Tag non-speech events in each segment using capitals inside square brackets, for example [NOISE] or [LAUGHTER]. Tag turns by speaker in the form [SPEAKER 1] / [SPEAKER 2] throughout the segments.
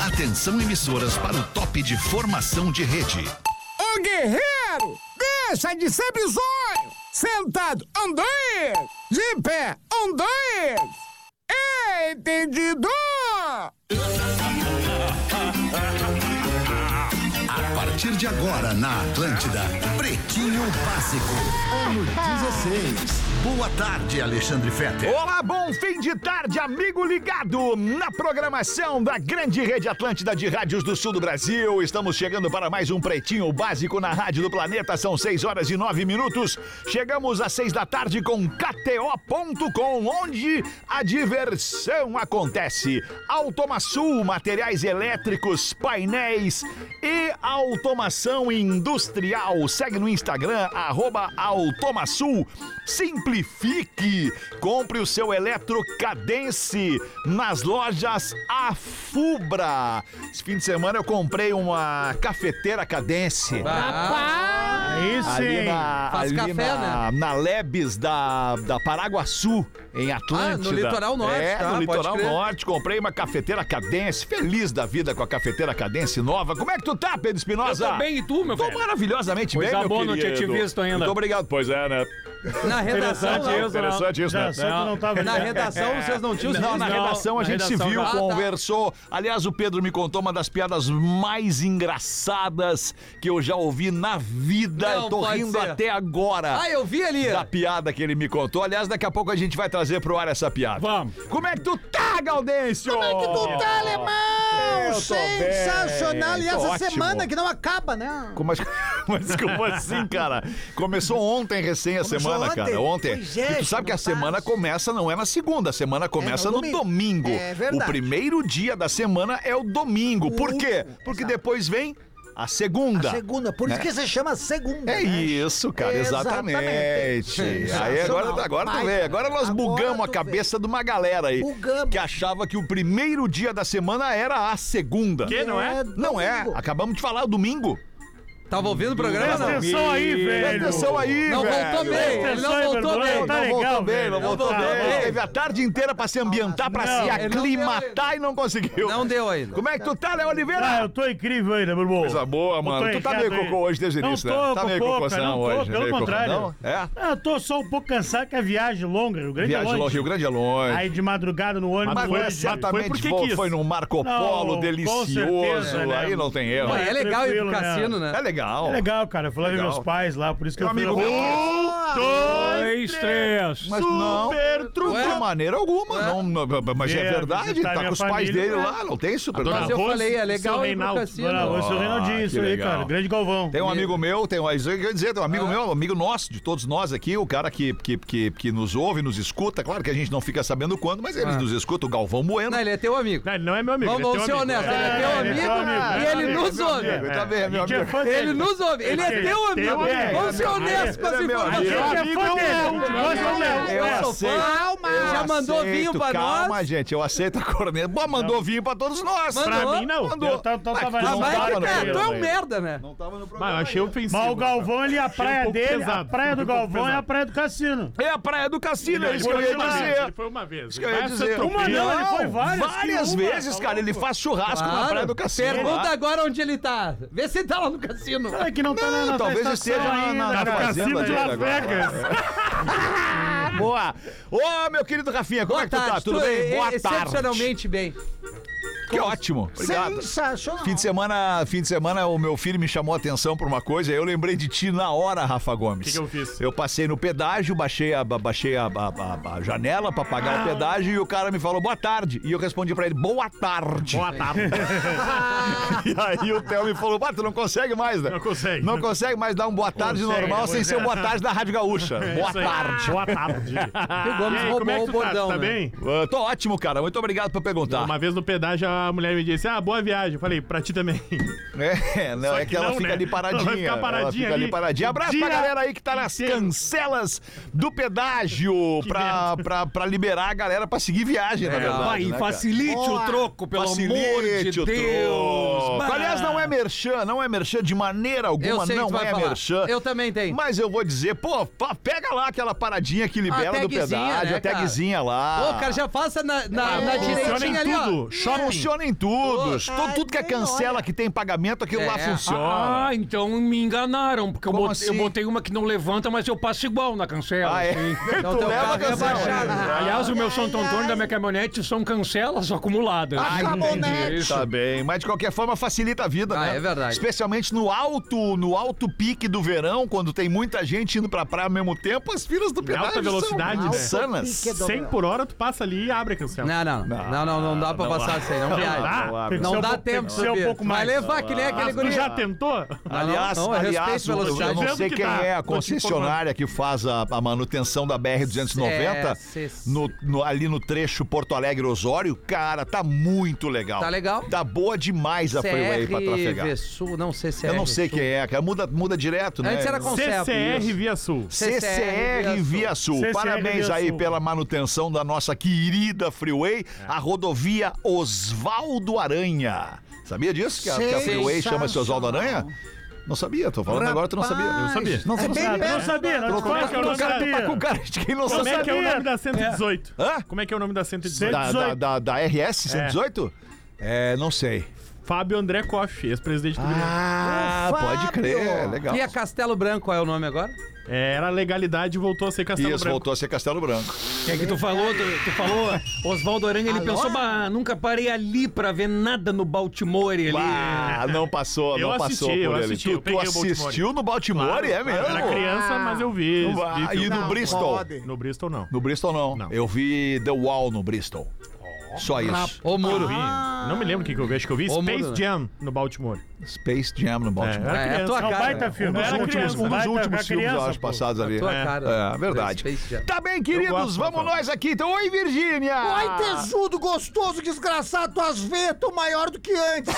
[SPEAKER 1] Atenção emissoras para o top de formação de rede.
[SPEAKER 2] Ô guerreiro, deixa de ser bizonho! Sentado, um, dois! De pé, um, dois! Entendido!
[SPEAKER 1] A partir de agora na Atlântida, Pretinho Básico, ano 16. Boa tarde, Alexandre Fetter.
[SPEAKER 3] Olá, bom fim de tarde, amigo ligado na programação da grande rede Atlântida de rádios do sul do Brasil. Estamos chegando para mais um Pretinho Básico na Rádio do Planeta. São 6 horas e 9 minutos. Chegamos às 6 da tarde com KTO.com, onde a diversão acontece. Automaçul, materiais elétricos, painéis e automação industrial. Segue no Instagram, arroba Automaçul. Simples Simplifique. Compre o seu Eletrocadense nas lojas Afubra. Esse fim de semana eu comprei uma cafeteira Cadence.
[SPEAKER 4] Aí
[SPEAKER 3] Ali na,
[SPEAKER 4] Faz
[SPEAKER 3] ali
[SPEAKER 4] café, né?
[SPEAKER 3] na, na Lebes da, da Paraguaçu, em Atlântida.
[SPEAKER 4] Ah, no litoral norte,
[SPEAKER 3] É,
[SPEAKER 4] tá,
[SPEAKER 3] no
[SPEAKER 4] pode
[SPEAKER 3] litoral
[SPEAKER 4] crer.
[SPEAKER 3] norte. Comprei uma cafeteira Cadence. Feliz da vida com a cafeteira Cadence nova. Como é que tu tá, Pedro Espinosa?
[SPEAKER 5] Eu tô bem, e tu, meu
[SPEAKER 3] Tô
[SPEAKER 5] velho?
[SPEAKER 3] maravilhosamente
[SPEAKER 5] Coisa
[SPEAKER 3] bem, meu
[SPEAKER 5] boa, não
[SPEAKER 3] querido.
[SPEAKER 5] tinha te visto ainda.
[SPEAKER 3] Muito obrigado. Pois é, né?
[SPEAKER 4] Na redação,
[SPEAKER 5] Interessante
[SPEAKER 4] lá,
[SPEAKER 5] isso, né?
[SPEAKER 3] Interessante isso, né?
[SPEAKER 6] Já só que não tava
[SPEAKER 4] na
[SPEAKER 6] ligado.
[SPEAKER 4] redação vocês não tinham os
[SPEAKER 3] Não, na
[SPEAKER 4] vídeos.
[SPEAKER 3] redação a
[SPEAKER 5] na
[SPEAKER 3] gente se
[SPEAKER 5] redação
[SPEAKER 3] viu,
[SPEAKER 5] não. Ah,
[SPEAKER 4] tá.
[SPEAKER 3] conversou. Aliás, o Pedro me contou uma das piadas mais engraçadas que eu já ouvi na vida.
[SPEAKER 4] Não
[SPEAKER 3] eu tô
[SPEAKER 4] pode
[SPEAKER 3] rindo
[SPEAKER 4] ser.
[SPEAKER 3] até agora.
[SPEAKER 4] Ah, eu vi ali.
[SPEAKER 3] Da piada que ele me contou. Aliás, daqui a pouco a gente vai trazer pro ar essa piada.
[SPEAKER 5] Vamos.
[SPEAKER 3] Como é que tu tá, Gaudêncio?
[SPEAKER 2] Como é que tu
[SPEAKER 3] Eu
[SPEAKER 2] tá, alemão?
[SPEAKER 3] tô
[SPEAKER 2] Sensacional!
[SPEAKER 3] bem,
[SPEAKER 2] E
[SPEAKER 3] tô
[SPEAKER 2] essa
[SPEAKER 3] ótimo.
[SPEAKER 2] semana que não acaba, né?
[SPEAKER 3] Como as- [LAUGHS] Mas como assim, cara? Começou ontem recém a
[SPEAKER 2] Começou
[SPEAKER 3] semana,
[SPEAKER 2] ontem?
[SPEAKER 3] cara. Ontem.
[SPEAKER 2] Pois é,
[SPEAKER 3] e tu sabe que a
[SPEAKER 2] rapaz.
[SPEAKER 3] semana começa, não é na segunda, a semana começa
[SPEAKER 2] no
[SPEAKER 3] no,
[SPEAKER 2] domingo.
[SPEAKER 3] domingo.
[SPEAKER 2] É verdade.
[SPEAKER 3] O primeiro dia da semana é o domingo.
[SPEAKER 2] O
[SPEAKER 3] Por quê?
[SPEAKER 2] último,
[SPEAKER 3] Porque
[SPEAKER 2] exato.
[SPEAKER 3] depois vem a
[SPEAKER 2] A
[SPEAKER 3] segunda.
[SPEAKER 2] segunda, por isso que se chama segunda.
[SPEAKER 3] É
[SPEAKER 2] né?
[SPEAKER 3] isso, cara, exatamente.
[SPEAKER 2] Exatamente.
[SPEAKER 3] Aí agora, agora tu vê, agora nós
[SPEAKER 2] Agora
[SPEAKER 3] bugamos a
[SPEAKER 2] tu
[SPEAKER 3] cabeça de uma galera aí.
[SPEAKER 2] Bugamos.
[SPEAKER 3] Que achava que o primeiro dia da semana era a segunda.
[SPEAKER 5] Que não é?
[SPEAKER 3] Não é,
[SPEAKER 2] domingo.
[SPEAKER 3] acabamos de falar, o domingo.
[SPEAKER 4] Tava ouvindo o programa,
[SPEAKER 3] É,
[SPEAKER 6] Presta
[SPEAKER 4] não?
[SPEAKER 6] atenção aí, velho.
[SPEAKER 3] Presta atenção aí,
[SPEAKER 4] Não
[SPEAKER 3] velho.
[SPEAKER 4] voltou bem, ele
[SPEAKER 6] Atenção
[SPEAKER 4] não
[SPEAKER 6] aí,
[SPEAKER 4] voltou
[SPEAKER 6] Bertolão,
[SPEAKER 4] bem.
[SPEAKER 6] tá
[SPEAKER 3] não
[SPEAKER 6] legal,
[SPEAKER 3] voltou bem,
[SPEAKER 6] velho. tá
[SPEAKER 3] não voltou
[SPEAKER 4] voltou
[SPEAKER 3] bem.
[SPEAKER 4] bem.
[SPEAKER 3] Teve a tarde inteira pra se ambientar, pra
[SPEAKER 6] Não,
[SPEAKER 3] se
[SPEAKER 6] ele
[SPEAKER 4] não
[SPEAKER 3] aclimatar
[SPEAKER 4] deu
[SPEAKER 3] e não conseguiu.
[SPEAKER 4] Não deu ainda.
[SPEAKER 3] Como é que tu tá, Léo
[SPEAKER 6] Ah,
[SPEAKER 3] Oliveira?
[SPEAKER 6] eu tô incrível ainda, meu irmão.
[SPEAKER 3] Coisa boa, mano.
[SPEAKER 6] Eu tô
[SPEAKER 3] Tu tá meio
[SPEAKER 6] inchado
[SPEAKER 3] cocô
[SPEAKER 6] aí.
[SPEAKER 3] hoje desde o
[SPEAKER 6] Não
[SPEAKER 3] início,
[SPEAKER 6] tô
[SPEAKER 3] né? Tá meio
[SPEAKER 6] cocô,
[SPEAKER 3] cocôzão
[SPEAKER 6] cara, não tô,
[SPEAKER 3] hoje.
[SPEAKER 6] pelo
[SPEAKER 3] meio cocô-
[SPEAKER 6] contrário.
[SPEAKER 3] Não? É?
[SPEAKER 6] Ah, eu tô só um pouco cansado que a viagem é longa, o grande
[SPEAKER 3] Viagem
[SPEAKER 6] é
[SPEAKER 3] ao
[SPEAKER 6] longe.
[SPEAKER 3] Rio Grande é longe.
[SPEAKER 6] Aí de madrugada no ônibus
[SPEAKER 3] Mas
[SPEAKER 6] hoje,
[SPEAKER 3] foi exatamente
[SPEAKER 6] porque
[SPEAKER 3] foi,
[SPEAKER 6] quis.
[SPEAKER 3] foi num Marco Polo
[SPEAKER 6] Não,
[SPEAKER 3] delicioso.
[SPEAKER 6] com certeza, né?
[SPEAKER 3] Aí não tem erro.
[SPEAKER 4] Pô,
[SPEAKER 3] É,
[SPEAKER 4] é legal ir pro
[SPEAKER 6] Tranquilo, né?
[SPEAKER 4] cassino, né?
[SPEAKER 3] legal.
[SPEAKER 6] É legal, cara. Eu fui lá ver
[SPEAKER 3] Legal.
[SPEAKER 6] meus pais lá, por isso que
[SPEAKER 3] Meu
[SPEAKER 6] eu fui
[SPEAKER 3] amigo
[SPEAKER 6] lá.
[SPEAKER 3] meu.
[SPEAKER 5] Dois, três.
[SPEAKER 3] Mas não,
[SPEAKER 6] Super
[SPEAKER 3] de maneira alguma. Não, não, mas é,
[SPEAKER 6] É,
[SPEAKER 3] verdade,
[SPEAKER 6] visitar
[SPEAKER 3] tá com
[SPEAKER 6] minha
[SPEAKER 3] os pais
[SPEAKER 6] família,
[SPEAKER 3] dele
[SPEAKER 6] né?
[SPEAKER 3] lá, não tem super
[SPEAKER 4] Mas
[SPEAKER 3] não.
[SPEAKER 4] eu falei, é legal ir pro
[SPEAKER 6] Reinaldo.
[SPEAKER 4] cassino.
[SPEAKER 6] Dona Rose, seu
[SPEAKER 3] Ah,
[SPEAKER 6] Reinaldinho,
[SPEAKER 3] que
[SPEAKER 6] isso aí,
[SPEAKER 3] legal.
[SPEAKER 6] cara. Grande Galvão.
[SPEAKER 3] Tem um amigo meu, tem um, isso aí que eu ia dizer, tem um amigo meu, um amigo nosso, de todos nós aqui, o cara que, que, que, que nos ouve, nos escuta. Claro que a gente não fica sabendo quando, mas ele nos escuta, o Galvão Bueno.
[SPEAKER 4] Não, ele é teu amigo.
[SPEAKER 6] Não, ele não é meu amigo.
[SPEAKER 4] Vamos-
[SPEAKER 6] ele
[SPEAKER 4] vamos
[SPEAKER 6] é teu
[SPEAKER 4] ser
[SPEAKER 6] amigo.
[SPEAKER 4] honestos, ele é teu amigo
[SPEAKER 6] amigo,
[SPEAKER 4] e
[SPEAKER 6] é
[SPEAKER 4] ele
[SPEAKER 6] meu
[SPEAKER 4] nos
[SPEAKER 6] amigo,
[SPEAKER 4] ouve.
[SPEAKER 6] é meu
[SPEAKER 3] Tá bem, é meu
[SPEAKER 6] A gente é
[SPEAKER 3] amigo.
[SPEAKER 6] fã dele.
[SPEAKER 4] Ele nos ouve, ele é teu
[SPEAKER 6] Ele é
[SPEAKER 4] amigo.
[SPEAKER 6] meu
[SPEAKER 4] Vamos ser
[SPEAKER 6] amigo.
[SPEAKER 4] honestos com as
[SPEAKER 3] Ele é meu amigo. é
[SPEAKER 4] informações.
[SPEAKER 6] A gente é fã dele. Nós
[SPEAKER 3] Eu
[SPEAKER 6] somos Léo.
[SPEAKER 4] Eu sou
[SPEAKER 3] aceito.
[SPEAKER 4] fã.
[SPEAKER 3] Eu
[SPEAKER 4] Já mandou
[SPEAKER 3] aceito,
[SPEAKER 4] vinho pra
[SPEAKER 3] calma,
[SPEAKER 4] nós.
[SPEAKER 3] gente, eu aceito a corneta. Bom, mandou vinho pra todos nós.
[SPEAKER 4] Mandou.
[SPEAKER 6] Pra mim, não.
[SPEAKER 3] Mandou.
[SPEAKER 6] Eu tava- tava
[SPEAKER 3] Mas
[SPEAKER 4] Ah,
[SPEAKER 6] trabalhando.
[SPEAKER 3] não
[SPEAKER 4] vai
[SPEAKER 3] tava
[SPEAKER 4] que
[SPEAKER 3] no
[SPEAKER 4] cara, tu é um
[SPEAKER 3] programa.
[SPEAKER 4] merda, né?
[SPEAKER 7] Mas eu achei ofensivo.
[SPEAKER 6] Mas o Galvão ali, a
[SPEAKER 7] um
[SPEAKER 6] praia
[SPEAKER 7] pouco
[SPEAKER 6] dele, a
[SPEAKER 7] pesado.
[SPEAKER 6] praia
[SPEAKER 7] Achei
[SPEAKER 6] do
[SPEAKER 7] um pouco
[SPEAKER 6] Galvão é a
[SPEAKER 7] pesado.
[SPEAKER 6] praia do cassino.
[SPEAKER 3] É a praia do Cassino, é
[SPEAKER 7] Ele
[SPEAKER 3] isso que eu
[SPEAKER 7] foi
[SPEAKER 3] ia
[SPEAKER 7] uma vez,
[SPEAKER 3] dizer.
[SPEAKER 7] Ele foi uma vez.
[SPEAKER 3] Isso que eu ia dizer.
[SPEAKER 6] Uma não, ele foi várias,
[SPEAKER 3] Várias
[SPEAKER 6] que uma,
[SPEAKER 3] vezes,
[SPEAKER 6] tá
[SPEAKER 3] cara, ele
[SPEAKER 6] louco.
[SPEAKER 3] faz churrasco na praia do Cassino.
[SPEAKER 4] Pergunta
[SPEAKER 3] lá.
[SPEAKER 4] agora onde ele tá. Vê se ele tá lá no cassino.
[SPEAKER 6] É que não tá na, na
[SPEAKER 3] talvez
[SPEAKER 6] estação
[SPEAKER 3] esteja na- na-
[SPEAKER 6] ainda,
[SPEAKER 3] na
[SPEAKER 6] cara.
[SPEAKER 3] fazenda
[SPEAKER 6] Cassino de
[SPEAKER 3] dele
[SPEAKER 6] Las
[SPEAKER 3] agora.
[SPEAKER 6] Vegas.
[SPEAKER 3] Boa. Ô, meu querido Rafinha, como é que tu tá? Tudo bem?
[SPEAKER 4] e-
[SPEAKER 3] Boa tarde.
[SPEAKER 4] Excepcionalmente bem.
[SPEAKER 3] Que ótimo. Obrigado.
[SPEAKER 2] Sensacional.
[SPEAKER 3] Fim de semana, fim de semana, o meu filho me chamou a atenção por uma coisa. Eu lembrei de ti na hora, Rafa Gomes.
[SPEAKER 7] Que que eu fiz?
[SPEAKER 3] Eu passei no pedágio, baixei a, ba- baixei a, ba- ba- a janela pra
[SPEAKER 7] Ah.
[SPEAKER 3] pagar o pedágio e o cara me falou boa tarde. E eu respondi pra ele boa tarde.
[SPEAKER 7] Boa tarde.
[SPEAKER 3] [LAUGHS] E aí o Theo me falou, bah, tu não consegue mais, né?
[SPEAKER 7] Não consegue.
[SPEAKER 3] Não consegue mais dar um boa tarde
[SPEAKER 7] Consegue,
[SPEAKER 3] normal sem
[SPEAKER 7] pois
[SPEAKER 3] ser
[SPEAKER 7] é.
[SPEAKER 3] o boa tarde da Rádio Gaúcha. boa
[SPEAKER 7] Isso aí.
[SPEAKER 3] tarde.
[SPEAKER 7] Boa tarde.
[SPEAKER 4] Que o Gomes
[SPEAKER 7] E aí,
[SPEAKER 4] roubou
[SPEAKER 7] como é que
[SPEAKER 4] o
[SPEAKER 7] tu tá?
[SPEAKER 4] bordão.
[SPEAKER 7] Tu Tá
[SPEAKER 4] né?
[SPEAKER 7] bem?
[SPEAKER 3] Ah, tô ótimo, cara. Muito obrigado por perguntar.
[SPEAKER 7] Uma vez no pedágio a mulher me disse: Ah, boa viagem. Eu falei, pra ti também.
[SPEAKER 3] [LAUGHS] É, não,
[SPEAKER 7] Só
[SPEAKER 3] é que,
[SPEAKER 7] que
[SPEAKER 3] ela
[SPEAKER 7] não,
[SPEAKER 3] fica
[SPEAKER 7] né?
[SPEAKER 3] ali paradinha.
[SPEAKER 7] Ela vai ficar
[SPEAKER 3] ela
[SPEAKER 7] paradinha
[SPEAKER 3] fica ali
[SPEAKER 7] ali
[SPEAKER 3] paradinha.
[SPEAKER 7] o
[SPEAKER 3] Abraço
[SPEAKER 7] dia
[SPEAKER 3] pra galera aí que tá nas
[SPEAKER 7] inteiro.
[SPEAKER 3] cancelas do pedágio pra, pra, pra liberar a galera pra seguir viagem,
[SPEAKER 7] É,
[SPEAKER 3] na verdade.
[SPEAKER 5] Vai,
[SPEAKER 3] né, cara?
[SPEAKER 5] facilite o troco, pelo amor de
[SPEAKER 3] Facilite o
[SPEAKER 5] Deus.
[SPEAKER 3] troco.
[SPEAKER 5] Bah.
[SPEAKER 3] Aliás, não é merchan, não é merchan de maneira
[SPEAKER 4] Eu
[SPEAKER 3] alguma,
[SPEAKER 4] sei que
[SPEAKER 3] não
[SPEAKER 4] tu vai
[SPEAKER 3] é
[SPEAKER 4] falar.
[SPEAKER 3] merchan.
[SPEAKER 4] Eu também tenho.
[SPEAKER 3] Mas eu vou dizer, pô, pa- pega lá aquela paradinha que libera do
[SPEAKER 4] tagzinha,
[SPEAKER 3] pedágio,
[SPEAKER 4] né,
[SPEAKER 3] a tagzinha lá.
[SPEAKER 4] Ô, cara, já faça na, na, na
[SPEAKER 7] Funciona em
[SPEAKER 4] direitinha ali, ó.
[SPEAKER 7] tudo. Shopping.
[SPEAKER 3] funciona em tudo.
[SPEAKER 4] Pô,
[SPEAKER 3] tudo, tudo que é
[SPEAKER 2] ai,
[SPEAKER 3] cancela,
[SPEAKER 2] olha.
[SPEAKER 3] que tem pagamento, aquilo lá
[SPEAKER 4] É.
[SPEAKER 3] funciona.
[SPEAKER 5] Ah, então me enganaram, porque eu
[SPEAKER 3] Como
[SPEAKER 5] botei, eu
[SPEAKER 3] assim?
[SPEAKER 5] botei uma que não levanta, mas eu passo igual na cancela.
[SPEAKER 3] Ah, é? [LAUGHS]
[SPEAKER 5] assim.
[SPEAKER 4] Então
[SPEAKER 3] tu
[SPEAKER 4] teu
[SPEAKER 3] leva a
[SPEAKER 4] carro é
[SPEAKER 3] cancela.
[SPEAKER 4] baixado.
[SPEAKER 5] Aliás, o meu Santo Antônio da minha caminhonete são cancelas acumuladas.
[SPEAKER 3] Ah,
[SPEAKER 5] entendi
[SPEAKER 2] caminhonete.
[SPEAKER 5] isso.
[SPEAKER 3] Tá bem, mas de qualquer forma facilita a vida,
[SPEAKER 4] Ah,
[SPEAKER 3] né?
[SPEAKER 4] é verdade.
[SPEAKER 3] Especialmente no alto, no alto pique do verão, quando tem muita gente indo pra praia ao mesmo tempo, as filas do pedágio
[SPEAKER 7] alta velocidade,
[SPEAKER 3] são
[SPEAKER 7] né?
[SPEAKER 3] insanas.
[SPEAKER 2] Alto pique do-
[SPEAKER 7] 100 por hora, tu passa ali e abre a cancela.
[SPEAKER 4] Não, não, não, não, não, não dá pra passar isso aí, não viaja.
[SPEAKER 7] dá?
[SPEAKER 3] abre.
[SPEAKER 7] Tem que
[SPEAKER 4] Não
[SPEAKER 7] ser um
[SPEAKER 4] dá
[SPEAKER 7] pouco- tem
[SPEAKER 4] tempo,
[SPEAKER 7] que ser um
[SPEAKER 4] Sofia.
[SPEAKER 7] pouco
[SPEAKER 4] Vai
[SPEAKER 7] mais.
[SPEAKER 4] levar que nem aquele
[SPEAKER 7] Mas tu
[SPEAKER 4] guri.
[SPEAKER 7] já tentou?
[SPEAKER 4] Não,
[SPEAKER 3] Aliás,
[SPEAKER 4] não, eu
[SPEAKER 3] aliás
[SPEAKER 4] respeito
[SPEAKER 3] eu- eu,
[SPEAKER 4] velocidade.
[SPEAKER 8] Tá
[SPEAKER 3] não sei
[SPEAKER 7] Dizendo que
[SPEAKER 3] quem
[SPEAKER 7] dá.
[SPEAKER 3] é a
[SPEAKER 7] Mas tipo,
[SPEAKER 3] concessionária que faz a, a manutenção da BR-290
[SPEAKER 4] É, se-
[SPEAKER 3] no- no- ali no trecho Porto Alegre-Osório. Cara, tá muito legal.
[SPEAKER 4] Tá legal.
[SPEAKER 3] Tá boa demais a freeway pra trafegar.
[SPEAKER 4] CRV Sul, não sei se é.
[SPEAKER 3] Eu não sei
[SPEAKER 4] Sul.
[SPEAKER 3] quem é, cara. Muda, muda direto, né?
[SPEAKER 4] Antes era com
[SPEAKER 7] CCR Via Sul.
[SPEAKER 3] CCR Via Sul.
[SPEAKER 6] CCR
[SPEAKER 3] Parabéns
[SPEAKER 6] Via
[SPEAKER 3] aí
[SPEAKER 6] Sul.
[SPEAKER 3] pela manutenção da nossa querida Freeway,
[SPEAKER 7] É.
[SPEAKER 3] a rodovia Oswaldo Aranha. Sabia disso? Que a, que a Freeway chama-se Oswaldo Aranha? Não sabia, tô falando agora, tu não sabia. Eu sabia. Não,
[SPEAKER 7] É
[SPEAKER 3] tu não
[SPEAKER 6] Ah,
[SPEAKER 3] sabia.
[SPEAKER 6] não sabia, não
[SPEAKER 7] Como é que é o
[SPEAKER 6] não
[SPEAKER 7] nome da-
[SPEAKER 3] Tá com
[SPEAKER 6] sabia.
[SPEAKER 3] cara de quem não
[SPEAKER 7] Como
[SPEAKER 3] sabe.
[SPEAKER 7] é que é o
[SPEAKER 6] sabia.
[SPEAKER 7] nome da 118?
[SPEAKER 3] Hã?
[SPEAKER 7] Como é que é o nome da 118?
[SPEAKER 3] Da, da,
[SPEAKER 6] 118.
[SPEAKER 3] da, da RS 118? É, não sei.
[SPEAKER 7] Fábio André Koff, ex-presidente do Grêmio.
[SPEAKER 3] Ah, pode crer, legal.
[SPEAKER 4] E a Castelo Branco, qual é o nome agora?
[SPEAKER 7] É, Era legalidade e voltou a ser Castelo
[SPEAKER 3] Isso,
[SPEAKER 7] Branco.
[SPEAKER 3] voltou a ser Castelo Branco.
[SPEAKER 5] É que tu falou, tu, tu falou, Oswaldo Aranha, ele
[SPEAKER 2] Alô?
[SPEAKER 5] pensou, bah, nunca parei ali pra ver nada no Baltimore ali.
[SPEAKER 3] Ah, não passou,
[SPEAKER 7] Eu
[SPEAKER 3] não
[SPEAKER 7] assisti,
[SPEAKER 3] passou
[SPEAKER 7] eu
[SPEAKER 3] por ele.
[SPEAKER 7] assisti,
[SPEAKER 3] tu
[SPEAKER 7] eu
[SPEAKER 3] tu
[SPEAKER 7] peguei o Baltimore.
[SPEAKER 3] assistiu no Baltimore, é mesmo?
[SPEAKER 7] Eu era criança, mas eu vi.
[SPEAKER 3] No-
[SPEAKER 7] vi
[SPEAKER 3] ah,
[SPEAKER 7] filme.
[SPEAKER 3] e no
[SPEAKER 2] Não
[SPEAKER 3] Bristol.
[SPEAKER 2] pode.
[SPEAKER 7] No Bristol, não.
[SPEAKER 3] No Bristol não.
[SPEAKER 7] Não. Oh.
[SPEAKER 3] Eu vi The Wall no Bristol. Só isso.
[SPEAKER 4] Ô, Muro.
[SPEAKER 7] Vi. Não me lembro o que, que eu vi, acho que eu vi
[SPEAKER 4] Ô,
[SPEAKER 7] Space
[SPEAKER 4] muda, né?
[SPEAKER 7] Jam no Baltimore.
[SPEAKER 3] Space Jam no
[SPEAKER 7] É, eu
[SPEAKER 3] Baltimore.
[SPEAKER 7] era
[SPEAKER 4] É, é a tua
[SPEAKER 7] criança.
[SPEAKER 6] É um
[SPEAKER 4] cara.
[SPEAKER 6] baita filme.
[SPEAKER 7] Era
[SPEAKER 6] Era
[SPEAKER 7] criança,
[SPEAKER 6] criança.
[SPEAKER 3] né? Um dos
[SPEAKER 6] baita-
[SPEAKER 3] últimos filmes, eu
[SPEAKER 6] criança,
[SPEAKER 3] acho,
[SPEAKER 6] pô.
[SPEAKER 3] passados ali.
[SPEAKER 4] tua
[SPEAKER 3] É,
[SPEAKER 4] cara.
[SPEAKER 3] É, verdade.
[SPEAKER 4] Space Jam.
[SPEAKER 3] Tá bem, queridos,
[SPEAKER 7] gosto,
[SPEAKER 3] vamos
[SPEAKER 7] Rafael.
[SPEAKER 3] nós aqui. Então, oi, Virgínia!
[SPEAKER 2] Ai, tesudo, gostoso, desgraçado, tuas veias tão maior do que antes.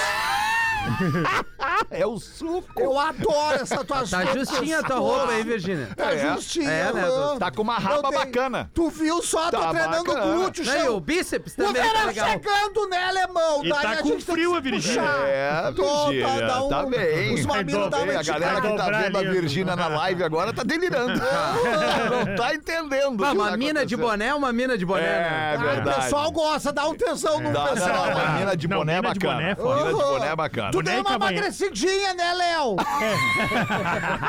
[SPEAKER 3] É o suco.
[SPEAKER 2] Eu adoro essa tua
[SPEAKER 4] Tá justinha a tua roupa aí, [LAUGHS] Virgínia.
[SPEAKER 2] Tá
[SPEAKER 3] É.
[SPEAKER 2] justinha.
[SPEAKER 4] É, né,
[SPEAKER 2] mano.
[SPEAKER 3] Tá com uma raba
[SPEAKER 2] Eu tenho-
[SPEAKER 3] bacana.
[SPEAKER 2] Tu viu só?
[SPEAKER 3] Tá
[SPEAKER 2] tô treinando
[SPEAKER 3] bacana.
[SPEAKER 2] glúteo,
[SPEAKER 4] Não, e
[SPEAKER 2] chão.
[SPEAKER 4] o bíceps
[SPEAKER 2] O
[SPEAKER 4] também tá
[SPEAKER 2] verão
[SPEAKER 4] legal.
[SPEAKER 2] chegando, né, alemão?
[SPEAKER 7] E tá com frio a Virgínia.
[SPEAKER 3] É,
[SPEAKER 2] Tô,
[SPEAKER 3] Virgínia,
[SPEAKER 2] dá um-
[SPEAKER 3] tá bem.
[SPEAKER 2] Os mamilos
[SPEAKER 3] Tá
[SPEAKER 2] dão
[SPEAKER 3] bem,
[SPEAKER 2] uma
[SPEAKER 3] a galera
[SPEAKER 2] esticada.
[SPEAKER 3] que tá
[SPEAKER 6] dobrar
[SPEAKER 3] vendo a
[SPEAKER 6] ali, ó.
[SPEAKER 3] Virgínia na live agora tá delirando. Não tá entendendo. o que tá
[SPEAKER 4] Ah, Uma mina de
[SPEAKER 3] acontecendo.
[SPEAKER 4] boné, uma mina de boné. né?
[SPEAKER 8] Ah,
[SPEAKER 3] É verdade.
[SPEAKER 2] O pessoal gosta, dá um tesão no
[SPEAKER 3] Dá, dá,
[SPEAKER 2] pessoal.
[SPEAKER 3] dá, uma mina de
[SPEAKER 7] Não,
[SPEAKER 3] boné é
[SPEAKER 7] mina de
[SPEAKER 3] bacana.
[SPEAKER 7] boné é foda.
[SPEAKER 3] Mina de boné é bacana.
[SPEAKER 2] Tu deu
[SPEAKER 7] Boneca
[SPEAKER 2] uma
[SPEAKER 7] amanhã.
[SPEAKER 2] emagrecidinha, né, Léo?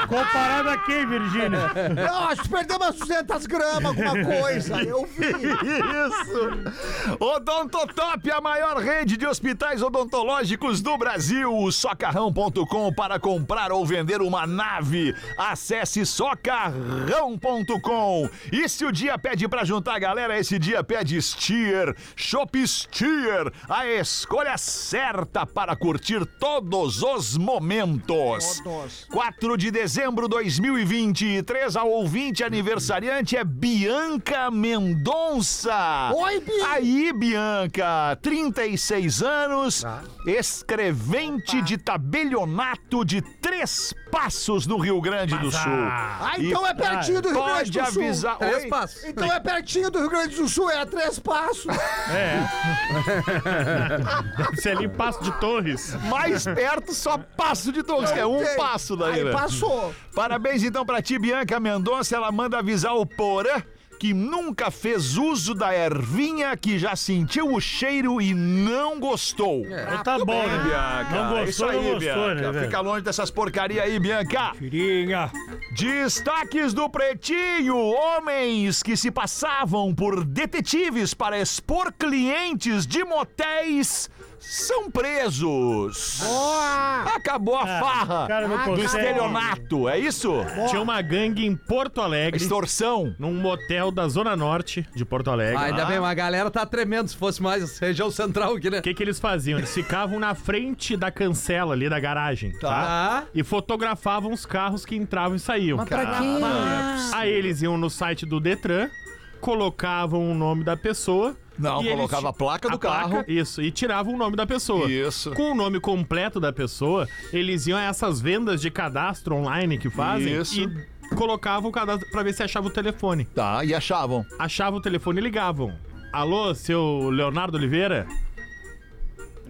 [SPEAKER 6] Comparado a quem, Virgínia?
[SPEAKER 3] [LAUGHS]
[SPEAKER 2] Eu acho que perdeu umas 200 gramas, alguma coisa. Eu vi.
[SPEAKER 3] Isso! [LAUGHS] Odontotop, a maior rede de hospitais odontológicos do Brasil. O Socarrão.com para comprar ou vender uma nave. Acesse socarrão.com. E se o dia pede para juntar a galera, esse dia pede Steer, Shop Steer, a escolha certa para curtir todos os momentos.
[SPEAKER 2] Todos.
[SPEAKER 3] 4 de dezembro de 2023, a ouvinte aniversariante é Bianca Mendonça.
[SPEAKER 2] Oi, Bi.
[SPEAKER 3] Aí, Bianca, 36 anos,
[SPEAKER 2] Ah.
[SPEAKER 3] escrevente de tabelionato de Três Passos no Rio Grande do Sul.
[SPEAKER 2] Ah,
[SPEAKER 3] E
[SPEAKER 2] então é pertinho do Rio
[SPEAKER 3] Pode
[SPEAKER 2] Grande do Sul.
[SPEAKER 3] avisar.
[SPEAKER 4] Três
[SPEAKER 3] Oi?
[SPEAKER 4] passos.
[SPEAKER 2] Então é pertinho do Rio Grande do Sul, é a três passos.
[SPEAKER 7] Se ali em Passo de Torres.
[SPEAKER 3] Mais perto, só passo de todos, que é um
[SPEAKER 2] Tem.
[SPEAKER 3] passo daí,
[SPEAKER 2] Aí
[SPEAKER 3] né?
[SPEAKER 2] passou.
[SPEAKER 3] Parabéns então pra ti, Bianca Mendonça. Ela manda avisar o Porã que nunca fez uso da ervinha, que já sentiu o cheiro e não gostou.
[SPEAKER 4] É.
[SPEAKER 6] Então tá bom, né,
[SPEAKER 3] Bianca,
[SPEAKER 6] Não gostou,
[SPEAKER 3] isso aí,
[SPEAKER 6] não gostou,
[SPEAKER 3] Bianca.
[SPEAKER 6] né, velho?
[SPEAKER 3] Fica longe dessas porcaria aí, Bianca.
[SPEAKER 5] Tirinha.
[SPEAKER 3] Destaques do Pretinho: homens que se passavam por detetives para expor clientes de motéis são presos. Acabou a farra
[SPEAKER 6] cara não
[SPEAKER 3] do
[SPEAKER 6] consegue.
[SPEAKER 3] estelionato, é isso?
[SPEAKER 7] Tinha uma gangue em Porto Alegre,
[SPEAKER 3] Extorsão.
[SPEAKER 7] num motel da Zona Norte de Porto Alegre.
[SPEAKER 4] Ah,
[SPEAKER 7] O
[SPEAKER 4] ainda bem, mas a galera tá tremendo se fosse mais região central aqui, né?
[SPEAKER 7] que, que eles faziam? Eles ficavam na frente da cancela ali da garagem, tá?
[SPEAKER 4] Tá.
[SPEAKER 7] E fotografavam os carros que entravam e saíam.
[SPEAKER 4] Pra quê? é
[SPEAKER 7] Aí eles iam no site do Detran, colocavam o nome da pessoa.
[SPEAKER 3] Não,
[SPEAKER 7] e eles
[SPEAKER 3] colocava
[SPEAKER 7] ti-
[SPEAKER 3] a placa do
[SPEAKER 7] placa,
[SPEAKER 3] carro.
[SPEAKER 7] Isso, e tiravam o nome da pessoa.
[SPEAKER 3] Isso.
[SPEAKER 7] Com o nome completo da pessoa, eles iam a essas vendas de cadastro online que fazem
[SPEAKER 3] Isso.
[SPEAKER 7] e colocavam o cadastro pra ver se achava o telefone.
[SPEAKER 3] Tá, e achavam.
[SPEAKER 7] Achavam o telefone e ligavam. Alô, seu Leonardo Oliveira?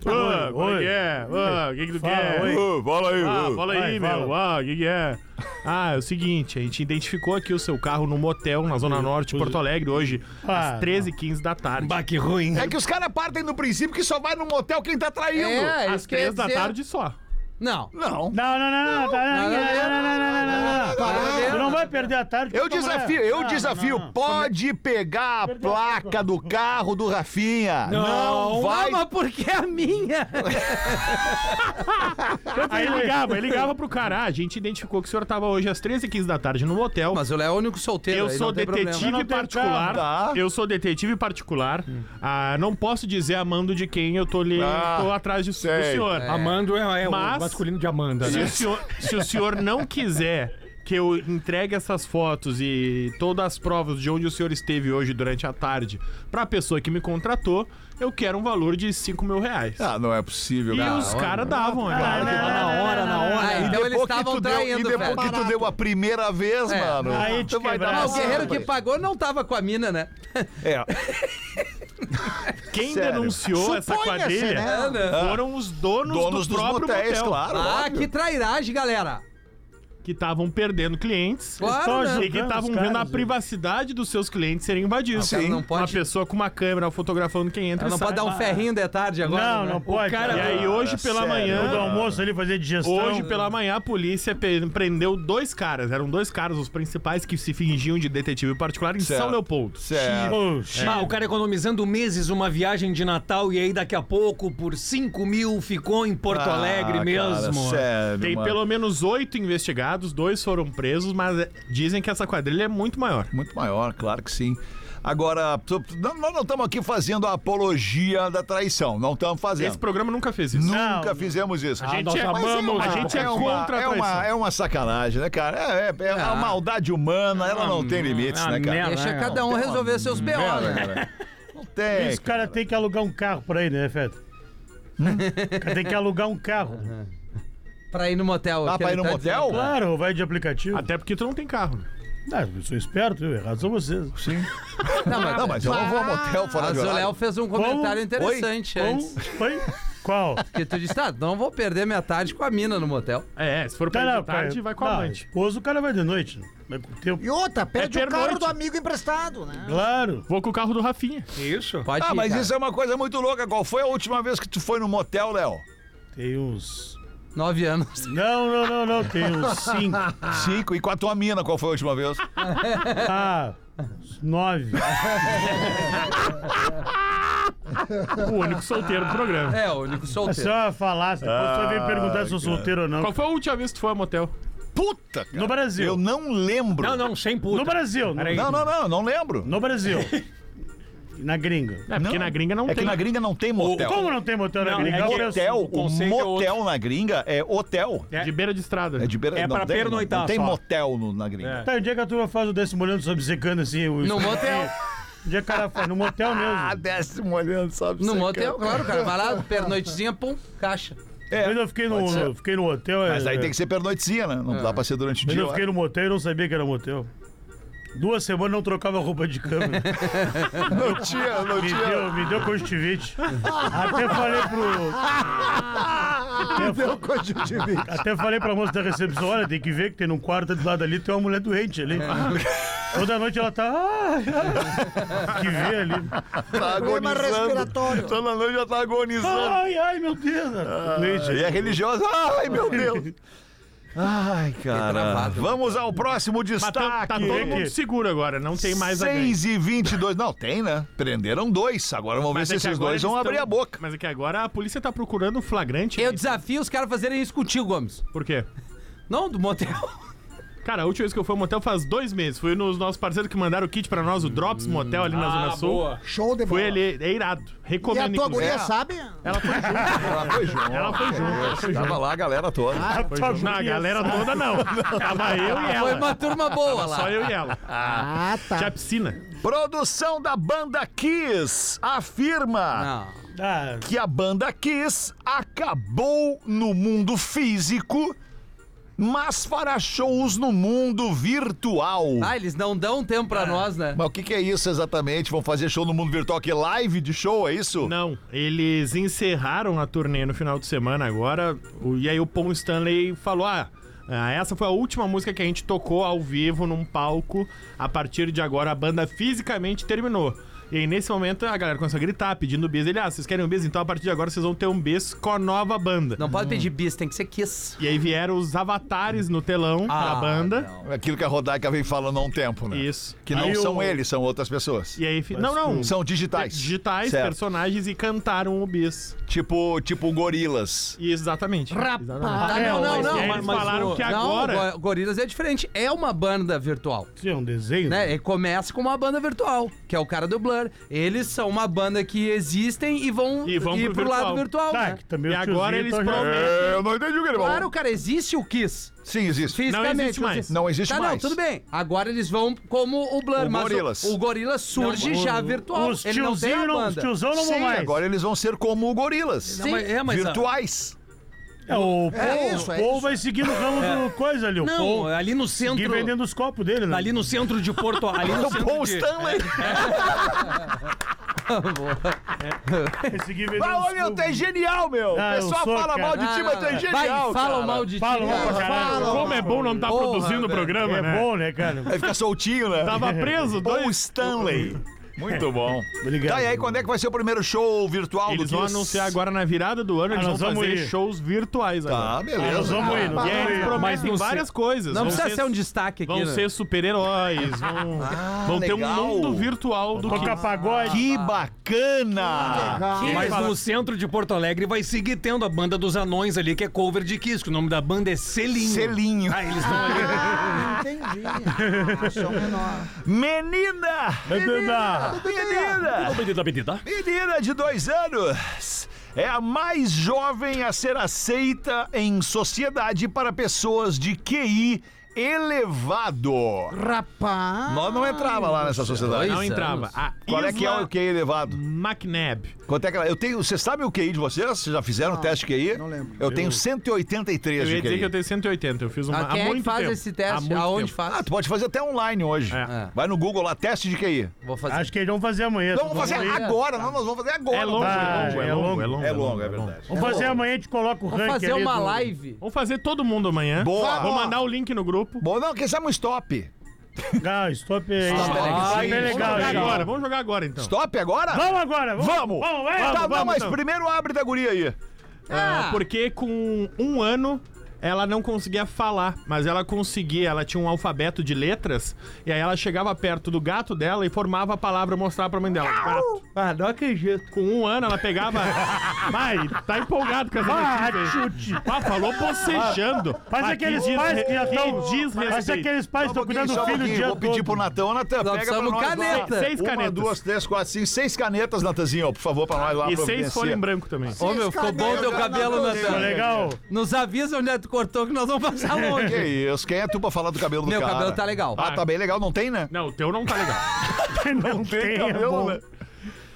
[SPEAKER 7] Ô, como é que é? Ô, O que, que tu
[SPEAKER 6] Fala,
[SPEAKER 7] quer?
[SPEAKER 6] oi.
[SPEAKER 3] fala aí.
[SPEAKER 7] Ah, fala aí,
[SPEAKER 6] Vai,
[SPEAKER 7] meu. Ah, o que, que é? Ah, é o seguinte, a gente identificou aqui o seu carro no motel na Zona Norte de Porto Alegre hoje,
[SPEAKER 6] Ah,
[SPEAKER 7] às 13h15 da tarde.
[SPEAKER 5] Baque ruim.
[SPEAKER 3] É que os caras partem do princípio que só vai no motel quem tá traindo.
[SPEAKER 4] É,
[SPEAKER 7] às
[SPEAKER 4] isso que eu ia
[SPEAKER 7] 3 da
[SPEAKER 4] dizer.
[SPEAKER 7] tarde só.
[SPEAKER 4] Não.
[SPEAKER 3] Não.
[SPEAKER 6] Não, não, não, não, tá, não, não, não, não, não, não,
[SPEAKER 4] tá
[SPEAKER 6] não, não, não.
[SPEAKER 4] Não.
[SPEAKER 6] Tu não vai perder a tarde.
[SPEAKER 3] Eu
[SPEAKER 7] Então
[SPEAKER 6] com tua
[SPEAKER 3] desafio,
[SPEAKER 6] mulher.
[SPEAKER 7] é.
[SPEAKER 3] eu
[SPEAKER 6] Ah,
[SPEAKER 3] desafio.
[SPEAKER 6] não, não.
[SPEAKER 3] Pode pegar a placa do carro do Rafinha. Não, vai.
[SPEAKER 4] Não, mas porque é a minha.
[SPEAKER 7] Aí ele ligava, ele ligava pro cara. "Ah, a gente identificou que o senhor tava hoje às 13h15 da tarde no motel.
[SPEAKER 4] Mas o Léo é o único solteiro.
[SPEAKER 7] Eu
[SPEAKER 4] aí
[SPEAKER 7] sou
[SPEAKER 4] não tem problema.
[SPEAKER 6] Eu não
[SPEAKER 7] detetive
[SPEAKER 6] tenho
[SPEAKER 7] particular.
[SPEAKER 3] carro. Tá.
[SPEAKER 7] Eu sou detetive particular. Ah, não posso dizer a mando de quem eu tô, li,
[SPEAKER 3] Ah,
[SPEAKER 7] tô atrás de, do
[SPEAKER 3] sei.
[SPEAKER 7] senhor.
[SPEAKER 5] Amando é, é
[SPEAKER 7] Mas-
[SPEAKER 5] o masculino de
[SPEAKER 3] Tá,
[SPEAKER 5] Amanda,
[SPEAKER 7] Se
[SPEAKER 5] né?
[SPEAKER 7] o, senhor, se o senhor não quiser que eu entregue essas fotos e todas as provas de onde o senhor esteve hoje durante a tarde pra pessoa que me contratou, eu quero um valor de 5 mil reais.
[SPEAKER 3] Ah, não é possível,
[SPEAKER 7] e
[SPEAKER 3] cara.
[SPEAKER 7] os caras davam, é
[SPEAKER 6] Não,
[SPEAKER 7] claro.
[SPEAKER 6] não,
[SPEAKER 7] que davam.
[SPEAKER 6] não, não,
[SPEAKER 5] hora, na hora.
[SPEAKER 4] Ah, então eles
[SPEAKER 3] Depois que
[SPEAKER 4] estavam
[SPEAKER 3] tu deu-
[SPEAKER 4] traindo,
[SPEAKER 3] E depois
[SPEAKER 4] velho.
[SPEAKER 3] que tu deu a primeira vez,
[SPEAKER 4] É.
[SPEAKER 3] mano.
[SPEAKER 6] Aí te
[SPEAKER 3] tu vai dar
[SPEAKER 6] quebraram.
[SPEAKER 4] Ah,
[SPEAKER 3] uma
[SPEAKER 4] o guerreiro
[SPEAKER 3] samba.
[SPEAKER 4] que pagou não tava com a mina, né?
[SPEAKER 3] É.
[SPEAKER 7] Quem
[SPEAKER 3] Sério.
[SPEAKER 7] denunciou essa
[SPEAKER 2] Suponha-se,
[SPEAKER 7] quadrilha
[SPEAKER 2] né?
[SPEAKER 4] É, né?
[SPEAKER 7] foram os donos,
[SPEAKER 3] Donos
[SPEAKER 7] do
[SPEAKER 3] dos
[SPEAKER 7] próprio
[SPEAKER 3] motéis,
[SPEAKER 7] motel,
[SPEAKER 3] claro.
[SPEAKER 4] Ah,
[SPEAKER 3] óbvio.
[SPEAKER 4] que trairagem, galera.
[SPEAKER 7] que estavam perdendo clientes.
[SPEAKER 4] Claro,
[SPEAKER 6] Eles tão
[SPEAKER 4] né?
[SPEAKER 7] E que estavam
[SPEAKER 6] Os caras,
[SPEAKER 7] um vendo a
[SPEAKER 6] gente.
[SPEAKER 7] privacidade dos seus clientes serem invadidos.
[SPEAKER 4] Ah, o cara não pode-
[SPEAKER 7] Uma pessoa com uma câmera fotografando quem entra
[SPEAKER 4] Ela
[SPEAKER 7] e
[SPEAKER 4] não
[SPEAKER 7] sai.
[SPEAKER 4] pode dar um ferrinho de tarde agora.
[SPEAKER 6] Não,
[SPEAKER 4] né?
[SPEAKER 6] não pode.
[SPEAKER 5] cara-
[SPEAKER 7] E aí hoje
[SPEAKER 3] sério.
[SPEAKER 7] pela
[SPEAKER 6] O do
[SPEAKER 7] manhã,
[SPEAKER 6] almoço ali fazer digestão.
[SPEAKER 7] hoje pela manhã a polícia pe- prendeu dois caras, eram dois caras os principais que se fingiam de detetive particular em
[SPEAKER 3] Certo.
[SPEAKER 7] São Leopoldo.
[SPEAKER 3] Certo.
[SPEAKER 6] Oxi.
[SPEAKER 4] é.
[SPEAKER 5] Ah, o cara economizando meses uma viagem de Natal e aí daqui a pouco, por 5 mil, ficou em Porto
[SPEAKER 3] Ah,
[SPEAKER 5] Alegre
[SPEAKER 3] cara,
[SPEAKER 5] mesmo.
[SPEAKER 4] é
[SPEAKER 3] sério,
[SPEAKER 7] Tem
[SPEAKER 3] mano.
[SPEAKER 7] pelo menos oito investigados, dois foram presos, mas é, dizem que essa quadrilha é muito maior.
[SPEAKER 3] Muito maior, claro que sim. Agora, tu- tu- não- nós não estamos aqui fazendo a apologia da traição. Não estamos
[SPEAKER 7] Esse
[SPEAKER 3] fazendo.
[SPEAKER 7] programa nunca fez isso.
[SPEAKER 3] Nunca
[SPEAKER 6] Não.
[SPEAKER 3] fizemos isso.
[SPEAKER 7] A gente
[SPEAKER 5] nós
[SPEAKER 7] é,
[SPEAKER 5] amamos,
[SPEAKER 7] a
[SPEAKER 5] né?
[SPEAKER 7] gente é,
[SPEAKER 3] uma,
[SPEAKER 7] contra a
[SPEAKER 3] é, uma,
[SPEAKER 7] traição.
[SPEAKER 3] é uma sacanagem, né, cara? É, é- é a maldade humana, ela não tem limites,
[SPEAKER 5] uma
[SPEAKER 3] né, cara?
[SPEAKER 5] merda.
[SPEAKER 4] Deixa
[SPEAKER 5] Não,
[SPEAKER 4] cada um
[SPEAKER 3] Tem uma
[SPEAKER 4] resolver seus B.O.,
[SPEAKER 3] merda,
[SPEAKER 4] né?
[SPEAKER 3] cara. Não tem.
[SPEAKER 6] Esse cara tem que alugar um carro por aí, né, Feto? O cara tem que alugar um carro.
[SPEAKER 4] Pra ir no motel.
[SPEAKER 3] Ah,
[SPEAKER 4] que
[SPEAKER 3] pra
[SPEAKER 4] ele
[SPEAKER 3] ir no
[SPEAKER 4] tá
[SPEAKER 3] motel?
[SPEAKER 4] dizendo.
[SPEAKER 6] Claro, vai de aplicativo.
[SPEAKER 7] Até porque tu não tem carro. né?
[SPEAKER 6] Ah, eu sou esperto, eu errado são vocês.
[SPEAKER 3] Sim.
[SPEAKER 4] Não, mas,
[SPEAKER 3] Não, Ah, mas eu não vou ao motel fora
[SPEAKER 4] mas
[SPEAKER 3] de
[SPEAKER 4] o
[SPEAKER 3] horário.
[SPEAKER 4] Léo fez um comentário interessante
[SPEAKER 8] É
[SPEAKER 6] Ou-
[SPEAKER 4] antes.
[SPEAKER 6] Oi? Qual?
[SPEAKER 4] Que tu disse, tá, não vou perder minha tarde com a mina no motel.
[SPEAKER 7] É, é, se for
[SPEAKER 6] Tá
[SPEAKER 7] pra ir de tarde, vai com a
[SPEAKER 6] não,
[SPEAKER 7] amante.
[SPEAKER 6] esposo, o cara vai de noite. né? Vai com o tempo.
[SPEAKER 2] E outra, pede o carro
[SPEAKER 7] pernoite.
[SPEAKER 2] do amigo emprestado, né?
[SPEAKER 6] Claro.
[SPEAKER 7] Vou com o carro do Rafinha.
[SPEAKER 5] Isso.
[SPEAKER 4] Pode
[SPEAKER 3] Ah,
[SPEAKER 4] ir,
[SPEAKER 3] mas
[SPEAKER 4] cara.
[SPEAKER 3] isso é uma coisa muito louca. Qual foi a última vez que tu foi no motel, Léo?
[SPEAKER 6] Tem uns.
[SPEAKER 4] Nove anos. [LAUGHS]
[SPEAKER 6] Não, não, não, não. Tem uns cinco.
[SPEAKER 5] Ah.
[SPEAKER 3] Cinco. E com a tua mina, qual foi a última vez?
[SPEAKER 6] Ah, uns nove.
[SPEAKER 7] O único solteiro do programa.
[SPEAKER 4] É, o único
[SPEAKER 6] A
[SPEAKER 4] solteiro.
[SPEAKER 6] senhora falasse, depois você veio perguntar se eu sou solteiro ou não.
[SPEAKER 7] Qual foi a última vez que tu foi ao motel?
[SPEAKER 3] Puta, cara.
[SPEAKER 6] No Brasil.
[SPEAKER 3] Eu não lembro.
[SPEAKER 5] Não, não, sem puta.
[SPEAKER 6] No Brasil. No,
[SPEAKER 3] Não, não, não, não lembro.
[SPEAKER 6] no Brasil. Na gringa.
[SPEAKER 7] É, porque
[SPEAKER 3] Não.
[SPEAKER 7] na gringa não
[SPEAKER 3] é
[SPEAKER 7] tem.
[SPEAKER 3] que na gringa não tem motel.
[SPEAKER 6] Como não tem motel na
[SPEAKER 5] Não,
[SPEAKER 6] gringa?
[SPEAKER 5] é que-
[SPEAKER 6] Eu penso-
[SPEAKER 3] motel,
[SPEAKER 5] o
[SPEAKER 3] o
[SPEAKER 5] conceito é
[SPEAKER 3] motel na gringa é hotel.
[SPEAKER 5] É.
[SPEAKER 7] De beira de estrada.
[SPEAKER 3] É de beira,
[SPEAKER 5] É
[SPEAKER 3] não
[SPEAKER 5] pra
[SPEAKER 3] tem-
[SPEAKER 5] pernoitar
[SPEAKER 3] Não tem
[SPEAKER 5] só.
[SPEAKER 3] motel no- na gringa.
[SPEAKER 6] Tá, onde é que a turma faz o desse molhando sobre secando assim? O...
[SPEAKER 4] No motel.
[SPEAKER 6] [LAUGHS] Onde é que o cara faz? No motel
[SPEAKER 3] Ah,
[SPEAKER 5] É.
[SPEAKER 6] mesmo.
[SPEAKER 3] desce molhando, sabe?
[SPEAKER 4] No
[SPEAKER 3] secando.
[SPEAKER 6] é
[SPEAKER 4] motel, claro, cara. Vai lá, pernoitezinha, pum, caixa.
[SPEAKER 3] É,
[SPEAKER 6] Quando eu fiquei no,
[SPEAKER 3] pode ser.
[SPEAKER 6] eu fiquei no hotel.
[SPEAKER 3] Mas
[SPEAKER 6] é-
[SPEAKER 3] aí tem que ser pernoitezinha, né?
[SPEAKER 5] É.
[SPEAKER 3] Não dá pra ser durante o
[SPEAKER 6] Quando
[SPEAKER 3] dia.
[SPEAKER 6] eu fiquei no motel, eu não sabia que era motel. Duas semanas não trocava roupa
[SPEAKER 3] [LAUGHS]
[SPEAKER 6] de cama.
[SPEAKER 3] Não tinha, não
[SPEAKER 6] Me
[SPEAKER 3] tinha.
[SPEAKER 6] deu, me deu conjuntivite. Até falei pro.
[SPEAKER 2] Meu conjuntivite.
[SPEAKER 6] Até falei pra moça da recepção: olha, tem que ver que tem num quarto do lado ali, tem uma mulher doente ali.
[SPEAKER 3] Ah.
[SPEAKER 6] Toda noite ela tá. "Ai,
[SPEAKER 3] [LAUGHS]
[SPEAKER 6] ai". Que vê ali.
[SPEAKER 3] Tá
[SPEAKER 2] Problema
[SPEAKER 3] agonizando.
[SPEAKER 2] respiratório.
[SPEAKER 3] Toda noite já tá
[SPEAKER 5] Ah,
[SPEAKER 3] agonizando.
[SPEAKER 6] Ai, ai, meu Deus. Leite.
[SPEAKER 3] E é religiosa. Ai, meu Deus. Ai, cara.
[SPEAKER 4] travado.
[SPEAKER 3] Vamos ao próximo
[SPEAKER 7] Mas
[SPEAKER 3] destaque.
[SPEAKER 7] tá, tá todo mundo seguro agora, não tem mais a gringa.
[SPEAKER 3] 6 e 22. Não, tem, né? Prenderam dois. Agora vamos ver
[SPEAKER 7] Mas
[SPEAKER 3] se
[SPEAKER 7] é que
[SPEAKER 3] esses
[SPEAKER 7] agora
[SPEAKER 3] dois
[SPEAKER 7] eles
[SPEAKER 3] vão abrir
[SPEAKER 7] tão-
[SPEAKER 3] a boca.
[SPEAKER 7] Mas é que agora a polícia tá procurando um flagrante.
[SPEAKER 4] Eu
[SPEAKER 7] né?
[SPEAKER 4] desafio os caras fazerem isso contigo, Gomes.
[SPEAKER 7] Por quê?
[SPEAKER 4] Não, do motel.
[SPEAKER 7] Cara, a última vez que eu fui ao motel faz dois meses. Fui nos nossos parceiros que mandaram o kit pra nós, o Drops Motel ali na Zona Sul.
[SPEAKER 2] Show de
[SPEAKER 7] Foi
[SPEAKER 2] bola.
[SPEAKER 7] ali, é irado.
[SPEAKER 2] E a
[SPEAKER 7] Recomendo.
[SPEAKER 2] tua
[SPEAKER 7] inclusive.
[SPEAKER 2] guria
[SPEAKER 3] É.
[SPEAKER 2] sabe?
[SPEAKER 3] Ela foi junto.
[SPEAKER 7] Ela foi junto, ela foi
[SPEAKER 3] Tava
[SPEAKER 7] junto.
[SPEAKER 3] lá a galera toda.
[SPEAKER 8] Ah,
[SPEAKER 7] Foi junto. Não, a galera toda não. Tava eu e
[SPEAKER 4] Foi uma
[SPEAKER 7] ela.
[SPEAKER 4] turma boa lá.
[SPEAKER 7] Só eu e ela.
[SPEAKER 2] Ah,
[SPEAKER 7] Tinha
[SPEAKER 2] tá.
[SPEAKER 7] piscina.
[SPEAKER 3] Produção da banda Kiss afirma
[SPEAKER 4] Não.
[SPEAKER 6] Ah,
[SPEAKER 3] que a banda Kiss acabou no mundo físico, mas fará shows no mundo virtual.
[SPEAKER 4] Ah, eles não dão tempo pra nós, né?
[SPEAKER 3] Mas o que, que é isso exatamente? Vão fazer show no mundo virtual? Que é live de show, é isso?
[SPEAKER 7] Não, eles encerraram a turnê no final de semana agora. o- E aí o Paul Stanley falou: ah. Ah, essa foi a última música que a gente tocou ao vivo num palco. A partir de agora, a banda fisicamente terminou. E aí, nesse momento, a galera começou a gritar, pedindo bis. Ele, ah, vocês querem um bis? Então, a partir de agora, vocês vão ter um bis com a nova banda.
[SPEAKER 8] Não pode pedir bis, tem que ser kiss.
[SPEAKER 7] E aí vieram os avatares no telão da banda.
[SPEAKER 3] Ah, Aquilo que a Rodaica vem falando há um tempo, né?
[SPEAKER 7] Isso.
[SPEAKER 3] Que não
[SPEAKER 7] Aí
[SPEAKER 3] são
[SPEAKER 7] o- É,
[SPEAKER 3] eles, são outras pessoas.
[SPEAKER 7] E aí, fi- não, não.
[SPEAKER 3] São digitais.
[SPEAKER 7] digitais,
[SPEAKER 3] Certo.
[SPEAKER 7] personagens e cantaram o bis.
[SPEAKER 3] Tipo, tipo gorilas.
[SPEAKER 7] E exatamente.
[SPEAKER 8] Ah,
[SPEAKER 7] Rapaz.
[SPEAKER 6] É,
[SPEAKER 8] não, não,
[SPEAKER 6] mas
[SPEAKER 8] não.
[SPEAKER 6] eles
[SPEAKER 8] mas- mas
[SPEAKER 7] falaram
[SPEAKER 8] o-
[SPEAKER 7] que
[SPEAKER 8] não,
[SPEAKER 7] agora-
[SPEAKER 8] Go- Gorilas é diferente. É uma banda virtual.
[SPEAKER 6] Isso é um desenho?
[SPEAKER 8] Né? E começa com uma banda virtual, que é o cara do Blur. Eles são uma banda que existem e vão,
[SPEAKER 7] E vão
[SPEAKER 8] ir
[SPEAKER 7] pro
[SPEAKER 8] pro lado
[SPEAKER 7] virtual.
[SPEAKER 8] virtual.
[SPEAKER 6] Tá,
[SPEAKER 8] né?
[SPEAKER 6] que também
[SPEAKER 7] E
[SPEAKER 6] o
[SPEAKER 7] agora
[SPEAKER 6] tiozinho
[SPEAKER 7] eles
[SPEAKER 6] tá já-
[SPEAKER 7] prometem-
[SPEAKER 3] É, eu não entendi o que ele falou.
[SPEAKER 8] Claro, cara, existe o Kiss.
[SPEAKER 3] Sim, existe.
[SPEAKER 8] Fisicamente.
[SPEAKER 7] existe
[SPEAKER 8] mas-
[SPEAKER 7] mais.
[SPEAKER 3] Não existe
[SPEAKER 8] tá,
[SPEAKER 3] mais.
[SPEAKER 8] Não, tudo bem. Agora eles vão como o Blur,
[SPEAKER 3] O
[SPEAKER 8] mas
[SPEAKER 3] Gorillaz.
[SPEAKER 8] o, o Gorila surge
[SPEAKER 6] Não,
[SPEAKER 8] já é
[SPEAKER 6] o-
[SPEAKER 8] virtual.
[SPEAKER 6] Os
[SPEAKER 8] Ele não tem a
[SPEAKER 6] tiozinhos não, os
[SPEAKER 8] banda.
[SPEAKER 6] tiozão não vão
[SPEAKER 3] Sim,
[SPEAKER 6] mais.
[SPEAKER 3] agora eles vão ser como gorilas.
[SPEAKER 8] Sim.
[SPEAKER 4] mas- é, mas a-
[SPEAKER 3] virtuais.
[SPEAKER 6] É, o Paul,
[SPEAKER 9] isso, é
[SPEAKER 6] o Paul
[SPEAKER 9] isso.
[SPEAKER 6] vai seguir no ramo do
[SPEAKER 8] [LAUGHS]
[SPEAKER 6] coisa ali. O
[SPEAKER 8] Não,
[SPEAKER 6] Paul
[SPEAKER 8] ali no centro.
[SPEAKER 6] seguir vendendo os copos dele, né?
[SPEAKER 8] Ali no centro de Porto Ali
[SPEAKER 3] É
[SPEAKER 8] no
[SPEAKER 3] o Paul
[SPEAKER 8] centro de...
[SPEAKER 3] Stanley.
[SPEAKER 6] Vai seguir vendendo
[SPEAKER 3] Ah, ô,
[SPEAKER 6] os
[SPEAKER 3] meu,
[SPEAKER 6] copos.
[SPEAKER 3] tu é genial, meu.
[SPEAKER 6] Ah,
[SPEAKER 3] o
[SPEAKER 6] eu
[SPEAKER 3] pessoal
[SPEAKER 6] sou,
[SPEAKER 3] fala
[SPEAKER 6] cara.
[SPEAKER 3] mal de
[SPEAKER 8] Ah,
[SPEAKER 3] ti,
[SPEAKER 8] não,
[SPEAKER 3] mas tu é
[SPEAKER 8] não.
[SPEAKER 3] genial,
[SPEAKER 8] Vai, fala
[SPEAKER 3] cara.
[SPEAKER 8] mal de ti.
[SPEAKER 6] Falam
[SPEAKER 8] né?
[SPEAKER 6] pra caralho.
[SPEAKER 7] Como é bom não estar
[SPEAKER 6] tá
[SPEAKER 8] Porra,
[SPEAKER 7] produzindo o
[SPEAKER 8] velho.
[SPEAKER 7] programa,
[SPEAKER 6] É
[SPEAKER 7] né?
[SPEAKER 6] bom, né, cara?
[SPEAKER 3] Aí fica soltinho, né?
[SPEAKER 7] Tava preso
[SPEAKER 3] Paul
[SPEAKER 7] Tá dois.
[SPEAKER 3] Stanley. Muito bom.
[SPEAKER 6] Obrigado.
[SPEAKER 3] Tá, e aí quando é que vai ser o primeiro show virtual
[SPEAKER 7] Eles
[SPEAKER 3] do
[SPEAKER 7] vão
[SPEAKER 3] Kiss?
[SPEAKER 7] anunciar agora na virada do ano,
[SPEAKER 6] Ah,
[SPEAKER 7] eles vão
[SPEAKER 6] nós vamos
[SPEAKER 7] fazer
[SPEAKER 6] ir.
[SPEAKER 7] shows virtuais
[SPEAKER 3] Tá,
[SPEAKER 7] agora.
[SPEAKER 6] Ah, nós
[SPEAKER 3] beleza.
[SPEAKER 6] vamos ir, nós
[SPEAKER 2] Tá.
[SPEAKER 7] E aí
[SPEAKER 6] vamos
[SPEAKER 7] eles
[SPEAKER 6] ir.
[SPEAKER 8] Mas
[SPEAKER 7] prometem
[SPEAKER 8] não
[SPEAKER 7] várias coisas.
[SPEAKER 8] Não
[SPEAKER 7] vão
[SPEAKER 8] precisa
[SPEAKER 7] ser-
[SPEAKER 8] ser um destaque aqui.
[SPEAKER 7] Vão
[SPEAKER 8] né?
[SPEAKER 7] ser super-heróis, vão, vão ter um
[SPEAKER 3] legal.
[SPEAKER 7] mundo virtual do
[SPEAKER 6] Toca
[SPEAKER 7] Kiss.
[SPEAKER 6] pagode.
[SPEAKER 3] Que bacana!
[SPEAKER 8] Mas
[SPEAKER 7] Fala-
[SPEAKER 8] no-
[SPEAKER 4] né? centro de Porto Alegre vai seguir tendo a banda dos anões ali, que é cover de Kiss, que o nome da banda é Selinho.
[SPEAKER 3] Selinho.
[SPEAKER 4] Ah, eles estão
[SPEAKER 8] [LAUGHS]
[SPEAKER 9] Entendi. São menor.
[SPEAKER 3] Menina!
[SPEAKER 8] Ah,
[SPEAKER 6] Menina!
[SPEAKER 3] Menina! Menina de dois anos! É a mais jovem a ser aceita em sociedade para pessoas de QI elevado.
[SPEAKER 9] Rapaz.
[SPEAKER 3] Nós não entrava lá nessa sociedade.
[SPEAKER 7] Não entrava. A
[SPEAKER 3] Qual é que é
[SPEAKER 7] Isla
[SPEAKER 3] o QI elevado?
[SPEAKER 7] McNabb.
[SPEAKER 3] Quanto é que ela... Eu tenho. Vocês sabem o QI de vocês? Vocês já fizeram o teste de QI?
[SPEAKER 9] não lembro.
[SPEAKER 3] Eu tenho 183
[SPEAKER 7] Eu ia
[SPEAKER 3] de
[SPEAKER 7] dizer que eu
[SPEAKER 3] QI.
[SPEAKER 7] tenho 180, eu fiz uma,
[SPEAKER 8] Ah, quem
[SPEAKER 7] há
[SPEAKER 8] é
[SPEAKER 7] muito
[SPEAKER 8] que faz
[SPEAKER 7] tempo.
[SPEAKER 8] esse
[SPEAKER 7] Há
[SPEAKER 8] teste?
[SPEAKER 7] muito
[SPEAKER 8] Aonde
[SPEAKER 7] tempo.
[SPEAKER 8] faz?
[SPEAKER 3] Ah, tu pode fazer até online hoje.
[SPEAKER 7] É.
[SPEAKER 3] Vai no Google lá, teste de QI.
[SPEAKER 8] Vou fazer.
[SPEAKER 6] Acho que eles vão fazer amanhã.
[SPEAKER 3] Não, vamos fazer
[SPEAKER 6] aí.
[SPEAKER 3] agora, não, nós vamos fazer agora.
[SPEAKER 7] É longo,
[SPEAKER 6] Ah,
[SPEAKER 7] é longo, é
[SPEAKER 6] é
[SPEAKER 7] longo, é
[SPEAKER 6] longo.
[SPEAKER 7] longo.
[SPEAKER 3] É longo, é verdade.
[SPEAKER 6] Vamos fazer amanhã, a gente coloca o
[SPEAKER 8] Vou
[SPEAKER 6] ranking
[SPEAKER 8] fazer
[SPEAKER 6] ali
[SPEAKER 8] uma
[SPEAKER 6] é do-
[SPEAKER 8] live.
[SPEAKER 7] Vamos fazer todo mundo amanhã.
[SPEAKER 3] Boa.
[SPEAKER 7] Vou mandar o link no grupo.
[SPEAKER 3] Bom, não, quem sabe um stop.
[SPEAKER 6] Ah, stop é
[SPEAKER 3] Stop é legal. Vamos
[SPEAKER 7] Vamos
[SPEAKER 6] Stop é legal. é
[SPEAKER 7] jogar
[SPEAKER 6] legal.
[SPEAKER 7] agora, vamos jogar agora então.
[SPEAKER 3] Stop agora?
[SPEAKER 6] Vamos agora, vamos.
[SPEAKER 3] Vamos!
[SPEAKER 6] Vamos, vai.
[SPEAKER 3] tá, não,
[SPEAKER 7] vamos,
[SPEAKER 3] mas
[SPEAKER 7] então.
[SPEAKER 3] primeiro abre da guria aí.
[SPEAKER 8] Ah,
[SPEAKER 7] Porque com um ano ela não conseguia falar, mas ela conseguia, ela tinha um alfabeto de letras, e aí ela chegava perto do gato dela e formava a palavra mostrar pra mãe dela. Gato.
[SPEAKER 8] Ah, não acredito.
[SPEAKER 7] Com um ano ela pegava.
[SPEAKER 6] [LAUGHS]
[SPEAKER 7] Vai, tá empolgado com essa
[SPEAKER 6] Ah,
[SPEAKER 7] notícia. aí.
[SPEAKER 6] chute.
[SPEAKER 7] Ah, falou bocejando.
[SPEAKER 6] Faz
[SPEAKER 7] Ah,
[SPEAKER 6] aqueles
[SPEAKER 7] que
[SPEAKER 6] pais que já estão.
[SPEAKER 7] desrespeito.
[SPEAKER 6] Faz aqueles pais que
[SPEAKER 3] Só
[SPEAKER 6] estão
[SPEAKER 3] um pouquinho,
[SPEAKER 6] cuidando
[SPEAKER 3] só
[SPEAKER 6] do
[SPEAKER 3] um
[SPEAKER 6] filho
[SPEAKER 3] pouquinho.
[SPEAKER 6] o dia
[SPEAKER 3] Vou pedir
[SPEAKER 6] todo.
[SPEAKER 3] pro Natan. Natan,
[SPEAKER 8] Nós
[SPEAKER 3] pega pra
[SPEAKER 8] precisamos
[SPEAKER 3] nós.
[SPEAKER 8] caneta.
[SPEAKER 3] lá.
[SPEAKER 7] Seis
[SPEAKER 3] Uma,
[SPEAKER 7] canetas.
[SPEAKER 3] duas, três, quatro, cinco, seis canetas, Natanzinho, por favor, pra nós lá.
[SPEAKER 7] E seis
[SPEAKER 3] providenciar.
[SPEAKER 7] folhas em branco também.
[SPEAKER 8] Ô, meu, ficou bom teu cabelo,
[SPEAKER 6] Tá
[SPEAKER 8] Natan.
[SPEAKER 6] legal.
[SPEAKER 8] Nos avisa onde é que tu cortou que nós vamos passar
[SPEAKER 3] Que
[SPEAKER 8] longe.
[SPEAKER 3] isso, quem é tu pra falar do cabelo do
[SPEAKER 8] Meu
[SPEAKER 3] cara?
[SPEAKER 8] cabelo tá legal.
[SPEAKER 3] Ah, tá bem legal, não tem, né?
[SPEAKER 7] Não, o teu não tá legal.
[SPEAKER 6] [LAUGHS] Não tem é
[SPEAKER 3] Cabelo,
[SPEAKER 6] cabelo,
[SPEAKER 3] né?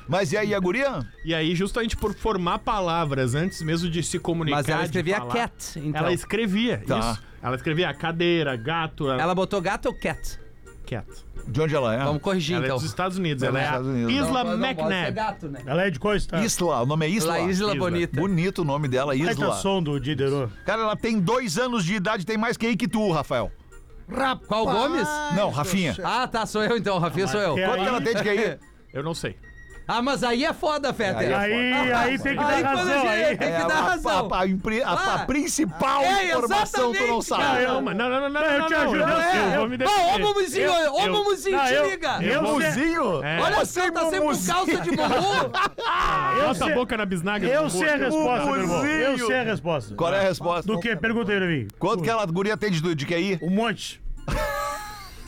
[SPEAKER 3] Mas e aí, a guria?
[SPEAKER 7] E aí, justamente por formar palavras antes mesmo de se comunicar.
[SPEAKER 8] Mas ela
[SPEAKER 7] de
[SPEAKER 8] escrevia
[SPEAKER 7] falar,
[SPEAKER 8] cat, então.
[SPEAKER 7] Ela
[SPEAKER 8] Ela,
[SPEAKER 7] escrevia,
[SPEAKER 3] Tá.
[SPEAKER 7] isso. Ela escrevia cadeira, gato, ela...
[SPEAKER 8] botou gato ou cat?
[SPEAKER 7] cat.
[SPEAKER 3] De onde ela é?
[SPEAKER 8] Vamos corrigir,
[SPEAKER 7] Ela é
[SPEAKER 8] então.
[SPEAKER 7] dos Estados Unidos,
[SPEAKER 3] Ela
[SPEAKER 7] ela
[SPEAKER 3] é
[SPEAKER 7] é,
[SPEAKER 3] dos
[SPEAKER 7] a
[SPEAKER 3] Estados Unidos.
[SPEAKER 7] Isla
[SPEAKER 8] Não, não pode ser
[SPEAKER 7] McNabb.
[SPEAKER 8] gato, né?
[SPEAKER 6] Ela é de qual estado?
[SPEAKER 3] Isla, o nome é Isla.
[SPEAKER 8] La Isla
[SPEAKER 7] Isla.
[SPEAKER 8] Bonita.
[SPEAKER 3] Bonito o nome dela,
[SPEAKER 6] Baita
[SPEAKER 3] Isla.
[SPEAKER 6] som do Diderot.
[SPEAKER 3] Cara, ela tem dois anos de idade, tem mais que aí que tu, Rafael.
[SPEAKER 9] Rapaz.
[SPEAKER 8] Qual Gomes?
[SPEAKER 3] Não, Rafinha.
[SPEAKER 8] Ah, tá, sou eu então, Rafinha, sou eu.
[SPEAKER 6] que
[SPEAKER 3] Quanto
[SPEAKER 6] aí-
[SPEAKER 3] ela tem de QI?
[SPEAKER 7] Eu não sei.
[SPEAKER 8] Ah, mas aí é foda,
[SPEAKER 3] Aí é
[SPEAKER 8] Fetter.
[SPEAKER 6] Aí, aí tem que dar
[SPEAKER 8] Aí quando
[SPEAKER 6] razão.
[SPEAKER 8] a
[SPEAKER 6] Aí.
[SPEAKER 8] gente tem que dar
[SPEAKER 3] a-
[SPEAKER 8] razão.
[SPEAKER 3] A, a impre- a- a
[SPEAKER 8] Ah.
[SPEAKER 3] principal
[SPEAKER 8] É,
[SPEAKER 3] informação tu não
[SPEAKER 8] exatamente,
[SPEAKER 3] sabe.
[SPEAKER 8] cara.
[SPEAKER 7] Não, mas não, não, não, não,
[SPEAKER 6] Ah, eu
[SPEAKER 7] não,
[SPEAKER 6] te
[SPEAKER 7] não,
[SPEAKER 6] ajudo,
[SPEAKER 7] não,
[SPEAKER 6] eu sei,
[SPEAKER 7] eu
[SPEAKER 6] eu-
[SPEAKER 7] vou
[SPEAKER 8] Ô,
[SPEAKER 7] me
[SPEAKER 8] ô,
[SPEAKER 7] defender.
[SPEAKER 8] mumuzinho, ô,
[SPEAKER 7] eu-
[SPEAKER 8] mumuzinho,
[SPEAKER 6] Não,
[SPEAKER 8] te
[SPEAKER 6] eu-
[SPEAKER 8] liga.
[SPEAKER 6] eu-
[SPEAKER 3] Mumuzinho?
[SPEAKER 7] É.
[SPEAKER 8] Olha só, tá sempre com
[SPEAKER 3] mumuzinho.
[SPEAKER 8] calça de morro.
[SPEAKER 6] Eu
[SPEAKER 7] Bota
[SPEAKER 6] sei-
[SPEAKER 7] a boca na bisnaga.
[SPEAKER 6] Eu
[SPEAKER 7] do
[SPEAKER 6] sei a
[SPEAKER 7] gordo.
[SPEAKER 6] resposta, meu irmão. Eu
[SPEAKER 3] Buzinho.
[SPEAKER 6] sei a resposta.
[SPEAKER 3] Qual é a resposta?
[SPEAKER 6] Do que? Pergunta aí, Levi.
[SPEAKER 3] Quanto que ela guria tem de, de QI?
[SPEAKER 6] Um monte.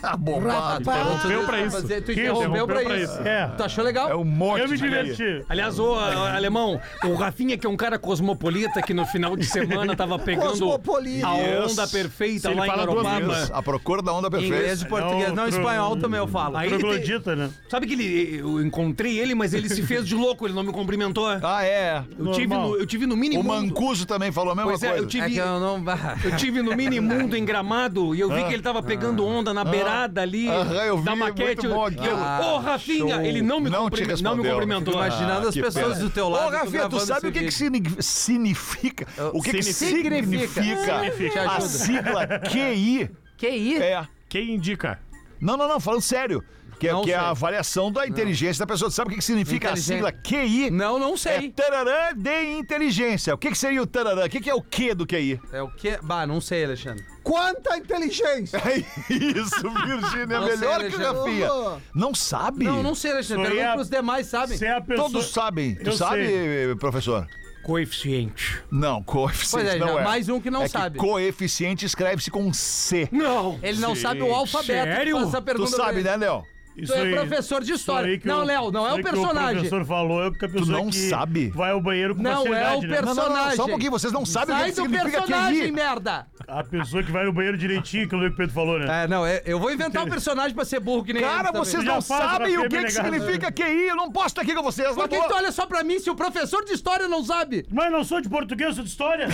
[SPEAKER 3] Ah, bom,
[SPEAKER 8] tá.
[SPEAKER 7] Interrompeu pra isso.
[SPEAKER 8] Mas é, Tu
[SPEAKER 7] interrompeu
[SPEAKER 8] interrompeu pra
[SPEAKER 7] pra
[SPEAKER 8] isso.
[SPEAKER 7] isso.
[SPEAKER 6] É.
[SPEAKER 8] Tu achou legal?
[SPEAKER 3] É um monte
[SPEAKER 6] Eu me
[SPEAKER 3] de QI.
[SPEAKER 6] diverti.
[SPEAKER 4] Aliás, ô, a- alemão, o Rafinha, que é um cara cosmopolita, que no final de semana tava pegando
[SPEAKER 9] Cosmopolita.
[SPEAKER 4] a
[SPEAKER 3] Yes.
[SPEAKER 4] onda perfeita
[SPEAKER 7] Se ele
[SPEAKER 4] lá em
[SPEAKER 7] fala duas
[SPEAKER 4] Europa.
[SPEAKER 3] Isso, A procura da onda
[SPEAKER 8] Inglês
[SPEAKER 3] perfeita.
[SPEAKER 8] e português. Não,
[SPEAKER 6] Não, tro-
[SPEAKER 8] espanhol também é eu falo.
[SPEAKER 4] Aí ele tem-
[SPEAKER 6] Troglodita, né?
[SPEAKER 4] Sabe que ele, eu encontrei ele, mas ele se fez de louco, ele não me cumprimentou.
[SPEAKER 3] Ah, é.
[SPEAKER 4] Eu tive,
[SPEAKER 6] normal.
[SPEAKER 4] no, eu tive no um mini
[SPEAKER 3] O
[SPEAKER 4] mundo.
[SPEAKER 3] Mancuso também falou a mesma
[SPEAKER 4] Pois é,
[SPEAKER 3] coisa.
[SPEAKER 4] eu
[SPEAKER 8] É
[SPEAKER 4] tive,
[SPEAKER 8] que eu não...
[SPEAKER 3] [LAUGHS]
[SPEAKER 4] eu tive no mini mundo em Gramado e eu vi que ele tava pegando onda na beirada virada ali
[SPEAKER 3] Ah. Aham, eu vi,
[SPEAKER 4] da maquete.
[SPEAKER 3] muito bom
[SPEAKER 4] eu-
[SPEAKER 3] aquilo.
[SPEAKER 4] eu- Ô, Rafinha,
[SPEAKER 3] show.
[SPEAKER 4] ele não me,
[SPEAKER 3] Não te
[SPEAKER 4] cumprimen- não me
[SPEAKER 3] respondeu.
[SPEAKER 4] cumprimentou.
[SPEAKER 3] Fico
[SPEAKER 8] Imaginando
[SPEAKER 3] Ah,
[SPEAKER 8] as
[SPEAKER 3] que
[SPEAKER 8] pessoas
[SPEAKER 3] pena.
[SPEAKER 8] do teu lado.
[SPEAKER 3] Ô,
[SPEAKER 8] tu
[SPEAKER 3] Rafinha, tu
[SPEAKER 8] gravando
[SPEAKER 3] sabe
[SPEAKER 8] esse
[SPEAKER 3] o que, que
[SPEAKER 8] vídeo.
[SPEAKER 3] signi- significa? O que, que significa, Ah,
[SPEAKER 8] significa. Significa.
[SPEAKER 3] a
[SPEAKER 8] Te ajuda.
[SPEAKER 3] sigla QI?
[SPEAKER 8] Que isso?
[SPEAKER 3] É.
[SPEAKER 7] Quem indica?
[SPEAKER 3] Não, não, não, falando sério. Que, é-
[SPEAKER 8] Não
[SPEAKER 3] que é a
[SPEAKER 8] sei.
[SPEAKER 3] avaliação da inteligência da pessoa. Tu sabe o que, que significa a
[SPEAKER 8] Inteligente.
[SPEAKER 3] sigla QI?
[SPEAKER 8] Não, não
[SPEAKER 3] É
[SPEAKER 8] sei.
[SPEAKER 3] tararã de inteligência. O que, que seria o tararã? O que, que é o Q do [LAUGHS] QI?
[SPEAKER 8] É o quê? Bah, não sei, Alexandre.
[SPEAKER 2] Quanta inteligência!
[SPEAKER 3] É isso, Virgínia, é
[SPEAKER 8] Não sei,
[SPEAKER 3] melhor que o
[SPEAKER 8] Alexandre.
[SPEAKER 3] Rafinha. Não sabe?
[SPEAKER 8] Não, não sei, Alexandre.
[SPEAKER 6] Sou
[SPEAKER 8] Pergunta
[SPEAKER 6] eu.
[SPEAKER 8] pros demais, sabem?
[SPEAKER 6] Se é a pessoa...
[SPEAKER 3] Todos sabem. Tu
[SPEAKER 6] Eu
[SPEAKER 3] sabe, eh, professor?
[SPEAKER 4] Coeficiente.
[SPEAKER 3] Não, coeficiente
[SPEAKER 8] Pois é,
[SPEAKER 3] não
[SPEAKER 8] já,
[SPEAKER 3] é.
[SPEAKER 8] mais um que não
[SPEAKER 3] É que
[SPEAKER 8] sabe.
[SPEAKER 3] coeficiente escreve-se com C.
[SPEAKER 4] Não!
[SPEAKER 8] Ele não sabe o alfabeto.
[SPEAKER 4] Sério?
[SPEAKER 8] Tu faz essa
[SPEAKER 3] Tu
[SPEAKER 8] pergunta pra
[SPEAKER 3] sabe,
[SPEAKER 8] ele.
[SPEAKER 3] né, Léo?
[SPEAKER 8] Tu
[SPEAKER 6] Isso
[SPEAKER 8] é
[SPEAKER 6] aí-
[SPEAKER 8] professor de
[SPEAKER 6] isso aí
[SPEAKER 8] história.
[SPEAKER 6] que
[SPEAKER 8] Não,
[SPEAKER 6] o-
[SPEAKER 8] Léo, não é
[SPEAKER 6] isso
[SPEAKER 8] o
[SPEAKER 6] aí que O
[SPEAKER 8] personagem.
[SPEAKER 6] professor falou é porque a pessoa
[SPEAKER 3] não
[SPEAKER 6] que
[SPEAKER 3] sabe?
[SPEAKER 6] vai ao banheiro com
[SPEAKER 8] Não é o
[SPEAKER 6] facilidade, né?
[SPEAKER 8] personagem.
[SPEAKER 3] Não, não, não, só um pouquinho, vocês não sabem o que
[SPEAKER 8] Sai
[SPEAKER 3] que
[SPEAKER 8] do
[SPEAKER 3] significa
[SPEAKER 8] personagem,
[SPEAKER 3] QI.
[SPEAKER 8] merda!
[SPEAKER 6] A pessoa que vai no banheiro direitinho, aquilo que o Pedro falou, né?
[SPEAKER 8] É, não, é- eu vou inventar um personagem pra ser burro que nem
[SPEAKER 3] Cara,
[SPEAKER 8] eles também.
[SPEAKER 3] vocês
[SPEAKER 6] Já
[SPEAKER 3] não
[SPEAKER 6] faz,
[SPEAKER 3] sabem o
[SPEAKER 6] Rafinha,
[SPEAKER 3] que, que
[SPEAKER 6] me negado.
[SPEAKER 3] significa QI. Eu não posso estar aqui com vocês, na
[SPEAKER 8] Por que
[SPEAKER 3] boa.
[SPEAKER 8] tu olha só pra mim se o professor de história não sabe?
[SPEAKER 6] Mas não sou de português, sou de história.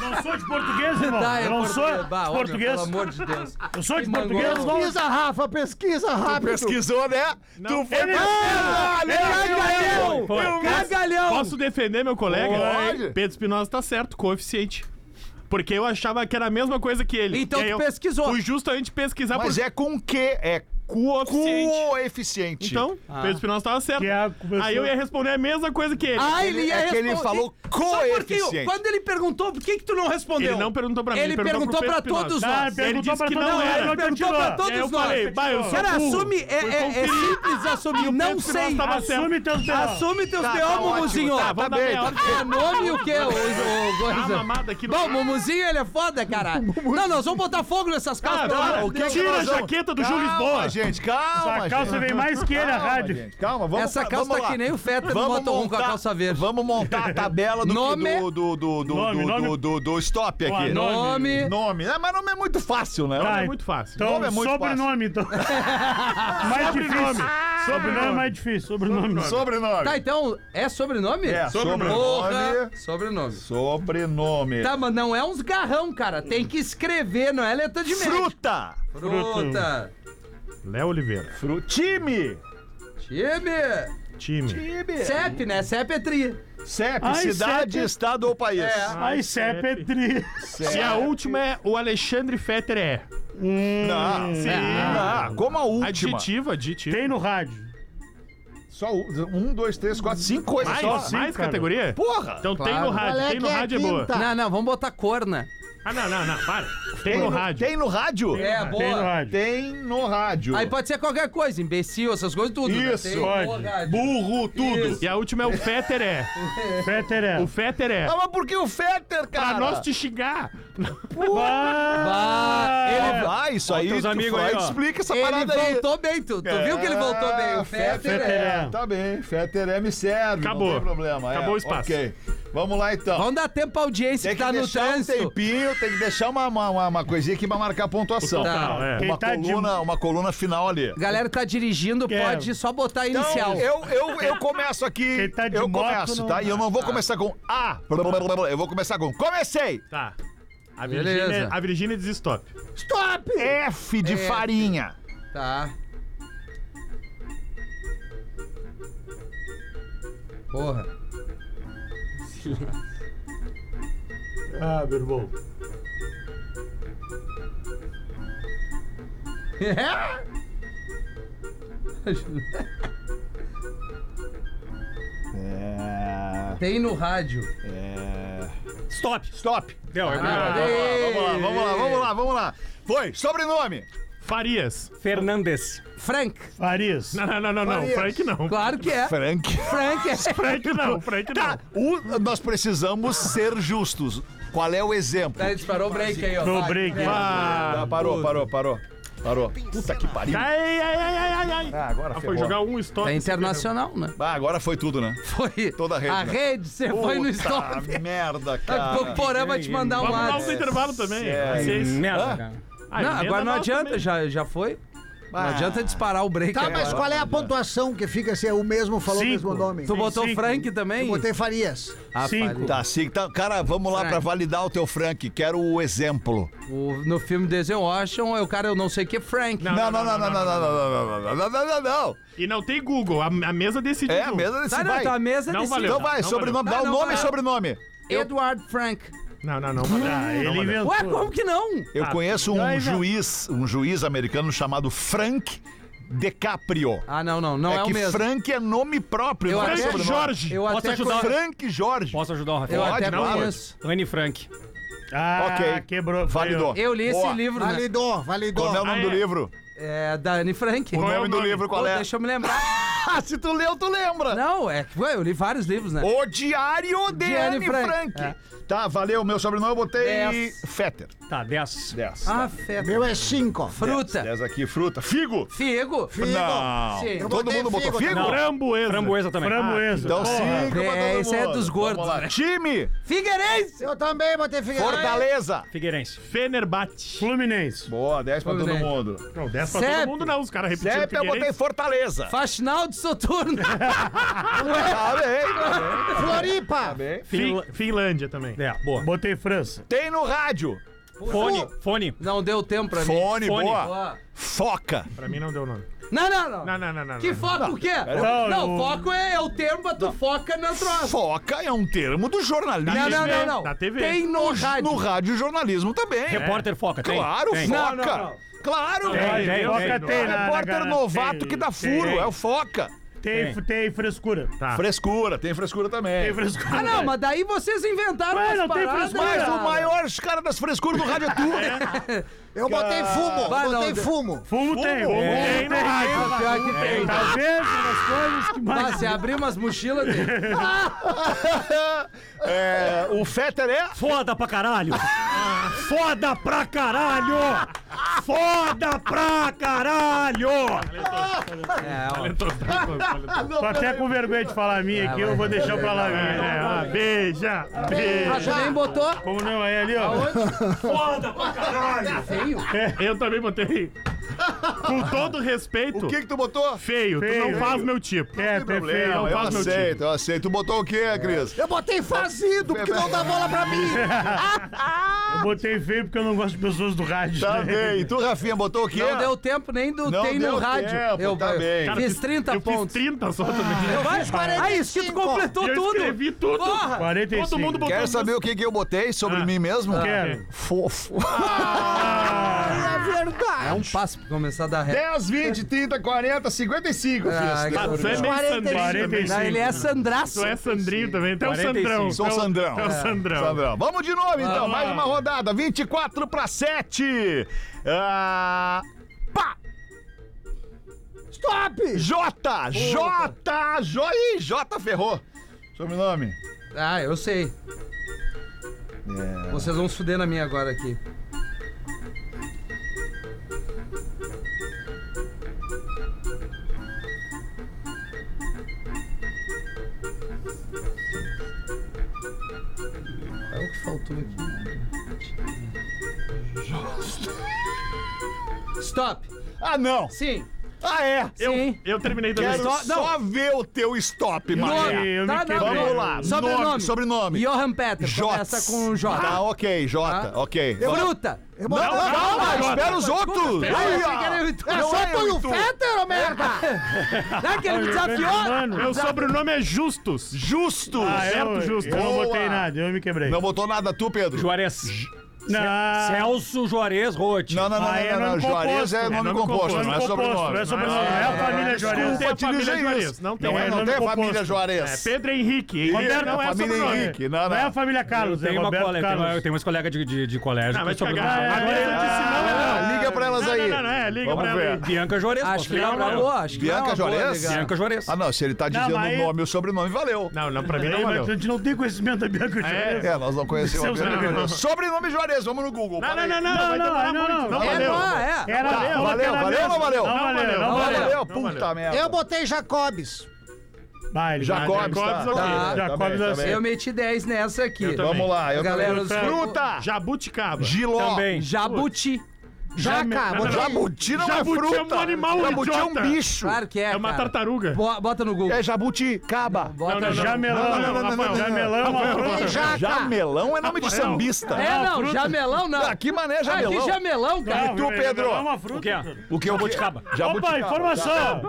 [SPEAKER 6] não sou de português, irmão.
[SPEAKER 8] Tá, é
[SPEAKER 6] eu não sou
[SPEAKER 8] português.
[SPEAKER 6] de
[SPEAKER 8] Bah, óbvio,
[SPEAKER 6] português.
[SPEAKER 8] Pelo amor de Deus.
[SPEAKER 6] Eu sou de
[SPEAKER 8] Que
[SPEAKER 6] português,
[SPEAKER 8] mangolo.
[SPEAKER 6] não.
[SPEAKER 2] Pesquisa, Rafa, pesquisa rápido!
[SPEAKER 3] Pesquisou, né? Tu foi...
[SPEAKER 6] Ele-
[SPEAKER 3] Ah,
[SPEAKER 8] Cagalhão!
[SPEAKER 7] Foi.
[SPEAKER 8] Cagalhão!
[SPEAKER 7] Posso defender meu colega?
[SPEAKER 3] Pode.
[SPEAKER 7] Pedro Espinosa tá certo, coeficiente. Porque eu achava que era a mesma coisa que ele.
[SPEAKER 8] Então
[SPEAKER 7] E aí
[SPEAKER 8] tu
[SPEAKER 7] eu
[SPEAKER 8] pesquisou.
[SPEAKER 7] Fui justamente pesquisar
[SPEAKER 3] Mas é com Q, é
[SPEAKER 7] coeficiente.
[SPEAKER 3] coeficiente.
[SPEAKER 7] Então, Pedro Espinosa tava certo.
[SPEAKER 6] Que é a pessoa-
[SPEAKER 7] Aí eu ia responder a mesma coisa que ele.
[SPEAKER 8] Ah, ele ia
[SPEAKER 3] é que ele
[SPEAKER 8] responder-
[SPEAKER 3] falou
[SPEAKER 8] Só um pouquinho,
[SPEAKER 3] coeficiente.
[SPEAKER 8] Quando ele perguntou, por que que tu não respondeu?
[SPEAKER 7] Ele não perguntou pra mim,
[SPEAKER 8] Ele perguntou,
[SPEAKER 7] pro
[SPEAKER 8] pra
[SPEAKER 7] Pedro Espinosa.
[SPEAKER 8] todos
[SPEAKER 6] Ah,
[SPEAKER 8] nós.
[SPEAKER 6] perguntou
[SPEAKER 7] Ele disse
[SPEAKER 6] pra
[SPEAKER 7] que
[SPEAKER 6] todo
[SPEAKER 7] não
[SPEAKER 6] mundo,
[SPEAKER 7] era,
[SPEAKER 6] ele
[SPEAKER 7] não
[SPEAKER 6] não
[SPEAKER 8] perguntou
[SPEAKER 6] continua.
[SPEAKER 8] pra todos
[SPEAKER 7] E aí eu
[SPEAKER 8] nós.
[SPEAKER 7] falei, bah, eu sou
[SPEAKER 8] Cara,
[SPEAKER 7] burro.
[SPEAKER 8] assume, é,
[SPEAKER 7] Fui
[SPEAKER 8] é- é
[SPEAKER 7] conferir.
[SPEAKER 8] simples assumir, não sei.
[SPEAKER 7] tava
[SPEAKER 6] Assume teus B.O.
[SPEAKER 8] Assume teus
[SPEAKER 3] Tá,
[SPEAKER 8] tá,
[SPEAKER 3] tá
[SPEAKER 8] B.O.,
[SPEAKER 3] ótimo,
[SPEAKER 8] Mumuzinho.
[SPEAKER 3] tá,
[SPEAKER 7] vamos
[SPEAKER 3] tá
[SPEAKER 7] dar
[SPEAKER 3] bem,
[SPEAKER 7] meia
[SPEAKER 3] tá
[SPEAKER 7] hora.
[SPEAKER 8] É nome o quê? O, o,
[SPEAKER 7] Dá uma
[SPEAKER 8] coisa.
[SPEAKER 7] mamada aqui no...
[SPEAKER 8] Bom, o Mumuzinho, ele é foda,
[SPEAKER 3] [LAUGHS]
[SPEAKER 8] cara. Não, nós vamos botar fogo nessas calças. pelo
[SPEAKER 7] Cara,
[SPEAKER 8] amor de Deus.
[SPEAKER 7] tira a
[SPEAKER 3] nós vamos-
[SPEAKER 7] jaqueta do Gil
[SPEAKER 3] calma,
[SPEAKER 7] Lisboa.
[SPEAKER 3] gente, calma,
[SPEAKER 6] A calça
[SPEAKER 3] gente.
[SPEAKER 6] vem mais que ele na rádio.
[SPEAKER 3] Gente, calma, vamos
[SPEAKER 8] Essa
[SPEAKER 3] pra-
[SPEAKER 8] calça
[SPEAKER 3] vamos
[SPEAKER 8] tá
[SPEAKER 3] lá.
[SPEAKER 8] que nem o Fetter no
[SPEAKER 3] Vamos
[SPEAKER 8] Moto 1 com a
[SPEAKER 3] montar-
[SPEAKER 8] calça verde.
[SPEAKER 3] Vamos montar tá a tabela do,
[SPEAKER 8] Nome?
[SPEAKER 3] do, do, do, do,
[SPEAKER 6] Nome,
[SPEAKER 3] do,
[SPEAKER 6] nome.
[SPEAKER 3] do, do- do stop
[SPEAKER 6] Ah,
[SPEAKER 3] aqui.
[SPEAKER 6] nome.
[SPEAKER 8] Nome.
[SPEAKER 3] Nome, né? Mas nome é muito fácil, né?
[SPEAKER 6] Tá,
[SPEAKER 7] É muito fácil.
[SPEAKER 6] Então,
[SPEAKER 3] Nome é muito
[SPEAKER 6] sobrenome, então. [LAUGHS] mais difícil. Sobrenome é mais difícil. Sobrenome.
[SPEAKER 3] Sobrenome.
[SPEAKER 8] Tá, então, é sobrenome?
[SPEAKER 3] É, sobrenome.
[SPEAKER 8] Porra, Sobrenome.
[SPEAKER 3] Sobrenome.
[SPEAKER 8] Tá, mas não é uns garrão, cara. Tem que escrever, não é letra de mente.
[SPEAKER 3] Fruta.
[SPEAKER 8] Fruta.
[SPEAKER 7] Léo Oliveira.
[SPEAKER 3] Fru- Time.
[SPEAKER 8] Time.
[SPEAKER 7] Time.
[SPEAKER 8] CEP, né? CEP é tri.
[SPEAKER 3] CEP,
[SPEAKER 6] Ai,
[SPEAKER 3] cidade,
[SPEAKER 6] CEP.
[SPEAKER 3] estado ou país.
[SPEAKER 6] Ai, isso é Petri.
[SPEAKER 7] E a última é o Alexandre Fetter é.
[SPEAKER 3] Não, sim. Não, como Ah, a última.
[SPEAKER 7] Adjetivo, adjetivo.
[SPEAKER 6] Tem no rádio.
[SPEAKER 3] Só u- um, dois, três, quatro, cinco coisas
[SPEAKER 7] Mais,
[SPEAKER 3] só.
[SPEAKER 6] sim,
[SPEAKER 7] mais
[SPEAKER 6] cara.
[SPEAKER 7] categoria?
[SPEAKER 3] Porra.
[SPEAKER 7] Então tem
[SPEAKER 8] Claro.
[SPEAKER 7] no rádio,
[SPEAKER 2] Qual é
[SPEAKER 7] tem no
[SPEAKER 2] que é a
[SPEAKER 7] rádio é boa.
[SPEAKER 2] quinta? Tá.
[SPEAKER 8] Não, não, vamos botar né? corna.
[SPEAKER 7] Ah, não, não, não, para. Tem no rádio.
[SPEAKER 3] Tem no rádio?
[SPEAKER 8] É,
[SPEAKER 6] Tem no
[SPEAKER 8] boa.
[SPEAKER 6] rádio.
[SPEAKER 3] Tem no rádio.
[SPEAKER 8] Aí pode ser qualquer coisa, imbecil, essas coisas, tudo. né?
[SPEAKER 3] Isso,
[SPEAKER 8] Tem-
[SPEAKER 6] pode.
[SPEAKER 8] Boa, cara.
[SPEAKER 3] Burro, tudo.
[SPEAKER 7] E a última é o Fetter é.
[SPEAKER 6] Fetter é.
[SPEAKER 7] O Fetter é.
[SPEAKER 3] Ah, mas por que o Fetter, cara?
[SPEAKER 7] Pra nós te xingar.
[SPEAKER 8] Bah, ele,
[SPEAKER 3] Ah, isso aí,
[SPEAKER 4] teus
[SPEAKER 3] tu
[SPEAKER 4] amigos
[SPEAKER 3] Freud
[SPEAKER 4] aí, ó.
[SPEAKER 3] explica essa
[SPEAKER 8] ele
[SPEAKER 3] parada aí.
[SPEAKER 8] voltou bem, tu, tu viu que ele voltou bem.
[SPEAKER 3] Ah,
[SPEAKER 8] O Fetter
[SPEAKER 3] Fetter
[SPEAKER 8] é.
[SPEAKER 6] é.
[SPEAKER 3] Tá bem, Fetter é, me serve,
[SPEAKER 7] Acabou.
[SPEAKER 3] não tem problema. é.
[SPEAKER 7] Acabou o espaço.
[SPEAKER 3] Ok, vamos lá então.
[SPEAKER 8] Vamos dar tempo pra audiência
[SPEAKER 3] tem
[SPEAKER 8] que
[SPEAKER 3] que
[SPEAKER 8] tá no
[SPEAKER 3] deixar um
[SPEAKER 8] trânsito.
[SPEAKER 3] tempinho, tem que deixar uma, uma, uma- uma coisinha aqui pra marcar a pontuação.
[SPEAKER 8] Tá.
[SPEAKER 7] Não, é.
[SPEAKER 6] Quem
[SPEAKER 3] Uma,
[SPEAKER 6] tá de-
[SPEAKER 3] coluna, uma coluna final ali.
[SPEAKER 8] Galera que tá dirigindo,
[SPEAKER 6] Quer.
[SPEAKER 8] pode só botar
[SPEAKER 3] Então,
[SPEAKER 8] inicial.
[SPEAKER 3] eu, eu, eu começo aqui.
[SPEAKER 6] Quem tá de
[SPEAKER 3] eu
[SPEAKER 6] moto
[SPEAKER 3] começo,
[SPEAKER 6] não-
[SPEAKER 3] tá? E eu não vou começar com A. blá, blá, blá, blá, Eu vou começar com. Comecei!
[SPEAKER 7] Tá. A
[SPEAKER 8] Beleza.
[SPEAKER 7] Virgínia, a Virgínia diz stop.
[SPEAKER 2] Stop!
[SPEAKER 3] F de
[SPEAKER 8] É.
[SPEAKER 3] farinha.
[SPEAKER 8] Tá. Porra.
[SPEAKER 6] Ah, meu irmão.
[SPEAKER 8] Tem no rádio.
[SPEAKER 4] Stop!
[SPEAKER 3] Stop.
[SPEAKER 7] Não, é
[SPEAKER 8] Ah,
[SPEAKER 7] melhor.
[SPEAKER 3] Vamos lá, vamos lá, vamos lá, vamos lá. Foi, sobrenome.
[SPEAKER 7] Farias.
[SPEAKER 4] Fernandes.
[SPEAKER 8] Frank.
[SPEAKER 6] Farias.
[SPEAKER 7] Ah, Não, não, não, não, não. Frank não.
[SPEAKER 8] Claro que é.
[SPEAKER 3] Frank.
[SPEAKER 8] Frank é.
[SPEAKER 7] Frank não, Frank não.
[SPEAKER 3] Tá, o- nós precisamos ser justos. Qual é o exemplo?
[SPEAKER 8] Tá, ele disparou o break aí, ó.
[SPEAKER 6] No
[SPEAKER 8] Vai.
[SPEAKER 6] break.
[SPEAKER 7] Ah,
[SPEAKER 3] Ah, parou, parou, parou. Parou. Puta que pariu.
[SPEAKER 7] Ai, ai, ai, ai, ai, ai.
[SPEAKER 3] Ah, agora
[SPEAKER 7] Ah,
[SPEAKER 3] ferrou.
[SPEAKER 7] foi jogar um stop.
[SPEAKER 8] É internacional, né?
[SPEAKER 3] Ah, agora foi tudo, né?
[SPEAKER 8] Foi.
[SPEAKER 3] Toda a rede,
[SPEAKER 8] A
[SPEAKER 3] né?
[SPEAKER 8] rede, você foi no
[SPEAKER 3] Puta
[SPEAKER 8] stop.
[SPEAKER 3] merda,
[SPEAKER 8] Daqui a
[SPEAKER 3] cara.
[SPEAKER 8] pouco o Porã vai te mandar um
[SPEAKER 7] Vamos dar um
[SPEAKER 8] WhatsApp.
[SPEAKER 7] intervalo também.
[SPEAKER 3] Sério.
[SPEAKER 7] Às seis.
[SPEAKER 4] Merda,
[SPEAKER 3] Hã?
[SPEAKER 4] cara.
[SPEAKER 7] Ah,
[SPEAKER 8] Não,
[SPEAKER 7] emenda
[SPEAKER 8] agora não
[SPEAKER 7] nossa
[SPEAKER 8] adianta,
[SPEAKER 7] também.
[SPEAKER 8] já, já foi.
[SPEAKER 3] Ah.
[SPEAKER 8] Não adianta disparar o break.
[SPEAKER 2] Tá,
[SPEAKER 8] agora.
[SPEAKER 2] mas qual é a pontuação que fica se é o mesmo falou o mesmo
[SPEAKER 6] Cinco.
[SPEAKER 2] nome?
[SPEAKER 8] Tu botou
[SPEAKER 6] Cinco.
[SPEAKER 8] Frank também?
[SPEAKER 2] Eu botei Farias.
[SPEAKER 8] Ah,
[SPEAKER 6] Cinco.
[SPEAKER 3] Tá, sim. Tá, cara, vamos lá
[SPEAKER 8] Frank.
[SPEAKER 3] pra validar o teu Frank. Quero o exemplo.
[SPEAKER 8] O- no filme Desenho Washington, é o cara, eu não sei o que, Frank.
[SPEAKER 3] Não, não, não, não, não, não, não, não, não, não, não, não, não.
[SPEAKER 7] E não tem Google, a, a mesa decidiu.
[SPEAKER 3] É a
[SPEAKER 7] tudo.
[SPEAKER 3] mesa desse
[SPEAKER 8] Tá, não,
[SPEAKER 3] vai.
[SPEAKER 8] tua mesa
[SPEAKER 7] Não
[SPEAKER 8] decide.
[SPEAKER 7] valeu.
[SPEAKER 3] Então vai,
[SPEAKER 7] Não,
[SPEAKER 3] sobrenome, dá
[SPEAKER 8] valeu.
[SPEAKER 3] o
[SPEAKER 8] Não,
[SPEAKER 3] nome e
[SPEAKER 8] valeu.
[SPEAKER 3] sobrenome.
[SPEAKER 8] Edward Frank.
[SPEAKER 7] Não, não, não. valeu.
[SPEAKER 6] Ah, ele
[SPEAKER 7] valeu.
[SPEAKER 6] inventou.
[SPEAKER 8] Ué, como que não?
[SPEAKER 3] Eu
[SPEAKER 7] Ah,
[SPEAKER 3] conheço
[SPEAKER 7] então
[SPEAKER 3] um
[SPEAKER 7] aí já-
[SPEAKER 3] juiz, um juiz americano chamado Frank DiCaprio.
[SPEAKER 8] Ah, não, não, não é,
[SPEAKER 3] é
[SPEAKER 8] o
[SPEAKER 3] que
[SPEAKER 8] mesmo.
[SPEAKER 3] Frank é nome próprio,
[SPEAKER 8] Eu
[SPEAKER 3] não é
[SPEAKER 8] até-
[SPEAKER 3] sobrenome.
[SPEAKER 7] Jorge.
[SPEAKER 8] Eu até
[SPEAKER 7] ajudar?
[SPEAKER 8] conhe-
[SPEAKER 3] Frank Jorge.
[SPEAKER 4] Posso ajudar o Rafinha?
[SPEAKER 8] Eu até
[SPEAKER 7] não,
[SPEAKER 8] conheço.
[SPEAKER 4] Anne Frank.
[SPEAKER 6] Ah,
[SPEAKER 3] Ok.
[SPEAKER 6] quebrou. um-
[SPEAKER 3] Validou.
[SPEAKER 8] Eu li
[SPEAKER 3] Boa.
[SPEAKER 8] esse livro, né?
[SPEAKER 2] Validou, validou.
[SPEAKER 3] Qual é o nome
[SPEAKER 7] Ah,
[SPEAKER 3] do
[SPEAKER 7] é.
[SPEAKER 3] livro?
[SPEAKER 8] É da Anne Frank.
[SPEAKER 3] O
[SPEAKER 7] é
[SPEAKER 3] nome
[SPEAKER 7] o
[SPEAKER 3] do
[SPEAKER 7] nome?
[SPEAKER 3] livro qual
[SPEAKER 8] Pô,
[SPEAKER 3] é?
[SPEAKER 8] Deixa eu me lembrar.
[SPEAKER 3] Ah, se tu leu, tu lembra.
[SPEAKER 8] Não, é que ué, eu li vários livros, né?
[SPEAKER 3] O Diário de
[SPEAKER 8] Diário
[SPEAKER 3] Anne
[SPEAKER 8] Frank.
[SPEAKER 3] Frank. Tá, valeu. Meu sobrenome eu botei
[SPEAKER 8] Dez.
[SPEAKER 3] Fetter.
[SPEAKER 4] Tá, 10.
[SPEAKER 3] 10.
[SPEAKER 8] Ah, feta.
[SPEAKER 2] Meu é cinco.
[SPEAKER 8] Fruta.
[SPEAKER 3] 10 aqui, fruta. Figo.
[SPEAKER 8] Figo.
[SPEAKER 3] Não.
[SPEAKER 8] Sim. Eu
[SPEAKER 3] Todo
[SPEAKER 2] botei
[SPEAKER 3] mundo botou
[SPEAKER 2] figo
[SPEAKER 3] figo?
[SPEAKER 4] também.
[SPEAKER 7] Framboesa.
[SPEAKER 4] Framboesa também.
[SPEAKER 6] Framboesa.
[SPEAKER 3] Então
[SPEAKER 6] Porra.
[SPEAKER 3] cinco pra
[SPEAKER 8] É,
[SPEAKER 3] todo
[SPEAKER 8] esse é
[SPEAKER 3] mundo.
[SPEAKER 8] dos gordos,
[SPEAKER 3] Vamos lá.
[SPEAKER 8] né?
[SPEAKER 3] Time,
[SPEAKER 8] Figueirense.
[SPEAKER 2] Eu também botei Figueiredo.
[SPEAKER 3] Fortaleza.
[SPEAKER 4] Figueirense.
[SPEAKER 7] Fenerbahçe.
[SPEAKER 6] Fluminense.
[SPEAKER 3] Boa, 10 pra todo
[SPEAKER 8] Fluminense.
[SPEAKER 3] mundo.
[SPEAKER 6] Não, 10 pra
[SPEAKER 8] Sep.
[SPEAKER 7] Todo mundo não, os caras repetiram.
[SPEAKER 3] Zep, eu botei [LAUGHS]
[SPEAKER 7] Figueirense.
[SPEAKER 3] Fortaleza.
[SPEAKER 8] Faxinal de Soturno.
[SPEAKER 3] Tá bem, tá bem,
[SPEAKER 2] Floripa.
[SPEAKER 3] tá bem.
[SPEAKER 7] Fin- Finlândia também.
[SPEAKER 4] É, boa.
[SPEAKER 6] Botei França.
[SPEAKER 3] Tem no rádio.
[SPEAKER 4] Fone, fone.
[SPEAKER 8] [LAUGHS] Não deu tempo pra mim.
[SPEAKER 3] Fone, boa.
[SPEAKER 8] Ó.
[SPEAKER 3] Foca.
[SPEAKER 7] Pra mim não deu nome.
[SPEAKER 8] Não, não, não.
[SPEAKER 7] Não, não, não, não.
[SPEAKER 8] Que
[SPEAKER 7] não.
[SPEAKER 8] foco o quê?
[SPEAKER 6] Não,
[SPEAKER 8] Não,
[SPEAKER 6] eu-
[SPEAKER 8] foco é, é o termo, mas tu foca na troça.
[SPEAKER 3] Foca é um termo do jornalismo.
[SPEAKER 8] Não, não, não, não.
[SPEAKER 7] Na TV.
[SPEAKER 8] Tem no
[SPEAKER 3] Hoje,
[SPEAKER 8] rádio.
[SPEAKER 3] No rádio, jornalismo também. É.
[SPEAKER 4] Repórter foca, tem.
[SPEAKER 3] Claro,
[SPEAKER 4] tem.
[SPEAKER 3] foca.
[SPEAKER 8] Não, não,
[SPEAKER 3] Claro,
[SPEAKER 6] Tem,
[SPEAKER 4] tem,
[SPEAKER 6] Foca
[SPEAKER 4] tem.
[SPEAKER 6] tem,
[SPEAKER 3] É
[SPEAKER 6] na- na
[SPEAKER 3] repórter
[SPEAKER 6] garagem.
[SPEAKER 3] novato
[SPEAKER 6] Tem,
[SPEAKER 3] que dá
[SPEAKER 6] tem,
[SPEAKER 3] furo,
[SPEAKER 6] tem.
[SPEAKER 3] é o foca.
[SPEAKER 6] Tem, tem frescura. Tá.
[SPEAKER 3] Frescura, tem frescura também.
[SPEAKER 6] Tem frescura.
[SPEAKER 8] Ah, não, mas daí vocês inventaram
[SPEAKER 6] Ué,
[SPEAKER 8] as
[SPEAKER 6] não tem
[SPEAKER 8] paradas. né?
[SPEAKER 6] frescura.
[SPEAKER 3] Mas
[SPEAKER 8] cara.
[SPEAKER 3] o maior cara das frescuras do rádio é tu.
[SPEAKER 2] Eu botei fumo.
[SPEAKER 8] Vai, não,
[SPEAKER 2] Botei
[SPEAKER 8] deu-
[SPEAKER 2] fumo.
[SPEAKER 6] Fumo tem. Fumo
[SPEAKER 7] É.
[SPEAKER 6] tem, né? tem.
[SPEAKER 8] Pior que
[SPEAKER 6] É.
[SPEAKER 8] tem.
[SPEAKER 6] Talvez umas coisas que mais...
[SPEAKER 8] Ah, se abrir umas mochilas dele.
[SPEAKER 3] É, o Fetter é
[SPEAKER 4] Foda pra caralho! Foda pra caralho! Foda pra caralho!
[SPEAKER 6] É, [LAUGHS] Tô até com vergonha de falar a
[SPEAKER 4] É,
[SPEAKER 6] minha aqui, eu vou deixar pra lá.
[SPEAKER 7] É,
[SPEAKER 6] minha.
[SPEAKER 7] uma beija.
[SPEAKER 8] Ah,
[SPEAKER 7] Beija.
[SPEAKER 8] tu nem botou?
[SPEAKER 6] Como não? Aí ali, ó.
[SPEAKER 8] Feio.
[SPEAKER 7] Eu também botei. Com todo respeito.
[SPEAKER 3] O que que tu botou?
[SPEAKER 7] Feio,
[SPEAKER 6] Feio.
[SPEAKER 7] tu não faz meu tipo.
[SPEAKER 6] É,
[SPEAKER 3] Não tem problema,
[SPEAKER 6] perfeito.
[SPEAKER 3] eu
[SPEAKER 7] faz meu tipo.
[SPEAKER 3] aceito, eu aceito. Tu botou o quê, Cris?
[SPEAKER 2] É. Eu botei fazido, porque não dá bola pra mim.
[SPEAKER 6] Eu botei feio porque eu não gosto de pessoas do rádio.
[SPEAKER 3] [LAUGHS]
[SPEAKER 6] [LAUGHS]
[SPEAKER 3] Tá bem. E tu, Rafinha, botou o quê?
[SPEAKER 8] Não deu tempo nem do
[SPEAKER 3] Não
[SPEAKER 8] tem
[SPEAKER 3] deu
[SPEAKER 8] no rádio.
[SPEAKER 3] tempo,
[SPEAKER 8] eu
[SPEAKER 3] tá bem.
[SPEAKER 7] Cara, eu
[SPEAKER 8] fiz
[SPEAKER 7] fiz-
[SPEAKER 8] 30
[SPEAKER 7] eu
[SPEAKER 8] pontos.
[SPEAKER 7] fiz 30 só também.
[SPEAKER 8] Eu fiz 45. Ah, isso que tu completou
[SPEAKER 7] Eu
[SPEAKER 8] tudo.
[SPEAKER 7] escrevi tudo.
[SPEAKER 8] Porra.
[SPEAKER 6] 45.
[SPEAKER 7] Todo mundo botou
[SPEAKER 3] Quer
[SPEAKER 7] duas-
[SPEAKER 3] saber o que, que eu botei sobre mim mesmo?
[SPEAKER 6] Quero.
[SPEAKER 3] Fofo.
[SPEAKER 2] É
[SPEAKER 8] É
[SPEAKER 2] verdade.
[SPEAKER 8] um passo pra começar a dar ré.
[SPEAKER 3] 10, 20, 30, 40, 55,
[SPEAKER 8] Ah,
[SPEAKER 3] fiz.
[SPEAKER 8] que
[SPEAKER 3] Tá,
[SPEAKER 7] Tu é
[SPEAKER 2] 45.
[SPEAKER 7] meio Sandrinho também.
[SPEAKER 6] 45.
[SPEAKER 8] Não, ele é sandraço.
[SPEAKER 7] Tu é Sandrinho também. Tu é o
[SPEAKER 4] 45.
[SPEAKER 7] Sandrão.
[SPEAKER 3] Sou
[SPEAKER 7] Tu é o-
[SPEAKER 3] Sandrão.
[SPEAKER 7] tu É o Sandrão.
[SPEAKER 3] Sandrão. Vamos de novo, então.
[SPEAKER 7] Vamos
[SPEAKER 3] Mais
[SPEAKER 7] lá.
[SPEAKER 3] uma rodada. 24 para 7. Ah, pá!
[SPEAKER 2] Stop.
[SPEAKER 3] J! J! J! Ih, J ferrou. Sobrenome.
[SPEAKER 8] Ah, eu sei. Vocês vão se fuder na minha agora aqui. É o que faltou aqui. Stop!
[SPEAKER 3] Ah, não.
[SPEAKER 8] Sim!
[SPEAKER 3] Ah, é.
[SPEAKER 7] Eu,
[SPEAKER 8] Sim!
[SPEAKER 7] eu terminei também.
[SPEAKER 3] Quero
[SPEAKER 8] Stop-
[SPEAKER 3] só ver o teu stop, Maria.
[SPEAKER 6] eu me
[SPEAKER 8] Tá, não,
[SPEAKER 6] quebrei.
[SPEAKER 3] Vamos lá.
[SPEAKER 8] Sobrenome.
[SPEAKER 3] Nome, sobrenome.
[SPEAKER 8] Johan Petter, começa
[SPEAKER 3] Jotas.
[SPEAKER 8] com J.
[SPEAKER 3] Tá, ok, J, ok.
[SPEAKER 8] Fruta!
[SPEAKER 2] Eu botei-
[SPEAKER 3] Não, calma,
[SPEAKER 8] Jota.
[SPEAKER 3] espera os outros.
[SPEAKER 8] Desculpa,
[SPEAKER 3] Aí,
[SPEAKER 8] eu achei
[SPEAKER 3] ó.
[SPEAKER 8] que era o Itu.
[SPEAKER 3] Não
[SPEAKER 8] É só
[SPEAKER 3] é
[SPEAKER 8] tu e o
[SPEAKER 3] Itu.
[SPEAKER 8] Fetter, ô merda! Não é que ele me desafiou?
[SPEAKER 6] Mano,
[SPEAKER 7] Meu sobrenome é Justus.
[SPEAKER 3] Justos.
[SPEAKER 6] ah, eu,
[SPEAKER 7] Certo, justo.
[SPEAKER 6] eu não
[SPEAKER 3] Boa.
[SPEAKER 6] botei nada, eu me quebrei.
[SPEAKER 3] Não botou nada tu, Pedro?
[SPEAKER 4] Juarez.
[SPEAKER 6] não.
[SPEAKER 4] Celso Juarez Rote.
[SPEAKER 3] Não, não, não,
[SPEAKER 6] Ah, é
[SPEAKER 3] não, não,
[SPEAKER 6] nome
[SPEAKER 3] Juarez é
[SPEAKER 6] composto.
[SPEAKER 3] nome
[SPEAKER 7] É nome
[SPEAKER 3] composto,
[SPEAKER 7] composto,
[SPEAKER 3] não é
[SPEAKER 6] Composto,
[SPEAKER 3] sobrenome.
[SPEAKER 6] não é sobrenome, não é a família Juarez.
[SPEAKER 7] Tem a família
[SPEAKER 3] Utiliza
[SPEAKER 7] Juarez,
[SPEAKER 3] isso.
[SPEAKER 7] não tem.
[SPEAKER 3] Não é,
[SPEAKER 7] É
[SPEAKER 3] não
[SPEAKER 6] nome
[SPEAKER 3] tem família
[SPEAKER 6] composto.
[SPEAKER 7] É
[SPEAKER 3] Juarez.
[SPEAKER 7] Pedro Henrique. Ele
[SPEAKER 6] Roberto,
[SPEAKER 7] não
[SPEAKER 3] a
[SPEAKER 7] é
[SPEAKER 3] família
[SPEAKER 7] sobrenome.
[SPEAKER 3] Henrique. Não,
[SPEAKER 6] Não é a
[SPEAKER 3] não.
[SPEAKER 6] família
[SPEAKER 4] Eu
[SPEAKER 6] Carlos, é
[SPEAKER 4] tenho, uma
[SPEAKER 6] Roberto
[SPEAKER 4] colega, tenho, uma- eu
[SPEAKER 6] Carlos.
[SPEAKER 4] tenho umas colegas de, de, de colégio
[SPEAKER 7] Ah,
[SPEAKER 4] que
[SPEAKER 7] vai
[SPEAKER 4] é
[SPEAKER 7] te
[SPEAKER 4] sobrenome.
[SPEAKER 7] cagar.
[SPEAKER 6] Ah,
[SPEAKER 7] Agora eu disse não, não.
[SPEAKER 3] Liga pra elas aí.
[SPEAKER 7] Não, não, não, é, liga
[SPEAKER 3] Vamos
[SPEAKER 7] pra
[SPEAKER 3] ver.
[SPEAKER 7] ela aí.
[SPEAKER 4] Bianca Juarez.
[SPEAKER 8] Acho
[SPEAKER 4] posso
[SPEAKER 8] que não,
[SPEAKER 4] ligar pra
[SPEAKER 8] não.
[SPEAKER 4] ela?
[SPEAKER 8] acho que não.
[SPEAKER 3] Bianca
[SPEAKER 8] é uma boa
[SPEAKER 3] Juarez?
[SPEAKER 8] ligar.
[SPEAKER 4] Bianca Juarez.
[SPEAKER 3] Ah, não, se ele tá dizendo
[SPEAKER 6] mas
[SPEAKER 3] o
[SPEAKER 6] aí-
[SPEAKER 3] nome e o sobrenome, valeu.
[SPEAKER 7] Não, não, pra mim
[SPEAKER 6] Aí,
[SPEAKER 7] não
[SPEAKER 6] mas
[SPEAKER 7] valeu.
[SPEAKER 6] a gente não tem conhecimento da Bianca Juarez.
[SPEAKER 3] É, nós não conhecemos. a
[SPEAKER 6] Seus
[SPEAKER 3] Pedro
[SPEAKER 7] nomes.
[SPEAKER 3] Juarez. Sobrenome Juarez, vamos no Google.
[SPEAKER 7] Não,
[SPEAKER 3] peraí.
[SPEAKER 7] não, não, não,
[SPEAKER 6] Não,
[SPEAKER 7] vai
[SPEAKER 6] não,
[SPEAKER 7] demorar
[SPEAKER 6] não,
[SPEAKER 7] muito.
[SPEAKER 6] não,
[SPEAKER 7] Não
[SPEAKER 6] não.
[SPEAKER 8] É,
[SPEAKER 7] valeu.
[SPEAKER 8] não, é.
[SPEAKER 6] Era
[SPEAKER 3] Tá,
[SPEAKER 6] eu,
[SPEAKER 3] valeu,
[SPEAKER 6] era
[SPEAKER 3] valeu
[SPEAKER 6] mesmo.
[SPEAKER 3] ou não valeu?
[SPEAKER 6] Não valeu, não
[SPEAKER 3] Valeu,
[SPEAKER 6] valeu.
[SPEAKER 3] valeu, puta merda.
[SPEAKER 2] Eu botei Jacobs.
[SPEAKER 6] Vai, ele vai.
[SPEAKER 3] Jacobs, tá.
[SPEAKER 7] Jacobs, ok.
[SPEAKER 3] Tá,
[SPEAKER 6] Jacobs,
[SPEAKER 3] tá bem, tá
[SPEAKER 6] assim.
[SPEAKER 3] bem.
[SPEAKER 8] Eu meti 10 nessa aqui.
[SPEAKER 7] Eu também.
[SPEAKER 3] Vamos lá, eu
[SPEAKER 8] Galera,
[SPEAKER 3] também.
[SPEAKER 8] os-
[SPEAKER 3] Fruta,
[SPEAKER 7] é Jabuticaba.
[SPEAKER 3] giló,
[SPEAKER 4] Também.
[SPEAKER 8] Jabuti.
[SPEAKER 2] Jaca,
[SPEAKER 6] Não, não,
[SPEAKER 2] botei-
[SPEAKER 3] Jabuti não
[SPEAKER 7] Jabuti
[SPEAKER 3] é
[SPEAKER 7] é um
[SPEAKER 3] fruta.
[SPEAKER 7] animal
[SPEAKER 3] jabuti
[SPEAKER 7] idiota.
[SPEAKER 3] é um bicho.
[SPEAKER 8] Claro que é,
[SPEAKER 7] É uma
[SPEAKER 8] cara.
[SPEAKER 7] tartaruga.
[SPEAKER 8] Bo- Bota no Google.
[SPEAKER 3] É jabuticaba.
[SPEAKER 8] Bota no
[SPEAKER 6] Jamelão.
[SPEAKER 7] Não, não, não, não,
[SPEAKER 6] Rafael,
[SPEAKER 7] não, não.
[SPEAKER 6] Jamelão é uma
[SPEAKER 7] Rafael,
[SPEAKER 6] fruta.
[SPEAKER 2] Jaca.
[SPEAKER 3] Jamelão é nome de
[SPEAKER 7] Rafael.
[SPEAKER 3] sambista.
[SPEAKER 8] É, não, jamelão não.
[SPEAKER 3] Ah, que mané
[SPEAKER 8] Ah,
[SPEAKER 3] jamelão.
[SPEAKER 8] que jamelão, cara.
[SPEAKER 3] E tu,
[SPEAKER 6] Jamelão
[SPEAKER 3] Pedro?
[SPEAKER 6] É uma fruta. cara.
[SPEAKER 3] O que é o Boticaba?
[SPEAKER 6] Opa, informação.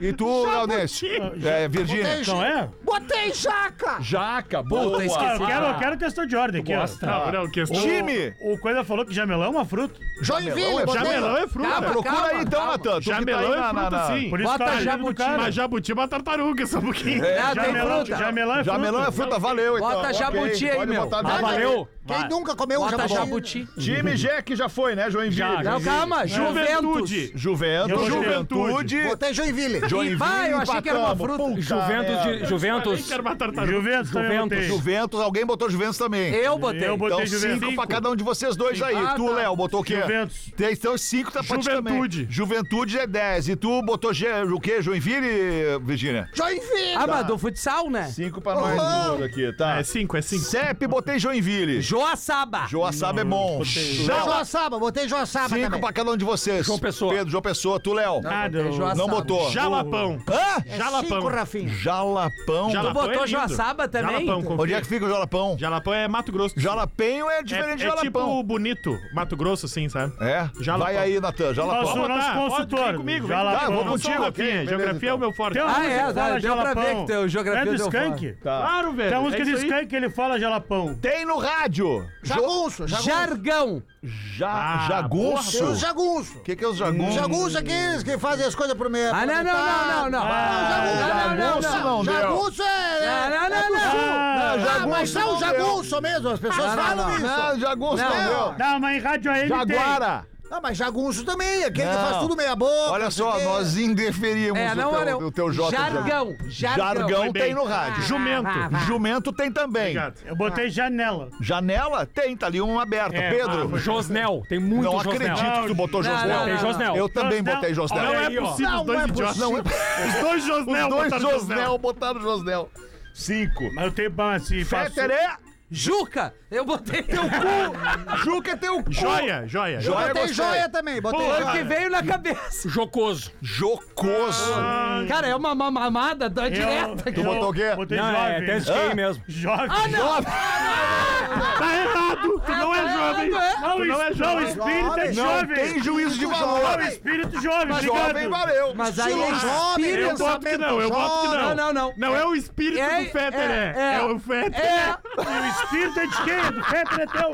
[SPEAKER 3] E tu, Galdês? É, Virgínia.
[SPEAKER 6] Não é?
[SPEAKER 2] Botei jaca!
[SPEAKER 3] Jaca,
[SPEAKER 5] Puta,
[SPEAKER 3] boa.
[SPEAKER 6] Ah, eu
[SPEAKER 5] esqueci.
[SPEAKER 6] quero, eu quero questão de ordem aqui. ó.
[SPEAKER 7] Não, não, questão.
[SPEAKER 3] Time.
[SPEAKER 6] O Coisa falou que jamelão é uma fruta.
[SPEAKER 2] Joinville, botei.
[SPEAKER 7] Jamelão é fruta.
[SPEAKER 8] Calma,
[SPEAKER 3] Procura
[SPEAKER 8] calma,
[SPEAKER 3] aí então,
[SPEAKER 8] calma.
[SPEAKER 3] Natan. Tu que tá aí
[SPEAKER 7] Jamelão é
[SPEAKER 3] na- na-
[SPEAKER 7] fruta,
[SPEAKER 3] na-
[SPEAKER 7] sim.
[SPEAKER 6] Por isso
[SPEAKER 8] Bota
[SPEAKER 6] que tá ali no
[SPEAKER 8] jabuti,
[SPEAKER 6] cara.
[SPEAKER 7] Mas jabuti é uma tartaruga, só um pouquinho.
[SPEAKER 3] É.
[SPEAKER 8] Ah, tem
[SPEAKER 6] Jamelão,
[SPEAKER 8] fruta.
[SPEAKER 6] jamelão é fruta.
[SPEAKER 3] Jamelão é fruta, valeu.
[SPEAKER 8] Bota
[SPEAKER 3] então. Ok,
[SPEAKER 8] jabuti aí,
[SPEAKER 3] pode
[SPEAKER 8] meu.
[SPEAKER 3] botar
[SPEAKER 2] Ah,
[SPEAKER 3] jabuti.
[SPEAKER 2] valeu. Quem nunca comeu
[SPEAKER 8] Bota
[SPEAKER 2] um jabuti?
[SPEAKER 8] jabuti.
[SPEAKER 3] Time Jack já foi, né, Joinville?
[SPEAKER 8] Não, calma, Juventus.
[SPEAKER 7] Juventude.
[SPEAKER 3] Juventus,
[SPEAKER 6] Eu
[SPEAKER 3] Juventude.
[SPEAKER 2] Botei Joinville.
[SPEAKER 3] Joinville,
[SPEAKER 8] vai, eu achei que era uma
[SPEAKER 3] empatamos.
[SPEAKER 8] fruta.
[SPEAKER 3] Puta
[SPEAKER 5] Juventus,
[SPEAKER 3] merda.
[SPEAKER 5] de, Juventus,
[SPEAKER 7] Era uma tartaruga.
[SPEAKER 6] Juventus também
[SPEAKER 5] Juventus,
[SPEAKER 6] botei.
[SPEAKER 3] Juventus, alguém botou Juventus também.
[SPEAKER 8] Eu botei.
[SPEAKER 6] Eu
[SPEAKER 3] Então
[SPEAKER 6] botei
[SPEAKER 3] cinco
[SPEAKER 6] Juventus.
[SPEAKER 3] pra cada um de vocês dois aí.
[SPEAKER 8] Ah,
[SPEAKER 3] tu,
[SPEAKER 8] tá.
[SPEAKER 3] Léo, botou o quê?
[SPEAKER 6] Juventus.
[SPEAKER 3] Tem- Então cinco tá pra ti
[SPEAKER 7] Juventude.
[SPEAKER 3] também. Juventude é 10. E tu botou Ge- o quê? Joinville, Virgínia?
[SPEAKER 2] Joinville!
[SPEAKER 8] Ah, mas do futsal, né?
[SPEAKER 3] Cinco pra nós duas aqui, tá.
[SPEAKER 7] É cinco, é cinco.
[SPEAKER 3] CEP, botei Joinville.
[SPEAKER 8] Joaçaba.
[SPEAKER 3] Joaçaba é bom. Léo,
[SPEAKER 2] Joaçaba, botei
[SPEAKER 8] é
[SPEAKER 2] Joaçaba
[SPEAKER 3] cinco
[SPEAKER 2] também.
[SPEAKER 3] pra cada um de vocês. João
[SPEAKER 5] Pessoa.
[SPEAKER 3] Pedro, João Pessoa. Tu, Léo.
[SPEAKER 6] Ah,
[SPEAKER 8] Botei
[SPEAKER 6] não.
[SPEAKER 8] Joaçaba.
[SPEAKER 3] Não botou.
[SPEAKER 7] Jalapão.
[SPEAKER 3] Hã?
[SPEAKER 2] É
[SPEAKER 7] Jalapão.
[SPEAKER 2] Cinco, Rafinha.
[SPEAKER 3] Jalapão.
[SPEAKER 8] Tu
[SPEAKER 7] Jalapão é
[SPEAKER 8] botou
[SPEAKER 7] lindo.
[SPEAKER 8] Joaçaba também?
[SPEAKER 7] Jalapão, confia.
[SPEAKER 3] Onde é que fica o Jalapão?
[SPEAKER 7] Jalapão é Mato Grosso.
[SPEAKER 3] Jalapenho é diferente de
[SPEAKER 7] é, é tipo
[SPEAKER 3] Jalapão.
[SPEAKER 7] bonito, Mato Grosso, assim, sabe?
[SPEAKER 3] É?
[SPEAKER 7] Jalapão.
[SPEAKER 3] Vai aí, Natan.
[SPEAKER 6] Nosso,
[SPEAKER 3] Jalapão.
[SPEAKER 6] nosso
[SPEAKER 7] Pode,
[SPEAKER 6] consultor.
[SPEAKER 7] vem comigo, vem
[SPEAKER 6] Jalapão.
[SPEAKER 3] Tá, eu vou
[SPEAKER 7] Eu sou
[SPEAKER 3] contigo,
[SPEAKER 7] o
[SPEAKER 3] ok,
[SPEAKER 7] Rafinha,
[SPEAKER 3] beleza,
[SPEAKER 7] geografia é
[SPEAKER 3] então. Tá.
[SPEAKER 7] o meu forte.
[SPEAKER 6] Tem uma
[SPEAKER 8] Ah,
[SPEAKER 6] música
[SPEAKER 8] é,
[SPEAKER 6] que
[SPEAKER 8] dá-
[SPEAKER 6] fala
[SPEAKER 8] deu pra ver
[SPEAKER 6] Jalapão.
[SPEAKER 8] que teu geografia
[SPEAKER 6] É do
[SPEAKER 8] deu
[SPEAKER 6] Skank.
[SPEAKER 7] Claro, velho.
[SPEAKER 6] Tem uma música
[SPEAKER 7] Tá, é
[SPEAKER 6] do
[SPEAKER 7] isso aí.
[SPEAKER 6] Skank que ele fala Jalapão.
[SPEAKER 3] Tem no rádio.
[SPEAKER 2] Jagunço, jagunço.
[SPEAKER 8] Jargão.
[SPEAKER 3] Ja...
[SPEAKER 7] Ah,
[SPEAKER 2] Tem os
[SPEAKER 3] jagunço.
[SPEAKER 2] jagunço.
[SPEAKER 3] O que, que é os jagunços?
[SPEAKER 2] Jagunço é aqueles que fazem as coisas pro meio.
[SPEAKER 8] Ah, não, não, não, não, não.
[SPEAKER 2] Ah,
[SPEAKER 8] Não, não, não,
[SPEAKER 3] jagunço
[SPEAKER 8] não.
[SPEAKER 3] não deu.
[SPEAKER 2] Jagunço é... é-
[SPEAKER 8] Não, não,
[SPEAKER 2] é do
[SPEAKER 8] não, Ah,
[SPEAKER 2] sul.
[SPEAKER 6] Ah,
[SPEAKER 2] Ah, mas
[SPEAKER 3] não
[SPEAKER 2] são
[SPEAKER 3] deu.
[SPEAKER 2] jagunço mesmo, as pessoas
[SPEAKER 8] Não, não,
[SPEAKER 2] falam
[SPEAKER 8] não.
[SPEAKER 2] isso.
[SPEAKER 3] Não, jagunço não,
[SPEAKER 2] Não.
[SPEAKER 3] deu.
[SPEAKER 6] Não, mas em rádio AM tem.
[SPEAKER 3] Jaguara.
[SPEAKER 2] Ah, mas jagunço também, aquele que
[SPEAKER 3] Não.
[SPEAKER 2] faz tudo meia boca.
[SPEAKER 3] Olha
[SPEAKER 2] não sei o
[SPEAKER 3] só,
[SPEAKER 2] quê.
[SPEAKER 3] nós indeferimos
[SPEAKER 8] É, não,
[SPEAKER 3] o,
[SPEAKER 8] olha.
[SPEAKER 3] teu, o teu J.
[SPEAKER 8] Jargão. Jargão.
[SPEAKER 3] Jargão
[SPEAKER 7] Foi bem.
[SPEAKER 3] tem no rádio.
[SPEAKER 7] Jumento.
[SPEAKER 3] Jumento tem também.
[SPEAKER 7] Obrigado.
[SPEAKER 6] Eu botei janela.
[SPEAKER 3] Janela tem, tá ali uma aberta.
[SPEAKER 6] É,
[SPEAKER 7] ah,
[SPEAKER 3] Pedro,
[SPEAKER 5] Josnel. Tem muito
[SPEAKER 3] não
[SPEAKER 5] Josnel.
[SPEAKER 3] acredito que tu botou
[SPEAKER 8] Não,
[SPEAKER 3] Josnel.
[SPEAKER 8] não,
[SPEAKER 5] Tem
[SPEAKER 8] não.
[SPEAKER 5] Josnel.
[SPEAKER 3] Eu também
[SPEAKER 6] Josnel.
[SPEAKER 3] botei Josnel.
[SPEAKER 7] Não
[SPEAKER 5] aí,
[SPEAKER 7] é
[SPEAKER 5] ó.
[SPEAKER 7] possível, os dois idiotas.
[SPEAKER 3] Não é
[SPEAKER 7] Os dois Josnel
[SPEAKER 3] Dois
[SPEAKER 7] botaram
[SPEAKER 3] Josnel botaram Josnel. Cinco.
[SPEAKER 6] Mas eu tenho pra se passou-
[SPEAKER 3] Féter é
[SPEAKER 8] Juca. Eu botei teu
[SPEAKER 3] cu. Juca é teu cu.
[SPEAKER 7] Joia, joia.
[SPEAKER 3] Joia,
[SPEAKER 2] Botei
[SPEAKER 3] gostei.
[SPEAKER 2] joia também, botei
[SPEAKER 7] Porra,
[SPEAKER 2] joia.
[SPEAKER 8] que veio na cabeça.
[SPEAKER 5] Jocoso.
[SPEAKER 3] Jocoso.
[SPEAKER 8] Cara, é uma ma- mamada da
[SPEAKER 6] Eu-
[SPEAKER 8] direta.
[SPEAKER 6] eu
[SPEAKER 3] botou o quê?
[SPEAKER 6] Botei
[SPEAKER 5] Não, é,
[SPEAKER 6] jovem.
[SPEAKER 5] até esquei mesmo.
[SPEAKER 6] Jovem.
[SPEAKER 7] Tá errado. Tu não é jovem.
[SPEAKER 6] Não,
[SPEAKER 7] Tu não é jovem.
[SPEAKER 2] Jovem.
[SPEAKER 6] espírito é
[SPEAKER 3] Não
[SPEAKER 6] jovem.
[SPEAKER 3] tem juízo de
[SPEAKER 6] Não,
[SPEAKER 3] valor.
[SPEAKER 6] espírito jovem,
[SPEAKER 3] Jovem,
[SPEAKER 6] obrigado.
[SPEAKER 3] valeu.
[SPEAKER 8] Mas aí
[SPEAKER 2] Estilo
[SPEAKER 8] é
[SPEAKER 2] jovem,
[SPEAKER 7] Eu
[SPEAKER 8] espírito.
[SPEAKER 7] boto que não, eu boto que não.
[SPEAKER 8] Não, não, não.
[SPEAKER 7] Não é o espírito
[SPEAKER 8] É,
[SPEAKER 7] do Fetter, é.
[SPEAKER 8] é,
[SPEAKER 7] É,
[SPEAKER 8] é.
[SPEAKER 7] o Fetter.
[SPEAKER 8] É.
[SPEAKER 6] E o espírito é de quem? É do Petra, é teu.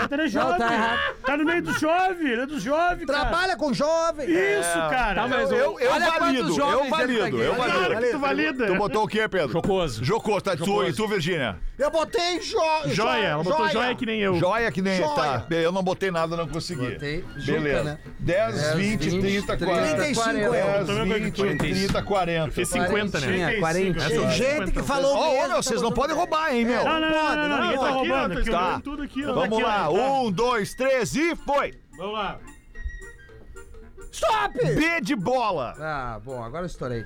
[SPEAKER 6] Petra é jovem.
[SPEAKER 8] tá errado.
[SPEAKER 6] Tá no meio do jovem, ele é do jovem, cara.
[SPEAKER 2] Trabalha com jovem.
[SPEAKER 6] Isso, cara.
[SPEAKER 5] Tá, mas eu...
[SPEAKER 3] Eu, eu
[SPEAKER 8] Olha
[SPEAKER 3] valido,
[SPEAKER 8] quantos jovens
[SPEAKER 3] eu
[SPEAKER 8] dentro da
[SPEAKER 3] valido,
[SPEAKER 8] igreja.
[SPEAKER 3] eu
[SPEAKER 7] Claro
[SPEAKER 3] valido.
[SPEAKER 7] que tu valida.
[SPEAKER 3] Tu botou o quê, Pedro?
[SPEAKER 5] Jocoso.
[SPEAKER 3] Jocoso, tá tu e tu, Virgínia.
[SPEAKER 2] Eu botei jo
[SPEAKER 7] Joia, ela botou joia que nem eu.
[SPEAKER 3] Joia que nem
[SPEAKER 2] Joia.
[SPEAKER 3] tá. Eu não botei nada, não consegui.
[SPEAKER 8] Botei
[SPEAKER 3] Beleza.
[SPEAKER 8] Juca, né?
[SPEAKER 3] 10, 20, 30, 40.
[SPEAKER 2] 35 eu.
[SPEAKER 3] 10, 20, 30, 40.
[SPEAKER 7] Fiz 50, né?
[SPEAKER 8] Tinha 40.
[SPEAKER 2] Tem
[SPEAKER 3] é
[SPEAKER 2] gente que falou
[SPEAKER 3] Ô,
[SPEAKER 2] mesmo,
[SPEAKER 3] meu,
[SPEAKER 2] tá
[SPEAKER 3] vocês não
[SPEAKER 2] botando-
[SPEAKER 3] podem roubar, hein, meu?
[SPEAKER 6] Não, não, não, não, não, ninguém tá
[SPEAKER 7] Tá aqui,
[SPEAKER 6] roubando.
[SPEAKER 7] ó, tá
[SPEAKER 6] aqui,
[SPEAKER 7] aqui,
[SPEAKER 6] ó.
[SPEAKER 3] ó.
[SPEAKER 6] Tudo aqui, ó.
[SPEAKER 3] Vamos
[SPEAKER 6] Aqui, ó,
[SPEAKER 3] lá,
[SPEAKER 6] tá.
[SPEAKER 3] um, dois, três e foi!
[SPEAKER 6] Vamos lá.
[SPEAKER 2] Stop!
[SPEAKER 3] B de bola!
[SPEAKER 8] Ah, bom, agora eu estourei.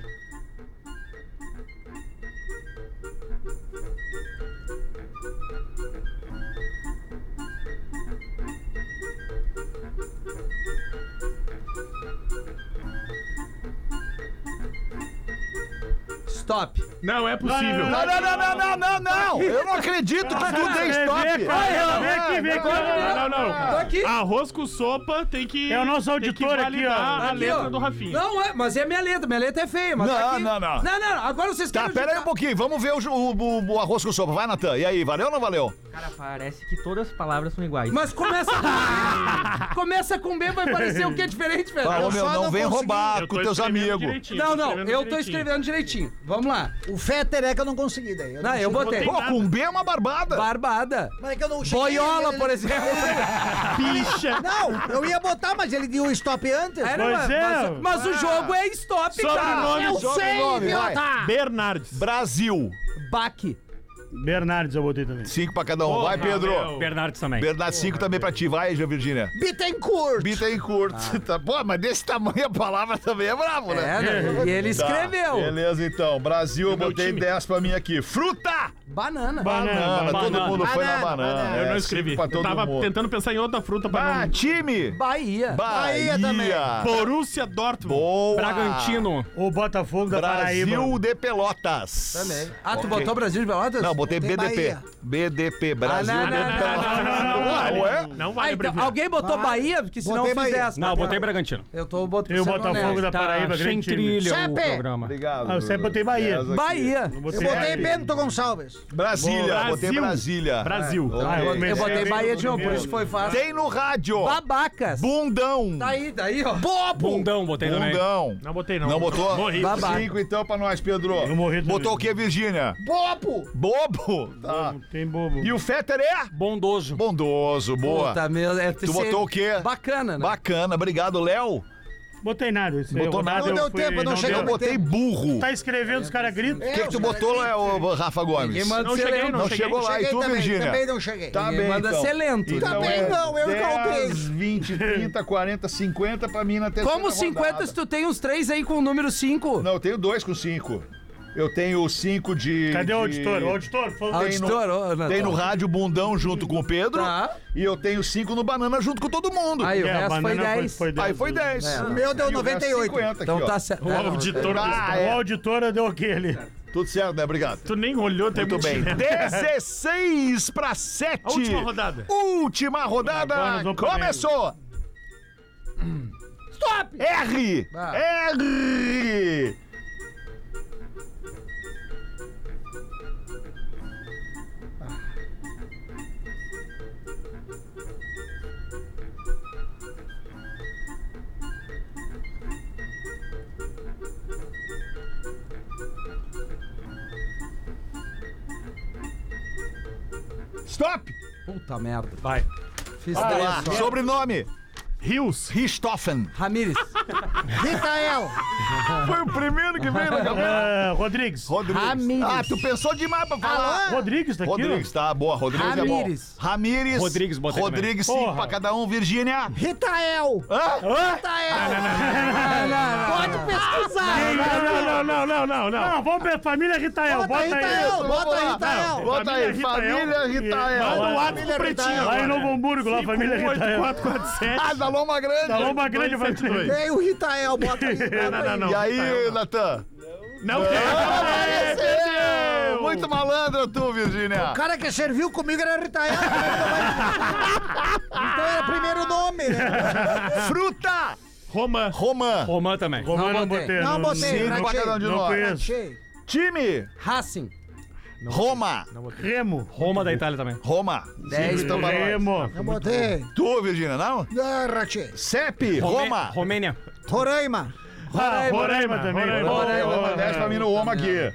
[SPEAKER 8] Stop.
[SPEAKER 7] Não é possível.
[SPEAKER 6] Tá
[SPEAKER 3] Não, não, não, não, não, não, não! Eu não acredito que tu tem
[SPEAKER 6] Vem,
[SPEAKER 3] stop!
[SPEAKER 6] cara, Vem aqui, vem aqui.
[SPEAKER 7] Não, não,
[SPEAKER 8] Tô
[SPEAKER 7] não.
[SPEAKER 8] aqui.
[SPEAKER 7] Arroz com sopa tem que.
[SPEAKER 6] É o nosso auditor
[SPEAKER 7] tem que
[SPEAKER 6] aqui, ó.
[SPEAKER 7] validar A
[SPEAKER 8] Aqui,
[SPEAKER 7] letra
[SPEAKER 8] ó.
[SPEAKER 7] do Rafinha.
[SPEAKER 8] Não, é, mas é minha letra. Minha letra é feia, mas
[SPEAKER 3] Não,
[SPEAKER 8] tá aqui.
[SPEAKER 3] não, não.
[SPEAKER 8] Não, não, agora vocês
[SPEAKER 3] Tá,
[SPEAKER 8] querem
[SPEAKER 3] pera aí um
[SPEAKER 8] jogar-
[SPEAKER 3] pouquinho, vamos ver o, ju- o- o- o arroz com sopa. Vai, Natan. E aí, valeu ou não valeu?
[SPEAKER 10] Cara, parece que todas as palavras são iguais.
[SPEAKER 8] Mas começa com Começa com B, vai parecer o que é diferente, velho.
[SPEAKER 3] Fala, meu,
[SPEAKER 2] só
[SPEAKER 3] não
[SPEAKER 2] não
[SPEAKER 3] vem
[SPEAKER 2] consegui.
[SPEAKER 3] roubar
[SPEAKER 7] Eu
[SPEAKER 3] com
[SPEAKER 7] tô
[SPEAKER 3] teus
[SPEAKER 7] escrevendo
[SPEAKER 3] amigos.
[SPEAKER 7] direitinho,
[SPEAKER 8] Não, não, eu tô
[SPEAKER 7] direitinho.
[SPEAKER 8] escrevendo direitinho. Vamos lá.
[SPEAKER 2] O Fetter é que eu não consegui daí.
[SPEAKER 8] Não, eu botei.
[SPEAKER 3] Pô, com B é uma barbada.
[SPEAKER 8] Barbada.
[SPEAKER 2] Mas é que eu não cheguei-
[SPEAKER 8] Boiola,
[SPEAKER 2] ele-
[SPEAKER 8] por exemplo.
[SPEAKER 7] Picha.
[SPEAKER 2] [LAUGHS] Não, eu ia botar, mas ele deu um stop antes.
[SPEAKER 8] Era
[SPEAKER 6] Pois
[SPEAKER 8] uma-
[SPEAKER 6] é.
[SPEAKER 8] mas, mas o jogo é stop, cara.
[SPEAKER 7] Sobrenome.
[SPEAKER 2] eu
[SPEAKER 3] joga o
[SPEAKER 2] sei,
[SPEAKER 3] nome, vai.
[SPEAKER 2] idiota!
[SPEAKER 7] Bernardes.
[SPEAKER 3] Brasil.
[SPEAKER 8] Baque.
[SPEAKER 6] Bernardes eu botei também.
[SPEAKER 3] Cinco pra cada um. vai, Pedro.
[SPEAKER 7] meu.
[SPEAKER 5] Bernardes também.
[SPEAKER 3] Bernardo, cinco também pra ti. Vai, Jean Virgínia.
[SPEAKER 2] Bittencourt!
[SPEAKER 3] Bita em curto. Tá, pô, mas desse tamanho a palavra também é bravo, né?
[SPEAKER 8] É, né? E ele
[SPEAKER 3] Tá,
[SPEAKER 8] escreveu.
[SPEAKER 3] beleza, então. Brasil, eu
[SPEAKER 7] meu
[SPEAKER 3] botei
[SPEAKER 7] time? Ah,
[SPEAKER 3] 10 pra mim aqui. Fruta! Banana!
[SPEAKER 8] Banana.
[SPEAKER 3] Banana, todo
[SPEAKER 7] banana.
[SPEAKER 3] mundo foi na
[SPEAKER 8] Banana,
[SPEAKER 3] banana.
[SPEAKER 8] banana.
[SPEAKER 7] Eu
[SPEAKER 3] É,
[SPEAKER 7] não escrevi.
[SPEAKER 3] sempre Pra todo
[SPEAKER 7] Tava
[SPEAKER 3] mundo.
[SPEAKER 7] tentando um pensar em outra fruta pra
[SPEAKER 3] Ah,
[SPEAKER 7] não...
[SPEAKER 3] time!
[SPEAKER 8] Bahia.
[SPEAKER 3] Bahia,
[SPEAKER 2] também.
[SPEAKER 7] Borussia Dortmund.
[SPEAKER 3] Boa!
[SPEAKER 5] Bragantino.
[SPEAKER 6] O Botafogo da
[SPEAKER 3] Brasil
[SPEAKER 6] Paraíba.
[SPEAKER 3] de Pelotas.
[SPEAKER 8] Também. Ah, tu
[SPEAKER 3] Ok.
[SPEAKER 8] botou Brasil de Pelotas?
[SPEAKER 3] Não, botei
[SPEAKER 2] Tem
[SPEAKER 3] BDP.
[SPEAKER 2] Bahia.
[SPEAKER 3] BDP, Brasil
[SPEAKER 8] Ah, não, não,
[SPEAKER 3] de
[SPEAKER 8] não,
[SPEAKER 3] Pelotas.
[SPEAKER 7] Não vale.
[SPEAKER 3] Ué?
[SPEAKER 7] Não
[SPEAKER 8] Ah,
[SPEAKER 7] vale,
[SPEAKER 8] então,
[SPEAKER 7] Brasil.
[SPEAKER 8] alguém botou Bahia? Porque senão
[SPEAKER 2] Botei
[SPEAKER 8] eu fiz
[SPEAKER 2] Bahia.
[SPEAKER 8] essa.
[SPEAKER 5] Não, botei Bragantino.
[SPEAKER 8] Eu tô botando.
[SPEAKER 6] E o Botafogo da Paraíba,
[SPEAKER 5] sem
[SPEAKER 6] grande time.
[SPEAKER 5] trilha o
[SPEAKER 2] Chepe!
[SPEAKER 5] programa.
[SPEAKER 3] Obrigado.
[SPEAKER 6] Ah, eu sempre botei Bahia.
[SPEAKER 3] Essa aqui.
[SPEAKER 8] Bahia.
[SPEAKER 6] Não
[SPEAKER 2] Eu
[SPEAKER 6] botei
[SPEAKER 2] botei
[SPEAKER 6] Bahia.
[SPEAKER 2] Bento Gonçalves.
[SPEAKER 3] Brasília,
[SPEAKER 7] Brasil.
[SPEAKER 3] botei Brasília.
[SPEAKER 7] Brasil.
[SPEAKER 3] Ok.
[SPEAKER 6] Ah,
[SPEAKER 8] Eu
[SPEAKER 6] comecei
[SPEAKER 8] botei
[SPEAKER 6] bem
[SPEAKER 8] Bahia
[SPEAKER 6] no
[SPEAKER 8] de novo, por
[SPEAKER 6] primeiro.
[SPEAKER 8] isso foi fácil.
[SPEAKER 3] Tem no rádio.
[SPEAKER 8] Babacas. Tá
[SPEAKER 3] Bundão.
[SPEAKER 8] Daí, daí, ó.
[SPEAKER 3] Bobo.
[SPEAKER 5] Bundão, botei também.
[SPEAKER 3] Bundão.
[SPEAKER 7] Não botei, não.
[SPEAKER 3] Não botou?
[SPEAKER 7] Morri.
[SPEAKER 8] Babaca.
[SPEAKER 3] Cinco então pra nós, Pedro.
[SPEAKER 6] Eu morri também.
[SPEAKER 3] Botou o que, Virgínia?
[SPEAKER 2] Bopo!
[SPEAKER 3] Bobo. Tá.
[SPEAKER 6] Tem bobo.
[SPEAKER 3] E o Fetter é?
[SPEAKER 5] Bondoso.
[SPEAKER 3] Bondoso, boa.
[SPEAKER 8] Puta, meu, é,
[SPEAKER 3] Tu botou o quê?
[SPEAKER 8] Bacana, né?
[SPEAKER 3] Bacana, obrigado, Léo.
[SPEAKER 6] Botei nada. Isso aí,
[SPEAKER 3] Botou
[SPEAKER 6] rodada
[SPEAKER 3] nada.
[SPEAKER 6] eu
[SPEAKER 2] Não deu
[SPEAKER 6] fui-
[SPEAKER 2] tempo, não chegou
[SPEAKER 6] deu.
[SPEAKER 3] Eu botei burro.
[SPEAKER 6] Tá escrevendo, os caras gritam.
[SPEAKER 3] O que, que tu botou, Léo, Rafa Gomes?
[SPEAKER 8] Ninguém manda
[SPEAKER 7] Não
[SPEAKER 8] ser
[SPEAKER 7] cheguei,
[SPEAKER 8] lento.
[SPEAKER 7] não.
[SPEAKER 3] Não chegou lá. E
[SPEAKER 2] Cheguei
[SPEAKER 3] tu,
[SPEAKER 2] também,
[SPEAKER 3] Virgínia?
[SPEAKER 2] também não cheguei.
[SPEAKER 3] Tá
[SPEAKER 8] Ninguém
[SPEAKER 3] bem,
[SPEAKER 8] manda
[SPEAKER 3] então.
[SPEAKER 8] ser lento.
[SPEAKER 2] Também não, eu não
[SPEAKER 3] 10, 20, 30, 40, 50 pra mim na terceira
[SPEAKER 8] Como 50 se
[SPEAKER 3] rodada.
[SPEAKER 8] tu tem uns três aí com o número 5?
[SPEAKER 3] Não, eu tenho dois com cinco. Eu tenho cinco de...
[SPEAKER 6] Cadê o
[SPEAKER 3] de-
[SPEAKER 6] auditor? O auditor, por
[SPEAKER 8] Ah,
[SPEAKER 6] favor.
[SPEAKER 8] Auditor, ô, Natal.
[SPEAKER 3] Tem no rádio Bundão junto com o Pedro.
[SPEAKER 8] né? Tá.
[SPEAKER 3] E eu tenho cinco no Banana junto com todo mundo.
[SPEAKER 8] Aí, o
[SPEAKER 6] É, a
[SPEAKER 8] resto foi
[SPEAKER 6] banana
[SPEAKER 8] 10.
[SPEAKER 3] Aí foi 10.
[SPEAKER 8] É
[SPEAKER 2] O meu
[SPEAKER 3] né?
[SPEAKER 2] deu 98.
[SPEAKER 8] Então tá certo.
[SPEAKER 7] O auditor,
[SPEAKER 3] Ah,
[SPEAKER 6] O
[SPEAKER 3] é.
[SPEAKER 6] auditor deu aquele.
[SPEAKER 3] Tudo certo, né? Obrigado.
[SPEAKER 7] tu nem olhou, tem
[SPEAKER 3] Muito bem. 16 para 7.
[SPEAKER 7] A última rodada.
[SPEAKER 3] Última rodada.
[SPEAKER 6] Agora nós vamos pro
[SPEAKER 3] Começou. Stop! R!
[SPEAKER 8] Ah.
[SPEAKER 3] R! Stop!
[SPEAKER 8] Puta merda.
[SPEAKER 5] Vai.
[SPEAKER 8] Fiz
[SPEAKER 3] Vamos
[SPEAKER 8] três
[SPEAKER 3] lá.
[SPEAKER 8] só.
[SPEAKER 3] Sobrenome:
[SPEAKER 7] Rios.
[SPEAKER 3] Richthofen.
[SPEAKER 8] Ramires.
[SPEAKER 2] Ritael!
[SPEAKER 3] Foi o primeiro que veio na cabeça.
[SPEAKER 6] Ah, Rodrigues.
[SPEAKER 3] [LAUGHS] Rodrigues.
[SPEAKER 8] Ramires.
[SPEAKER 3] Ah, tu pensou demais pra falar.
[SPEAKER 6] Rodrigues tá aqui,
[SPEAKER 3] Rodrigues,
[SPEAKER 6] ó.
[SPEAKER 3] tá boa. Rodrigues
[SPEAKER 8] Ramires.
[SPEAKER 3] é bom. Ramires.
[SPEAKER 5] Rodrigues, botei também.
[SPEAKER 3] Rodrigues, cinco
[SPEAKER 6] Porra.
[SPEAKER 3] pra cada um. Virgínia.
[SPEAKER 2] Ritael!
[SPEAKER 3] Hã?
[SPEAKER 2] Ritael!
[SPEAKER 8] Ah, não, não,
[SPEAKER 2] Pode pesquisar!
[SPEAKER 7] Não, não, não, não, não, não.
[SPEAKER 6] Não, vamos ver. Família Ritael,
[SPEAKER 2] Bota
[SPEAKER 6] bota
[SPEAKER 2] Ritael,
[SPEAKER 6] aí.
[SPEAKER 2] bota
[SPEAKER 3] Vamos lá.
[SPEAKER 2] Ritael!
[SPEAKER 3] Bota aí, família Ritael.
[SPEAKER 7] Manda o ato
[SPEAKER 2] Família
[SPEAKER 7] pro pretinho.
[SPEAKER 2] Ritael.
[SPEAKER 6] Lá em
[SPEAKER 7] agora.
[SPEAKER 6] Novo Hamburgo, lá, família Ritael.
[SPEAKER 7] 5447.
[SPEAKER 3] Ah, da Loma Grande.
[SPEAKER 6] Da Lomba Grande, vai
[SPEAKER 7] dois, dois.
[SPEAKER 2] Tem o Ritael, bota aí, bota
[SPEAKER 7] Não, não,
[SPEAKER 2] aí.
[SPEAKER 7] não.
[SPEAKER 3] E aí,
[SPEAKER 7] Ritael, não.
[SPEAKER 3] Natan?
[SPEAKER 7] Não, é,
[SPEAKER 3] Apareceu! Muito malandro tu, Virgínia.
[SPEAKER 2] O cara que serviu comigo era Ritael. então era primeiro nome, né?
[SPEAKER 3] Fruta.
[SPEAKER 7] Roma.
[SPEAKER 3] Romã.
[SPEAKER 5] Romã também.
[SPEAKER 6] Romano
[SPEAKER 8] Não
[SPEAKER 6] não
[SPEAKER 8] botei.
[SPEAKER 6] botei.
[SPEAKER 2] Não botei,
[SPEAKER 3] Cinco pra
[SPEAKER 2] ratei.
[SPEAKER 3] cada um de
[SPEAKER 6] Não
[SPEAKER 3] nós.
[SPEAKER 11] É
[SPEAKER 6] conheço.
[SPEAKER 2] ratei.
[SPEAKER 3] Time.
[SPEAKER 8] Racing.
[SPEAKER 3] Roma.
[SPEAKER 6] Remo.
[SPEAKER 5] Roma da Itália também.
[SPEAKER 3] Roma.
[SPEAKER 8] Dez,
[SPEAKER 6] É
[SPEAKER 3] Cinco, então, pra nós.
[SPEAKER 6] Remo.
[SPEAKER 2] Não botei.
[SPEAKER 3] Tu, Virgínia, não?
[SPEAKER 2] Ah, ratei.
[SPEAKER 3] CEP. Roma.
[SPEAKER 5] Romênia.
[SPEAKER 2] Roraima.
[SPEAKER 6] Ah, Roraima
[SPEAKER 7] Roraima
[SPEAKER 6] também.
[SPEAKER 7] também.
[SPEAKER 3] Tem
[SPEAKER 6] Roraima.
[SPEAKER 3] uma 10 pra mim no Roma aqui.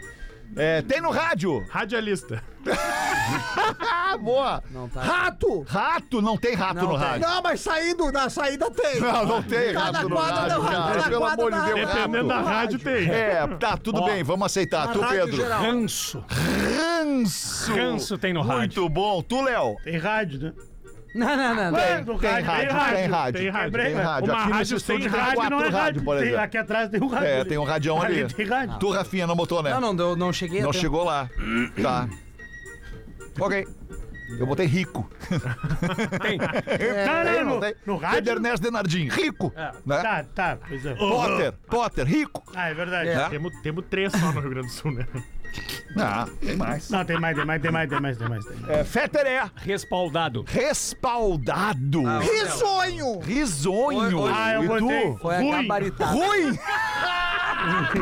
[SPEAKER 3] É, tem no rádio.
[SPEAKER 7] Radialista.
[SPEAKER 3] Ah, boa.
[SPEAKER 8] Não tá.
[SPEAKER 2] Rato!
[SPEAKER 3] Rato, não tem rato
[SPEAKER 8] Não
[SPEAKER 3] no
[SPEAKER 8] tem.
[SPEAKER 3] rádio.
[SPEAKER 2] Não, mas saindo da
[SPEAKER 11] [LAUGHS]
[SPEAKER 2] saída
[SPEAKER 3] [LAUGHS]
[SPEAKER 2] tem.
[SPEAKER 3] Não, não tem
[SPEAKER 2] Tá na
[SPEAKER 3] rato no
[SPEAKER 2] quadra
[SPEAKER 3] rádio,
[SPEAKER 2] do rato,
[SPEAKER 3] cara.
[SPEAKER 2] na
[SPEAKER 3] Pelo
[SPEAKER 2] quadra
[SPEAKER 3] amor de
[SPEAKER 2] da
[SPEAKER 6] Tá
[SPEAKER 3] Deus.
[SPEAKER 2] rádio.
[SPEAKER 7] Dependendo da
[SPEAKER 3] rato.
[SPEAKER 7] rádio, tem.
[SPEAKER 3] É, [LAUGHS] tá, tudo bem, vamos aceitar. Tu,
[SPEAKER 2] rádio
[SPEAKER 3] Pedro.
[SPEAKER 2] geral.
[SPEAKER 5] Ranço.
[SPEAKER 3] Ranço.
[SPEAKER 5] Ranço tem no rádio.
[SPEAKER 3] Muito bom. Tu, Léo.
[SPEAKER 6] Tem rádio, né?
[SPEAKER 8] Não, não, não. não.
[SPEAKER 3] Tem,
[SPEAKER 6] do
[SPEAKER 3] tem
[SPEAKER 6] rádio,
[SPEAKER 3] rádio,
[SPEAKER 6] tem
[SPEAKER 3] tem
[SPEAKER 6] rádio,
[SPEAKER 3] rádio.
[SPEAKER 7] tem rádio.
[SPEAKER 3] Tem rádio.
[SPEAKER 7] Uma
[SPEAKER 3] Aqui nesse
[SPEAKER 7] rádio sem
[SPEAKER 3] estúdio tem
[SPEAKER 7] rádio
[SPEAKER 6] Rádio
[SPEAKER 3] quatro
[SPEAKER 6] não é rádio.
[SPEAKER 3] rádio, por
[SPEAKER 6] Tem-
[SPEAKER 3] exemplo.
[SPEAKER 6] Aqui atrás tem um rádio.
[SPEAKER 3] É, tem um radião ali.
[SPEAKER 6] Ali tem rádio.
[SPEAKER 3] Tu, Rafinha, não botou, né?
[SPEAKER 8] Não, não, deu- não cheguei. a
[SPEAKER 3] Não
[SPEAKER 8] tempo.
[SPEAKER 3] chegou lá. Tá. Ok. Eu botei rico.
[SPEAKER 5] Tem.
[SPEAKER 6] Não,
[SPEAKER 3] Eu
[SPEAKER 6] não,
[SPEAKER 3] não
[SPEAKER 6] É, no-
[SPEAKER 3] sei.
[SPEAKER 6] no rádio?
[SPEAKER 3] Pedro Ernesto Denardim, rico. Né?
[SPEAKER 6] Tá, tá, pois é.
[SPEAKER 3] Potter, Potter, rico.
[SPEAKER 6] Ah, é verdade.
[SPEAKER 3] É.
[SPEAKER 7] Temos, temos três só no Rio Grande do Sul, né?
[SPEAKER 3] Ah, tem mais.
[SPEAKER 6] Não, tem mais, tem mais, tem mais, tem mais, tem mais. Tem mais.
[SPEAKER 3] É, Fetter é
[SPEAKER 5] Respaldado.
[SPEAKER 3] respaldado.
[SPEAKER 2] Risonho!
[SPEAKER 3] Risonho.
[SPEAKER 8] Oi, oi.
[SPEAKER 6] Ah, eu
[SPEAKER 3] e
[SPEAKER 6] botei.
[SPEAKER 3] tu?
[SPEAKER 8] Foi a
[SPEAKER 6] Ruim.
[SPEAKER 8] gabaritada.
[SPEAKER 3] Ruim.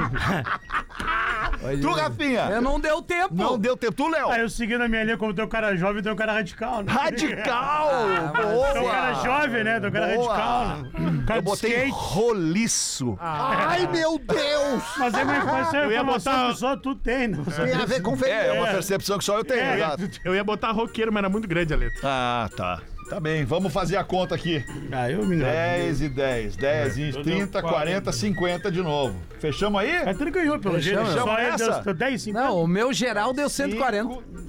[SPEAKER 3] tu,
[SPEAKER 6] É
[SPEAKER 8] Eu
[SPEAKER 3] Rafinha.
[SPEAKER 8] É, não deu tempo.
[SPEAKER 3] Não deu tempo. Tu, Léo.
[SPEAKER 6] Ah, eu segui na minha linha, como tem um cara jovem, tem um cara radical, né?
[SPEAKER 3] Radical.
[SPEAKER 8] mas
[SPEAKER 3] boa.
[SPEAKER 6] Tem um cara jovem, né? Tem um cara
[SPEAKER 3] Boa.
[SPEAKER 6] radical, né? Cara
[SPEAKER 3] Eu
[SPEAKER 6] de
[SPEAKER 3] botei
[SPEAKER 6] skate. Ah,
[SPEAKER 3] roliço.
[SPEAKER 2] Ai, meu Deus!
[SPEAKER 6] Mas é mais fácil, eu
[SPEAKER 7] ia
[SPEAKER 6] ia botar...
[SPEAKER 7] botar-
[SPEAKER 6] que só tu tem, né?" não
[SPEAKER 2] Tem a ver com
[SPEAKER 3] É, é
[SPEAKER 2] veio.
[SPEAKER 3] uma percepção que só eu tenho.
[SPEAKER 6] É.
[SPEAKER 3] exato.
[SPEAKER 7] Eu ia botar roqueiro, mas era muito grande a letra.
[SPEAKER 3] Ah, tá. Tá bem, vamos fazer a conta aqui.
[SPEAKER 6] Ah, eu me engano.
[SPEAKER 3] 10 e 10, 10 e 30, 40, 50 de novo. Fechamos aí?
[SPEAKER 6] Mas tu ganhou, pelo jeito.
[SPEAKER 3] Fechamos
[SPEAKER 6] Só é ele
[SPEAKER 3] essa?
[SPEAKER 6] deu deu 10, 5.
[SPEAKER 8] Não, o meu geral deu 140.
[SPEAKER 3] Cinco,
[SPEAKER 6] né?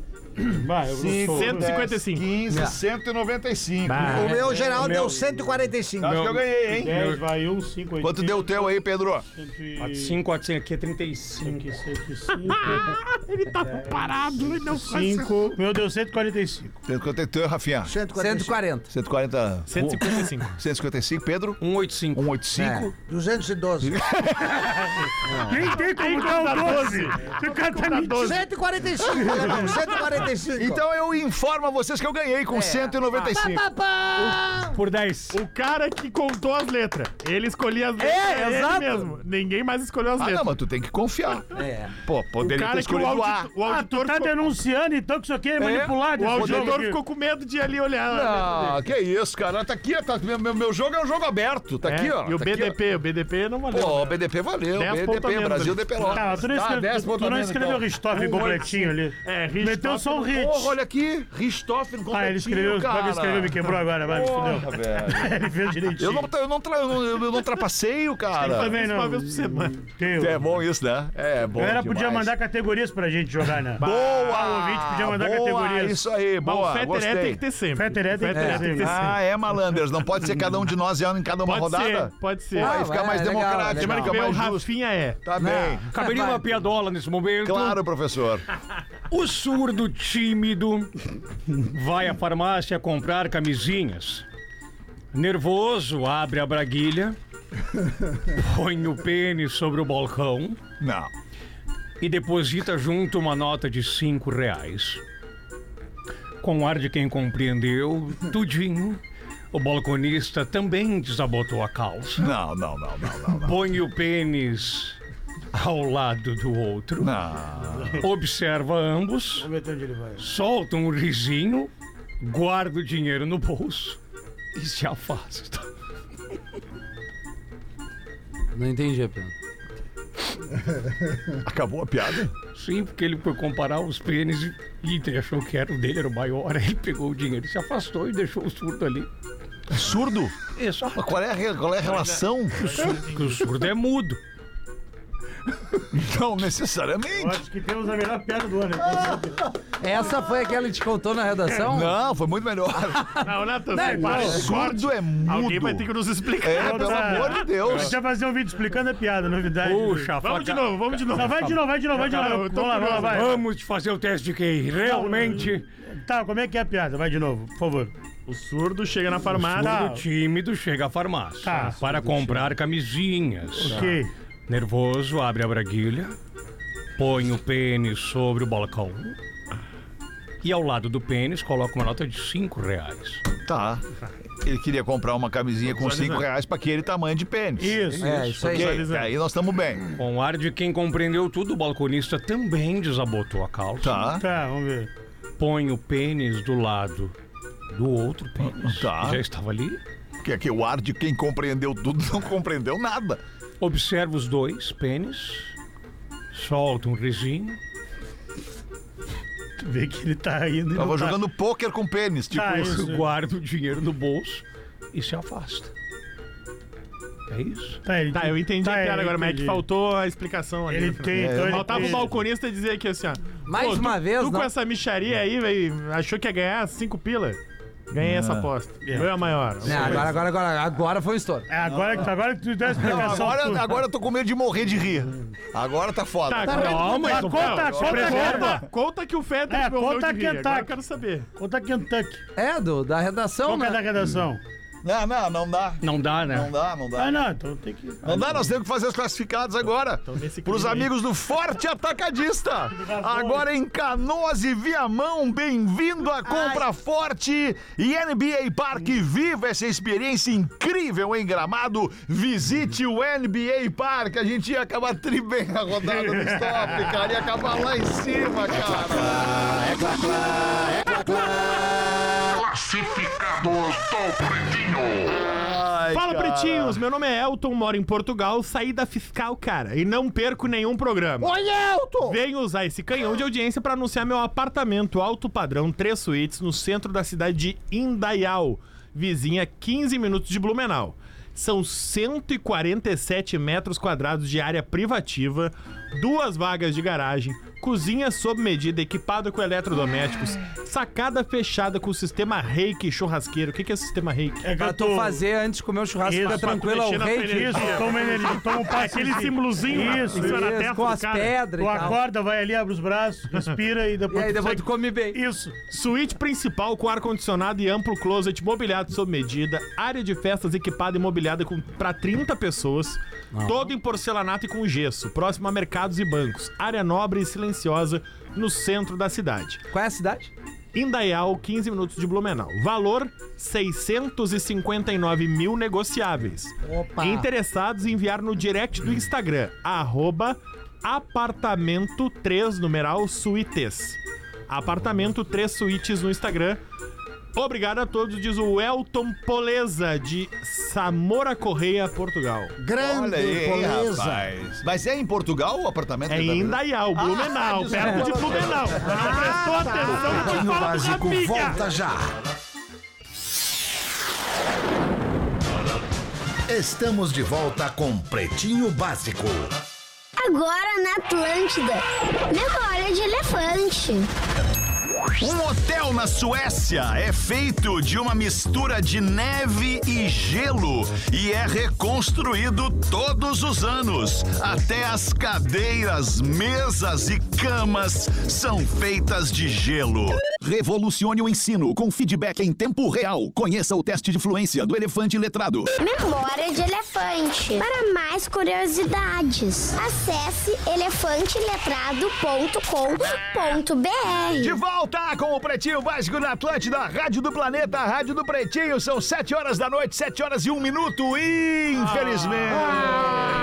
[SPEAKER 6] Vai, eu sou.
[SPEAKER 7] 155.
[SPEAKER 3] 15, 195.
[SPEAKER 2] O meu geral
[SPEAKER 6] O meu-
[SPEAKER 2] deu 145.
[SPEAKER 3] Acho que eu ganhei, hein?
[SPEAKER 6] 10 vai 1, 5, 80.
[SPEAKER 3] Quanto deu o teu aí, Pedro?
[SPEAKER 4] 5, 400, aqui é 35.
[SPEAKER 3] Ah,
[SPEAKER 6] 105,
[SPEAKER 3] tá
[SPEAKER 7] Parado, não faz
[SPEAKER 3] [LAUGHS]
[SPEAKER 6] 5, meu deu 145.
[SPEAKER 3] Quanto é teu, Rafinha?
[SPEAKER 2] 145.
[SPEAKER 10] 140.
[SPEAKER 3] 140.
[SPEAKER 7] 155.
[SPEAKER 3] 155, Pedro?
[SPEAKER 4] 185.
[SPEAKER 3] 185.
[SPEAKER 4] É.
[SPEAKER 2] 212.
[SPEAKER 6] Nem tem como
[SPEAKER 7] Tá
[SPEAKER 6] dar o 12. O cara tá mentindo.
[SPEAKER 2] 145, Pedrão, 145.
[SPEAKER 3] Então eu informo a vocês que eu ganhei com 195.
[SPEAKER 4] Por 10.
[SPEAKER 7] O cara que contou as letras. Ele escolhia as letras. É, ele mesmo. Ninguém mais escolheu as
[SPEAKER 3] Ah,
[SPEAKER 7] letras.
[SPEAKER 3] não, mas tu tem que confiar.
[SPEAKER 2] É.
[SPEAKER 3] Pô,
[SPEAKER 7] o
[SPEAKER 3] poderia ter
[SPEAKER 7] cara que o,
[SPEAKER 3] escolhido
[SPEAKER 7] audi-
[SPEAKER 3] A.
[SPEAKER 7] o
[SPEAKER 6] Ah,
[SPEAKER 7] auditor,
[SPEAKER 6] tu tá
[SPEAKER 7] ficou,
[SPEAKER 3] um
[SPEAKER 6] denunciando então que isso aqui é manipulado.
[SPEAKER 7] o
[SPEAKER 6] esse jogo
[SPEAKER 7] auditor
[SPEAKER 6] aqui.
[SPEAKER 7] ficou com medo de ali olhar.
[SPEAKER 3] Ah, que isso, cara. Tá aqui, tá, meu, meu- meu jogo é um jogo aberto. Tá
[SPEAKER 7] É,
[SPEAKER 3] aqui, ó.
[SPEAKER 7] E o
[SPEAKER 3] tá aqui, ó.
[SPEAKER 7] BDP, o BDP não valeu.
[SPEAKER 3] Pô, o BDP valeu.
[SPEAKER 7] Dez pontos
[SPEAKER 3] BDP,
[SPEAKER 7] a menos,
[SPEAKER 3] Brasil de
[SPEAKER 7] né?
[SPEAKER 6] Tá, mas
[SPEAKER 3] Pelotas.
[SPEAKER 6] tu não
[SPEAKER 3] Tá, dez
[SPEAKER 6] escreveu, tu
[SPEAKER 3] pontos a
[SPEAKER 6] não
[SPEAKER 3] menos,
[SPEAKER 6] escreveeu
[SPEAKER 3] então.
[SPEAKER 6] Ristoff
[SPEAKER 7] Um,
[SPEAKER 6] completinho ali.
[SPEAKER 7] É,
[SPEAKER 6] Meteu só um hit.
[SPEAKER 3] Porra, olha aqui. Ristoffen com
[SPEAKER 6] Ah, ele escreveu,
[SPEAKER 3] cara.
[SPEAKER 6] ele escreveu, me quebrou agora, vai, me
[SPEAKER 3] Porra,
[SPEAKER 6] fudeu. [LAUGHS]
[SPEAKER 3] velho.
[SPEAKER 6] Ele fez direitinho.
[SPEAKER 3] Eu não, tra- eu, não tra- eu, não, eu não trapaceio, cara.
[SPEAKER 6] também não.
[SPEAKER 7] Uma vez por semana.
[SPEAKER 6] Teu.
[SPEAKER 3] É bom isso, né? É bom.
[SPEAKER 6] A galera
[SPEAKER 3] demais.
[SPEAKER 6] podia mandar categorias pra gente jogar, né?
[SPEAKER 7] Ah,
[SPEAKER 3] Boa!
[SPEAKER 6] O ouvinte podia mandar
[SPEAKER 3] boa,
[SPEAKER 6] categorias.
[SPEAKER 3] Isso aí,
[SPEAKER 7] Mas
[SPEAKER 3] boa.
[SPEAKER 7] o Fetter é,
[SPEAKER 3] gostei.
[SPEAKER 7] tem que ter sempre.
[SPEAKER 6] Fetter é, tem que ter
[SPEAKER 7] Fetter
[SPEAKER 6] sempre.
[SPEAKER 3] Ah, é, malanders. Não pode ser cada um de nós é em cada uma
[SPEAKER 7] Pode
[SPEAKER 3] rodada?
[SPEAKER 7] ser, pode ser.
[SPEAKER 3] Pô, aí
[SPEAKER 10] Ah,
[SPEAKER 3] fica
[SPEAKER 10] é,
[SPEAKER 3] mais
[SPEAKER 10] é legal,
[SPEAKER 3] democrático,
[SPEAKER 10] é
[SPEAKER 7] Semana que
[SPEAKER 3] fica
[SPEAKER 7] vem o
[SPEAKER 3] mais justo.
[SPEAKER 7] Rafinha é.
[SPEAKER 3] Tá bem.
[SPEAKER 4] Caberia uma piadola nesse momento.
[SPEAKER 3] Claro, professor.
[SPEAKER 4] O surdo tímido vai à farmácia comprar camisinhas. Nervoso, abre a braguilha, põe o pênis sobre o balcão
[SPEAKER 3] Não.
[SPEAKER 4] e deposita junto uma nota de cinco reais. Com ar de quem compreendeu tudinho, o balconista também desabotou a calça.
[SPEAKER 3] Não, não, não, não, não. não.
[SPEAKER 4] Põe o pênis ao lado do outro,
[SPEAKER 3] Não.
[SPEAKER 4] observa ambos.
[SPEAKER 6] Vamos ver onde ele vai.
[SPEAKER 4] solta um risinho, guarda o dinheiro no bolso e se afasta.
[SPEAKER 5] Não entendi, Pedro.
[SPEAKER 3] Acabou a piada?
[SPEAKER 4] Sim, porque ele foi comparar os pênis e ele achou que era o dele era o maior. Ele pegou o dinheiro, se afastou e deixou o surdo ali.
[SPEAKER 3] Surdo?
[SPEAKER 4] É só
[SPEAKER 3] Mas Qual é a, re- qual é a relação?
[SPEAKER 4] porque o surdo é mudo.
[SPEAKER 3] Não
[SPEAKER 6] Eu
[SPEAKER 3] necessariamente.
[SPEAKER 6] acho que temos a melhor piada do ano.
[SPEAKER 10] Essa foi aquela que ele te contou na redação?
[SPEAKER 3] Não, foi muito melhor.
[SPEAKER 7] Não, Natan, você
[SPEAKER 10] não.
[SPEAKER 7] para de corte.
[SPEAKER 3] Surdo é
[SPEAKER 7] Alguém vai ter
[SPEAKER 3] mudo.
[SPEAKER 7] que nos explicar.
[SPEAKER 3] É, pelo amor de
[SPEAKER 6] A
[SPEAKER 3] Deus.
[SPEAKER 6] gente vai fazer um vídeo explicando a piada, novidade.
[SPEAKER 4] Puxa,
[SPEAKER 7] Vamos de
[SPEAKER 4] faca.
[SPEAKER 7] novo, vamos de novo.
[SPEAKER 6] Não, vai de novo, vai de novo, vai de
[SPEAKER 7] Não,
[SPEAKER 6] novo.
[SPEAKER 7] eu tô
[SPEAKER 6] Vamos lá, vamos lá, vai.
[SPEAKER 4] Vamos fazer o teste de QI. Realmente,
[SPEAKER 6] Tá, como é que é a piada? Vai de novo, por favor.
[SPEAKER 7] O surdo chega na farmácia.
[SPEAKER 4] o tímido chega à farmácia
[SPEAKER 6] Tá.
[SPEAKER 4] para comprar camisinhas.
[SPEAKER 6] Ok.
[SPEAKER 4] Nervoso, abre a braguilha, põe o pênis sobre o balcão e ao lado do pênis coloca uma nota de 5 reais.
[SPEAKER 3] Tá. Ele queria comprar uma camisinha com 5 reais pra aquele tamanho de pênis.
[SPEAKER 6] Isso.
[SPEAKER 10] É, isso aí.
[SPEAKER 3] Ok, aí nós estamos bem.
[SPEAKER 4] Com o ar de quem compreendeu tudo, o balconista também desabotou a calça.
[SPEAKER 3] Tá,
[SPEAKER 6] Tá, vamos ver.
[SPEAKER 4] Põe o pênis do lado do outro pênis.
[SPEAKER 3] Tá.
[SPEAKER 4] que Já estava ali.
[SPEAKER 3] porque aqui o ar de quem compreendeu tudo não compreendeu nada.
[SPEAKER 4] Observa os dois pênis. Solta um risinho.
[SPEAKER 6] Tu vê que ele tá rindo e não
[SPEAKER 3] Tava
[SPEAKER 6] tá.
[SPEAKER 3] jogando pôquer com pênis, tipo
[SPEAKER 6] Tá,
[SPEAKER 3] isso.
[SPEAKER 6] isso.
[SPEAKER 4] Guarda o dinheiro no bolso e se afasta. É isso.
[SPEAKER 6] Tá, ele...
[SPEAKER 7] Tá, eu entendi
[SPEAKER 6] Tá,
[SPEAKER 7] a
[SPEAKER 6] eu
[SPEAKER 7] piada agora, mas é que
[SPEAKER 6] entendi.
[SPEAKER 7] faltou a explicação ali.
[SPEAKER 6] Ele
[SPEAKER 7] no final.
[SPEAKER 3] É,
[SPEAKER 6] tem, então ele
[SPEAKER 7] Faltava
[SPEAKER 6] tem.
[SPEAKER 7] o balconista dizer aqui assim, ó.
[SPEAKER 10] Mais
[SPEAKER 7] Pô,
[SPEAKER 10] uma
[SPEAKER 7] tu,
[SPEAKER 10] vez,
[SPEAKER 7] Tu
[SPEAKER 10] não.
[SPEAKER 7] com essa micharia aí, velho, achou que ia ganhar cinco pila? Ganhei
[SPEAKER 3] Ah.
[SPEAKER 7] essa aposta.
[SPEAKER 6] É.
[SPEAKER 7] Ganhou a maior.
[SPEAKER 10] Não, agora, agora, agora, agora foi um estouro.
[SPEAKER 6] É, agora, que- agora que tu deu a explicação.
[SPEAKER 3] Agora,
[SPEAKER 6] tudo.
[SPEAKER 3] agora eu tô com medo de morrer de rir. Agora tá foda.
[SPEAKER 7] Tá,
[SPEAKER 6] calma,
[SPEAKER 7] calma,
[SPEAKER 6] mas
[SPEAKER 7] Rafael.
[SPEAKER 6] conta-
[SPEAKER 7] Não,
[SPEAKER 6] conta-
[SPEAKER 7] conta, conta que o Feta
[SPEAKER 6] É, conta
[SPEAKER 7] de
[SPEAKER 6] que
[SPEAKER 7] rir. Agora
[SPEAKER 6] tá.
[SPEAKER 7] eu quero saber.
[SPEAKER 6] Conta Kentucky.
[SPEAKER 10] É, do, da redação,
[SPEAKER 6] Qual que é da
[SPEAKER 10] né?
[SPEAKER 6] redação?
[SPEAKER 3] Não, não, não dá.
[SPEAKER 4] Não dá, né?
[SPEAKER 3] Não dá, não
[SPEAKER 6] Ah,
[SPEAKER 3] dá.
[SPEAKER 6] não, então tem que...
[SPEAKER 3] Não dá, nós temos que fazer os classificados agora.
[SPEAKER 7] Então, nesse
[SPEAKER 3] Pros
[SPEAKER 7] clima aí.
[SPEAKER 3] amigos do Forte
[SPEAKER 7] [LAUGHS]
[SPEAKER 3] Atacadista. Agora em Canoas e Viamão, bem-vindo à Compra Forte e NBA Parque. Viva essa experiência incrível em Gramado. Visite o NBA Parque. A gente ia acabar tri bem na rodada
[SPEAKER 7] [LAUGHS]
[SPEAKER 3] do stop, cara. Ia acabar lá em cima, cara.
[SPEAKER 12] Classificados do Pretinho.
[SPEAKER 3] Ai,
[SPEAKER 7] Fala,
[SPEAKER 3] cara.
[SPEAKER 7] pretinhos. Meu nome é Elton, moro em Portugal, saí da fiscal, cara, e não perco nenhum programa.
[SPEAKER 2] Oi, Elton!
[SPEAKER 7] Venho usar esse canhão de audiência para anunciar meu apartamento alto padrão, três suítes, no centro da cidade de Indaial, vizinha 15 minutos de Blumenau. São 147 metros quadrados de área privativa, duas vagas de garagem, Cozinha sob medida, equipada com eletrodomésticos. Sacada fechada com sistema reiki churrasqueiro. O que que é sistema reiki?
[SPEAKER 6] É que
[SPEAKER 8] Pra
[SPEAKER 6] eu
[SPEAKER 8] tu
[SPEAKER 6] tô...
[SPEAKER 8] fazer antes de comer o churrasco,
[SPEAKER 6] Isso, é
[SPEAKER 8] tá
[SPEAKER 6] pra tu
[SPEAKER 8] tranquilo ao
[SPEAKER 7] mexer na
[SPEAKER 8] rei.
[SPEAKER 7] peneira.
[SPEAKER 6] Isso, toma energia, toma um passe.
[SPEAKER 7] Aquele
[SPEAKER 6] aqui.
[SPEAKER 7] símbolozinho
[SPEAKER 6] Isso,
[SPEAKER 7] lá,
[SPEAKER 6] isso,
[SPEAKER 7] isso, na testa
[SPEAKER 8] com
[SPEAKER 7] do
[SPEAKER 8] as
[SPEAKER 7] cara.
[SPEAKER 8] pedras
[SPEAKER 6] Tu
[SPEAKER 8] e tal.
[SPEAKER 6] acorda, vai ali, abre os braços, respira e
[SPEAKER 8] E
[SPEAKER 6] depois.
[SPEAKER 8] aí
[SPEAKER 6] tu
[SPEAKER 8] depois tu
[SPEAKER 6] segue.
[SPEAKER 8] come bem.
[SPEAKER 6] Isso.
[SPEAKER 7] Suíte principal com ar-condicionado e amplo closet mobiliado sob medida. Área de festas equipada e mobiliada com, pra 30 pessoas. Todo em porcelanato e com gesso. Próximo a mercados e bancos. Área nobre e silenciosa no centro da cidade.
[SPEAKER 8] Qual é a cidade?
[SPEAKER 7] Indaial, 15 minutos de Blumenau. Valor: 659 mil negociáveis.
[SPEAKER 8] Opa.
[SPEAKER 7] Interessados em enviar no direct do Instagram, arroba apartamento 3 numeral suítes. Apartamento 3 suítes no Instagram. Obrigado a todos, diz o Elton Poleza, de Samora Correia, Portugal.
[SPEAKER 2] Grande
[SPEAKER 3] Olha aí, hein,
[SPEAKER 2] beleza.
[SPEAKER 3] rapaz. Mas é em Portugal o apartamento?
[SPEAKER 7] É em Indaial, Blumenau,
[SPEAKER 3] Ah, desculpa. tá,
[SPEAKER 7] perto de Blumenau. Não prestou atenção no que
[SPEAKER 11] Pretinho
[SPEAKER 7] fala do
[SPEAKER 11] Básico
[SPEAKER 7] Rafinha.
[SPEAKER 11] volta já. Estamos de volta com Pretinho Básico.
[SPEAKER 13] Agora na Atlântida. Memória de elefante.
[SPEAKER 3] Um hotel na Suécia é feito de uma mistura de neve e gelo e é reconstruído todos os anos. Até as cadeiras, mesas e camas são feitas de gelo. Revolucione o ensino com feedback em tempo real. Conheça o teste de fluência do elefante letrado.
[SPEAKER 13] Memória de elefante. Para mais curiosidades, acesse elefanteletrado.com.br.
[SPEAKER 3] De volta com o Pretinho Básico na Atlântida, Rádio do Planeta, Rádio do Pretinho. São 7 horas da noite, 7 horas e 1 minuto. Infelizmente.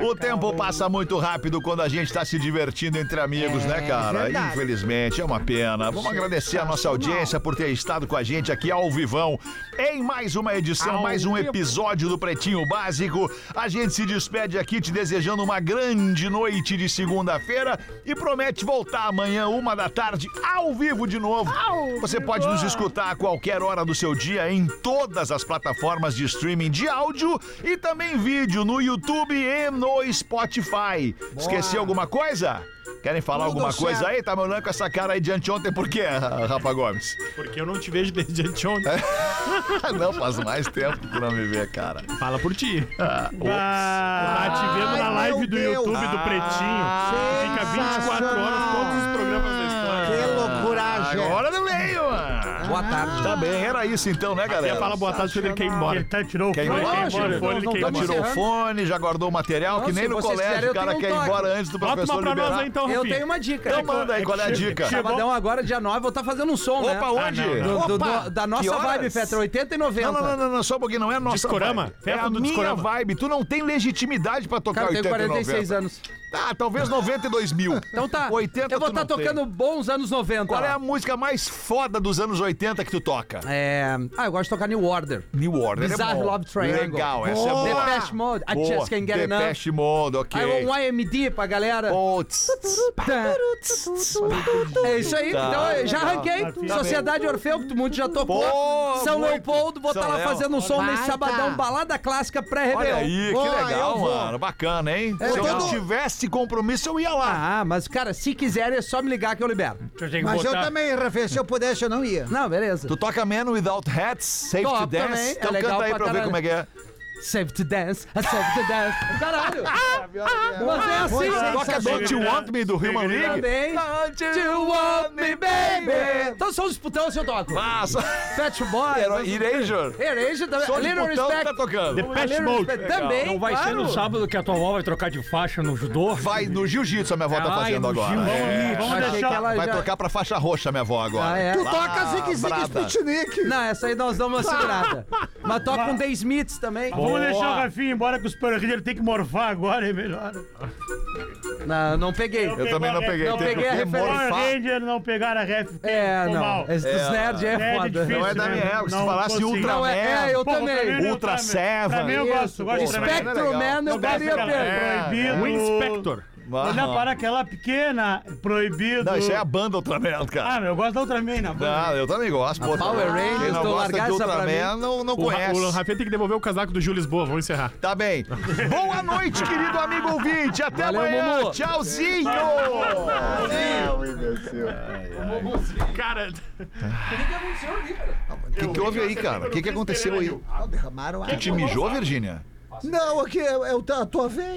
[SPEAKER 3] O tempo passa muito rápido quando a gente está se divertindo entre amigos, né, cara? Infelizmente, é uma pena. Vamos agradecer a nossa audiência por ter estado com a gente aqui ao vivão em mais uma edição, mais um episódio do Pretinho Básico. A gente se despede aqui te desejando uma grande noite de segunda-feira e promete voltar amanhã, uma da tarde, ao vivo de novo. Você pode nos escutar a qualquer hora do seu dia em todas as plataformas de streaming de áudio e também vídeo no YouTube e no Spotify. Esqueci alguma coisa? Querem falar alguma coisa aí? Tá me olhando com essa cara aí de anteontem por quê, [LAUGHS] Rafa Gomes? [LAUGHS]
[SPEAKER 7] Porque É eu não te vejo desde
[SPEAKER 3] É,
[SPEAKER 7] anteontem.
[SPEAKER 3] não, faz mais tempo que tu não me vê, cara.
[SPEAKER 7] Fala por ti.
[SPEAKER 6] Ah, te vendo na
[SPEAKER 2] Ai,
[SPEAKER 6] live
[SPEAKER 2] meu
[SPEAKER 6] do
[SPEAKER 2] Deus.
[SPEAKER 6] YouTube do
[SPEAKER 8] Ah,
[SPEAKER 6] Pretinho. Fica 24 horas todos os programas da história.
[SPEAKER 2] Que loucuragem.
[SPEAKER 3] Ah, Agora no meio, mano.
[SPEAKER 8] Boa tarde.
[SPEAKER 3] Tá bem, era isso então,
[SPEAKER 6] é
[SPEAKER 3] né, galera?
[SPEAKER 7] Ia falar boa tarde quando ele quer ir
[SPEAKER 6] Ele
[SPEAKER 7] embora.
[SPEAKER 6] tá, tirou o
[SPEAKER 3] Quem
[SPEAKER 6] fone,
[SPEAKER 3] vai?
[SPEAKER 6] ele
[SPEAKER 8] Lógico,
[SPEAKER 6] quer ir embora, o fone,
[SPEAKER 8] nós
[SPEAKER 6] ele
[SPEAKER 8] não
[SPEAKER 6] quer ir
[SPEAKER 3] Já
[SPEAKER 8] vamos
[SPEAKER 6] embora.
[SPEAKER 3] tirou o
[SPEAKER 8] encerrando.
[SPEAKER 3] fone, já guardou o material,
[SPEAKER 8] Não,
[SPEAKER 3] que nem
[SPEAKER 8] se
[SPEAKER 3] no
[SPEAKER 8] vocês
[SPEAKER 3] colégio
[SPEAKER 8] quiserem,
[SPEAKER 3] o
[SPEAKER 8] eu
[SPEAKER 3] cara
[SPEAKER 8] tenho um
[SPEAKER 3] quer ir
[SPEAKER 8] toque.
[SPEAKER 3] embora antes do
[SPEAKER 7] Bota
[SPEAKER 3] professor
[SPEAKER 7] uma pra
[SPEAKER 3] liberar.
[SPEAKER 7] nós aí então,
[SPEAKER 8] Eu
[SPEAKER 7] Rafinha.
[SPEAKER 8] tenho uma dica.
[SPEAKER 3] Então manda aí, qual é a dica?
[SPEAKER 8] Sabadão agora, dia 9, vou estar fazendo um som, né?
[SPEAKER 3] Opa, onde?
[SPEAKER 8] Do- do-
[SPEAKER 3] Opa,
[SPEAKER 8] do- da
[SPEAKER 3] que
[SPEAKER 8] nossa
[SPEAKER 3] horas?
[SPEAKER 8] vibe, Petra, 80 e 90.
[SPEAKER 3] Não, não, não, não, não, só um pouquinho, não é a nossa
[SPEAKER 7] Discorama?
[SPEAKER 3] vibe. É
[SPEAKER 7] Festa
[SPEAKER 3] a
[SPEAKER 7] do
[SPEAKER 3] minha
[SPEAKER 7] Discorama.
[SPEAKER 3] vibe, tu não tem legitimidade pra tocar
[SPEAKER 8] Cara, eu
[SPEAKER 3] 80
[SPEAKER 8] tenho 46
[SPEAKER 3] 90.
[SPEAKER 8] anos.
[SPEAKER 3] Ah, talvez 92 mil.
[SPEAKER 8] [LAUGHS] Então tá.
[SPEAKER 3] 80
[SPEAKER 8] eu vou
[SPEAKER 3] tu
[SPEAKER 8] estar
[SPEAKER 3] não tem.
[SPEAKER 8] tocando Tá. bons anos 90.
[SPEAKER 3] Qual é
[SPEAKER 8] lá.
[SPEAKER 3] a música mais foda dos anos 80 que tu toca?
[SPEAKER 8] É, Ah, eu gosto de tocar New Order.
[SPEAKER 3] New Order, é
[SPEAKER 8] Bizarre
[SPEAKER 3] bom.
[SPEAKER 8] Love Triangle.
[SPEAKER 3] Legal, essa é
[SPEAKER 8] The
[SPEAKER 3] boa.
[SPEAKER 8] Depeche Mode. I
[SPEAKER 3] Boa.
[SPEAKER 8] just can't get enough.
[SPEAKER 3] Depeche Mode, ok.
[SPEAKER 8] Aí um IMD pra galera. Tá.
[SPEAKER 3] Oh, tss, tss.
[SPEAKER 8] É isso aí.
[SPEAKER 3] Tá,
[SPEAKER 8] então eu já
[SPEAKER 3] legal.
[SPEAKER 8] arranquei.
[SPEAKER 6] Maravilha.
[SPEAKER 8] Sociedade Orfeu, que todo mundo já tocou.
[SPEAKER 3] Boa,
[SPEAKER 8] São
[SPEAKER 3] muito.
[SPEAKER 8] Leopoldo, vou estar
[SPEAKER 3] São
[SPEAKER 8] lá
[SPEAKER 3] Léo.
[SPEAKER 8] fazendo um som nesse
[SPEAKER 14] Vai,
[SPEAKER 8] sabadão.
[SPEAKER 14] tá.
[SPEAKER 8] Balada clássica
[SPEAKER 3] Olha
[SPEAKER 8] pré-rebel.
[SPEAKER 3] aí,
[SPEAKER 2] Boa,
[SPEAKER 3] que
[SPEAKER 2] eu
[SPEAKER 3] legal,
[SPEAKER 2] vou.
[SPEAKER 3] mano. Bacana, hein?
[SPEAKER 2] É,
[SPEAKER 3] Se eu não
[SPEAKER 2] todo-
[SPEAKER 3] tivesse compromisso, eu ia lá.
[SPEAKER 8] Ah, mas cara, se quiser é só me ligar que eu libero.
[SPEAKER 4] Você tem que
[SPEAKER 2] Mas eu
[SPEAKER 4] botar-
[SPEAKER 2] também, Rafa, se eu pudesse, eu não ia.
[SPEAKER 8] Não, beleza.
[SPEAKER 3] Tu toca Man Without Hats, Safe
[SPEAKER 8] Top
[SPEAKER 3] to Dance.
[SPEAKER 8] também, é
[SPEAKER 3] então
[SPEAKER 8] legal
[SPEAKER 3] canta aí
[SPEAKER 8] pra
[SPEAKER 3] pra eu ver
[SPEAKER 8] caralho.
[SPEAKER 3] como é que é.
[SPEAKER 8] Save to dance, a save to dance. Caralho! Mas é assim,
[SPEAKER 6] Pois é,
[SPEAKER 8] toca
[SPEAKER 3] Toca
[SPEAKER 6] Sensacional.
[SPEAKER 3] Don't You Want Me do Human League.
[SPEAKER 8] também. Do you want me, baby? Então são os putão se eu toco.
[SPEAKER 3] Passa.
[SPEAKER 8] [LAUGHS] Pet Boy.
[SPEAKER 3] Erasure.
[SPEAKER 8] Erasure também.
[SPEAKER 3] Só de
[SPEAKER 8] Little
[SPEAKER 3] putão que
[SPEAKER 8] Respect.
[SPEAKER 3] tá tocando.
[SPEAKER 7] Depeche
[SPEAKER 8] Little
[SPEAKER 7] Mode.
[SPEAKER 8] Respect também,
[SPEAKER 4] Não vai ser
[SPEAKER 8] claro.
[SPEAKER 4] no sábado que a tua avó vai trocar de faixa no judô?
[SPEAKER 3] Vai no jiu-jitsu a minha avó tá
[SPEAKER 4] Ai,
[SPEAKER 3] fazendo
[SPEAKER 4] no
[SPEAKER 3] agora.
[SPEAKER 4] jiu-jitsu.
[SPEAKER 3] É.
[SPEAKER 6] Vamos
[SPEAKER 8] Achei que
[SPEAKER 6] deixar.
[SPEAKER 8] ela
[SPEAKER 3] Vai
[SPEAKER 8] já...
[SPEAKER 3] tocar pra faixa roxa minha avó agora.
[SPEAKER 8] Ah, é?
[SPEAKER 2] Tu toca zigue zigue
[SPEAKER 3] brada.
[SPEAKER 2] Sputnik.
[SPEAKER 8] Não, essa aí nós damos uma segurada. Mas toca com The Smiths também.
[SPEAKER 6] Vamos deixar o Rafinha embora que os Power Rangers tem que morfar agora, é melhor.
[SPEAKER 8] Não, não peguei.
[SPEAKER 3] Eu também não peguei.
[SPEAKER 8] Não
[SPEAKER 3] Tem
[SPEAKER 8] peguei a
[SPEAKER 3] que
[SPEAKER 8] referência.
[SPEAKER 6] Power
[SPEAKER 3] morfar.
[SPEAKER 6] Ranger não pegaram a ref.
[SPEAKER 8] É,
[SPEAKER 6] tô
[SPEAKER 8] não.
[SPEAKER 6] mal.
[SPEAKER 8] Esse dos nerds é
[SPEAKER 6] É
[SPEAKER 8] foda.
[SPEAKER 6] difícil,
[SPEAKER 3] Não é da minha
[SPEAKER 6] né?
[SPEAKER 3] época, se
[SPEAKER 6] Não
[SPEAKER 3] falasse
[SPEAKER 6] consigo.
[SPEAKER 3] Ultra
[SPEAKER 8] Não, é, é, eu também.
[SPEAKER 6] também,
[SPEAKER 3] Ultra
[SPEAKER 6] também.
[SPEAKER 3] Seven.
[SPEAKER 6] Também eu gosto, gosto de
[SPEAKER 3] Isso.
[SPEAKER 6] Ultra Man.
[SPEAKER 3] Spec-
[SPEAKER 8] Spectrum Man, eu
[SPEAKER 6] Eu gosto
[SPEAKER 8] daria
[SPEAKER 6] daquela- É,
[SPEAKER 8] pena.
[SPEAKER 6] Proibido.
[SPEAKER 7] Winspector.
[SPEAKER 6] Olhar
[SPEAKER 3] Não.
[SPEAKER 6] para aquela pequena, proibido.
[SPEAKER 3] Ah. Não, isso é a banda Ultraman, cara.
[SPEAKER 6] Ah, meu, eu gosto da Ultraman, na banda.
[SPEAKER 3] Não, eu também gosto. pô.
[SPEAKER 10] Power Rangers,
[SPEAKER 3] Quem não
[SPEAKER 10] tô
[SPEAKER 3] gosta de
[SPEAKER 10] largar essa pra
[SPEAKER 3] Ultraman
[SPEAKER 10] mim.
[SPEAKER 3] não, não
[SPEAKER 7] O, Ra-
[SPEAKER 3] conhece.
[SPEAKER 7] o Rafinha tem que devolver o casaco do Júlio Lisboa, vamos encerrar.
[SPEAKER 3] Tá bem. Boa noite, querido amigo ouvinte. Até
[SPEAKER 10] Valeu,
[SPEAKER 3] amanhã.
[SPEAKER 10] Mumu.
[SPEAKER 3] Tchauzinho.
[SPEAKER 7] Cara,
[SPEAKER 1] O
[SPEAKER 3] O que, que houve aí, cara? O que, que aconteceu aí?
[SPEAKER 2] Ah, derramaram água.
[SPEAKER 3] Tu te mijou, Virgínia?
[SPEAKER 2] Não, aqui é, é o ta- a tua veia.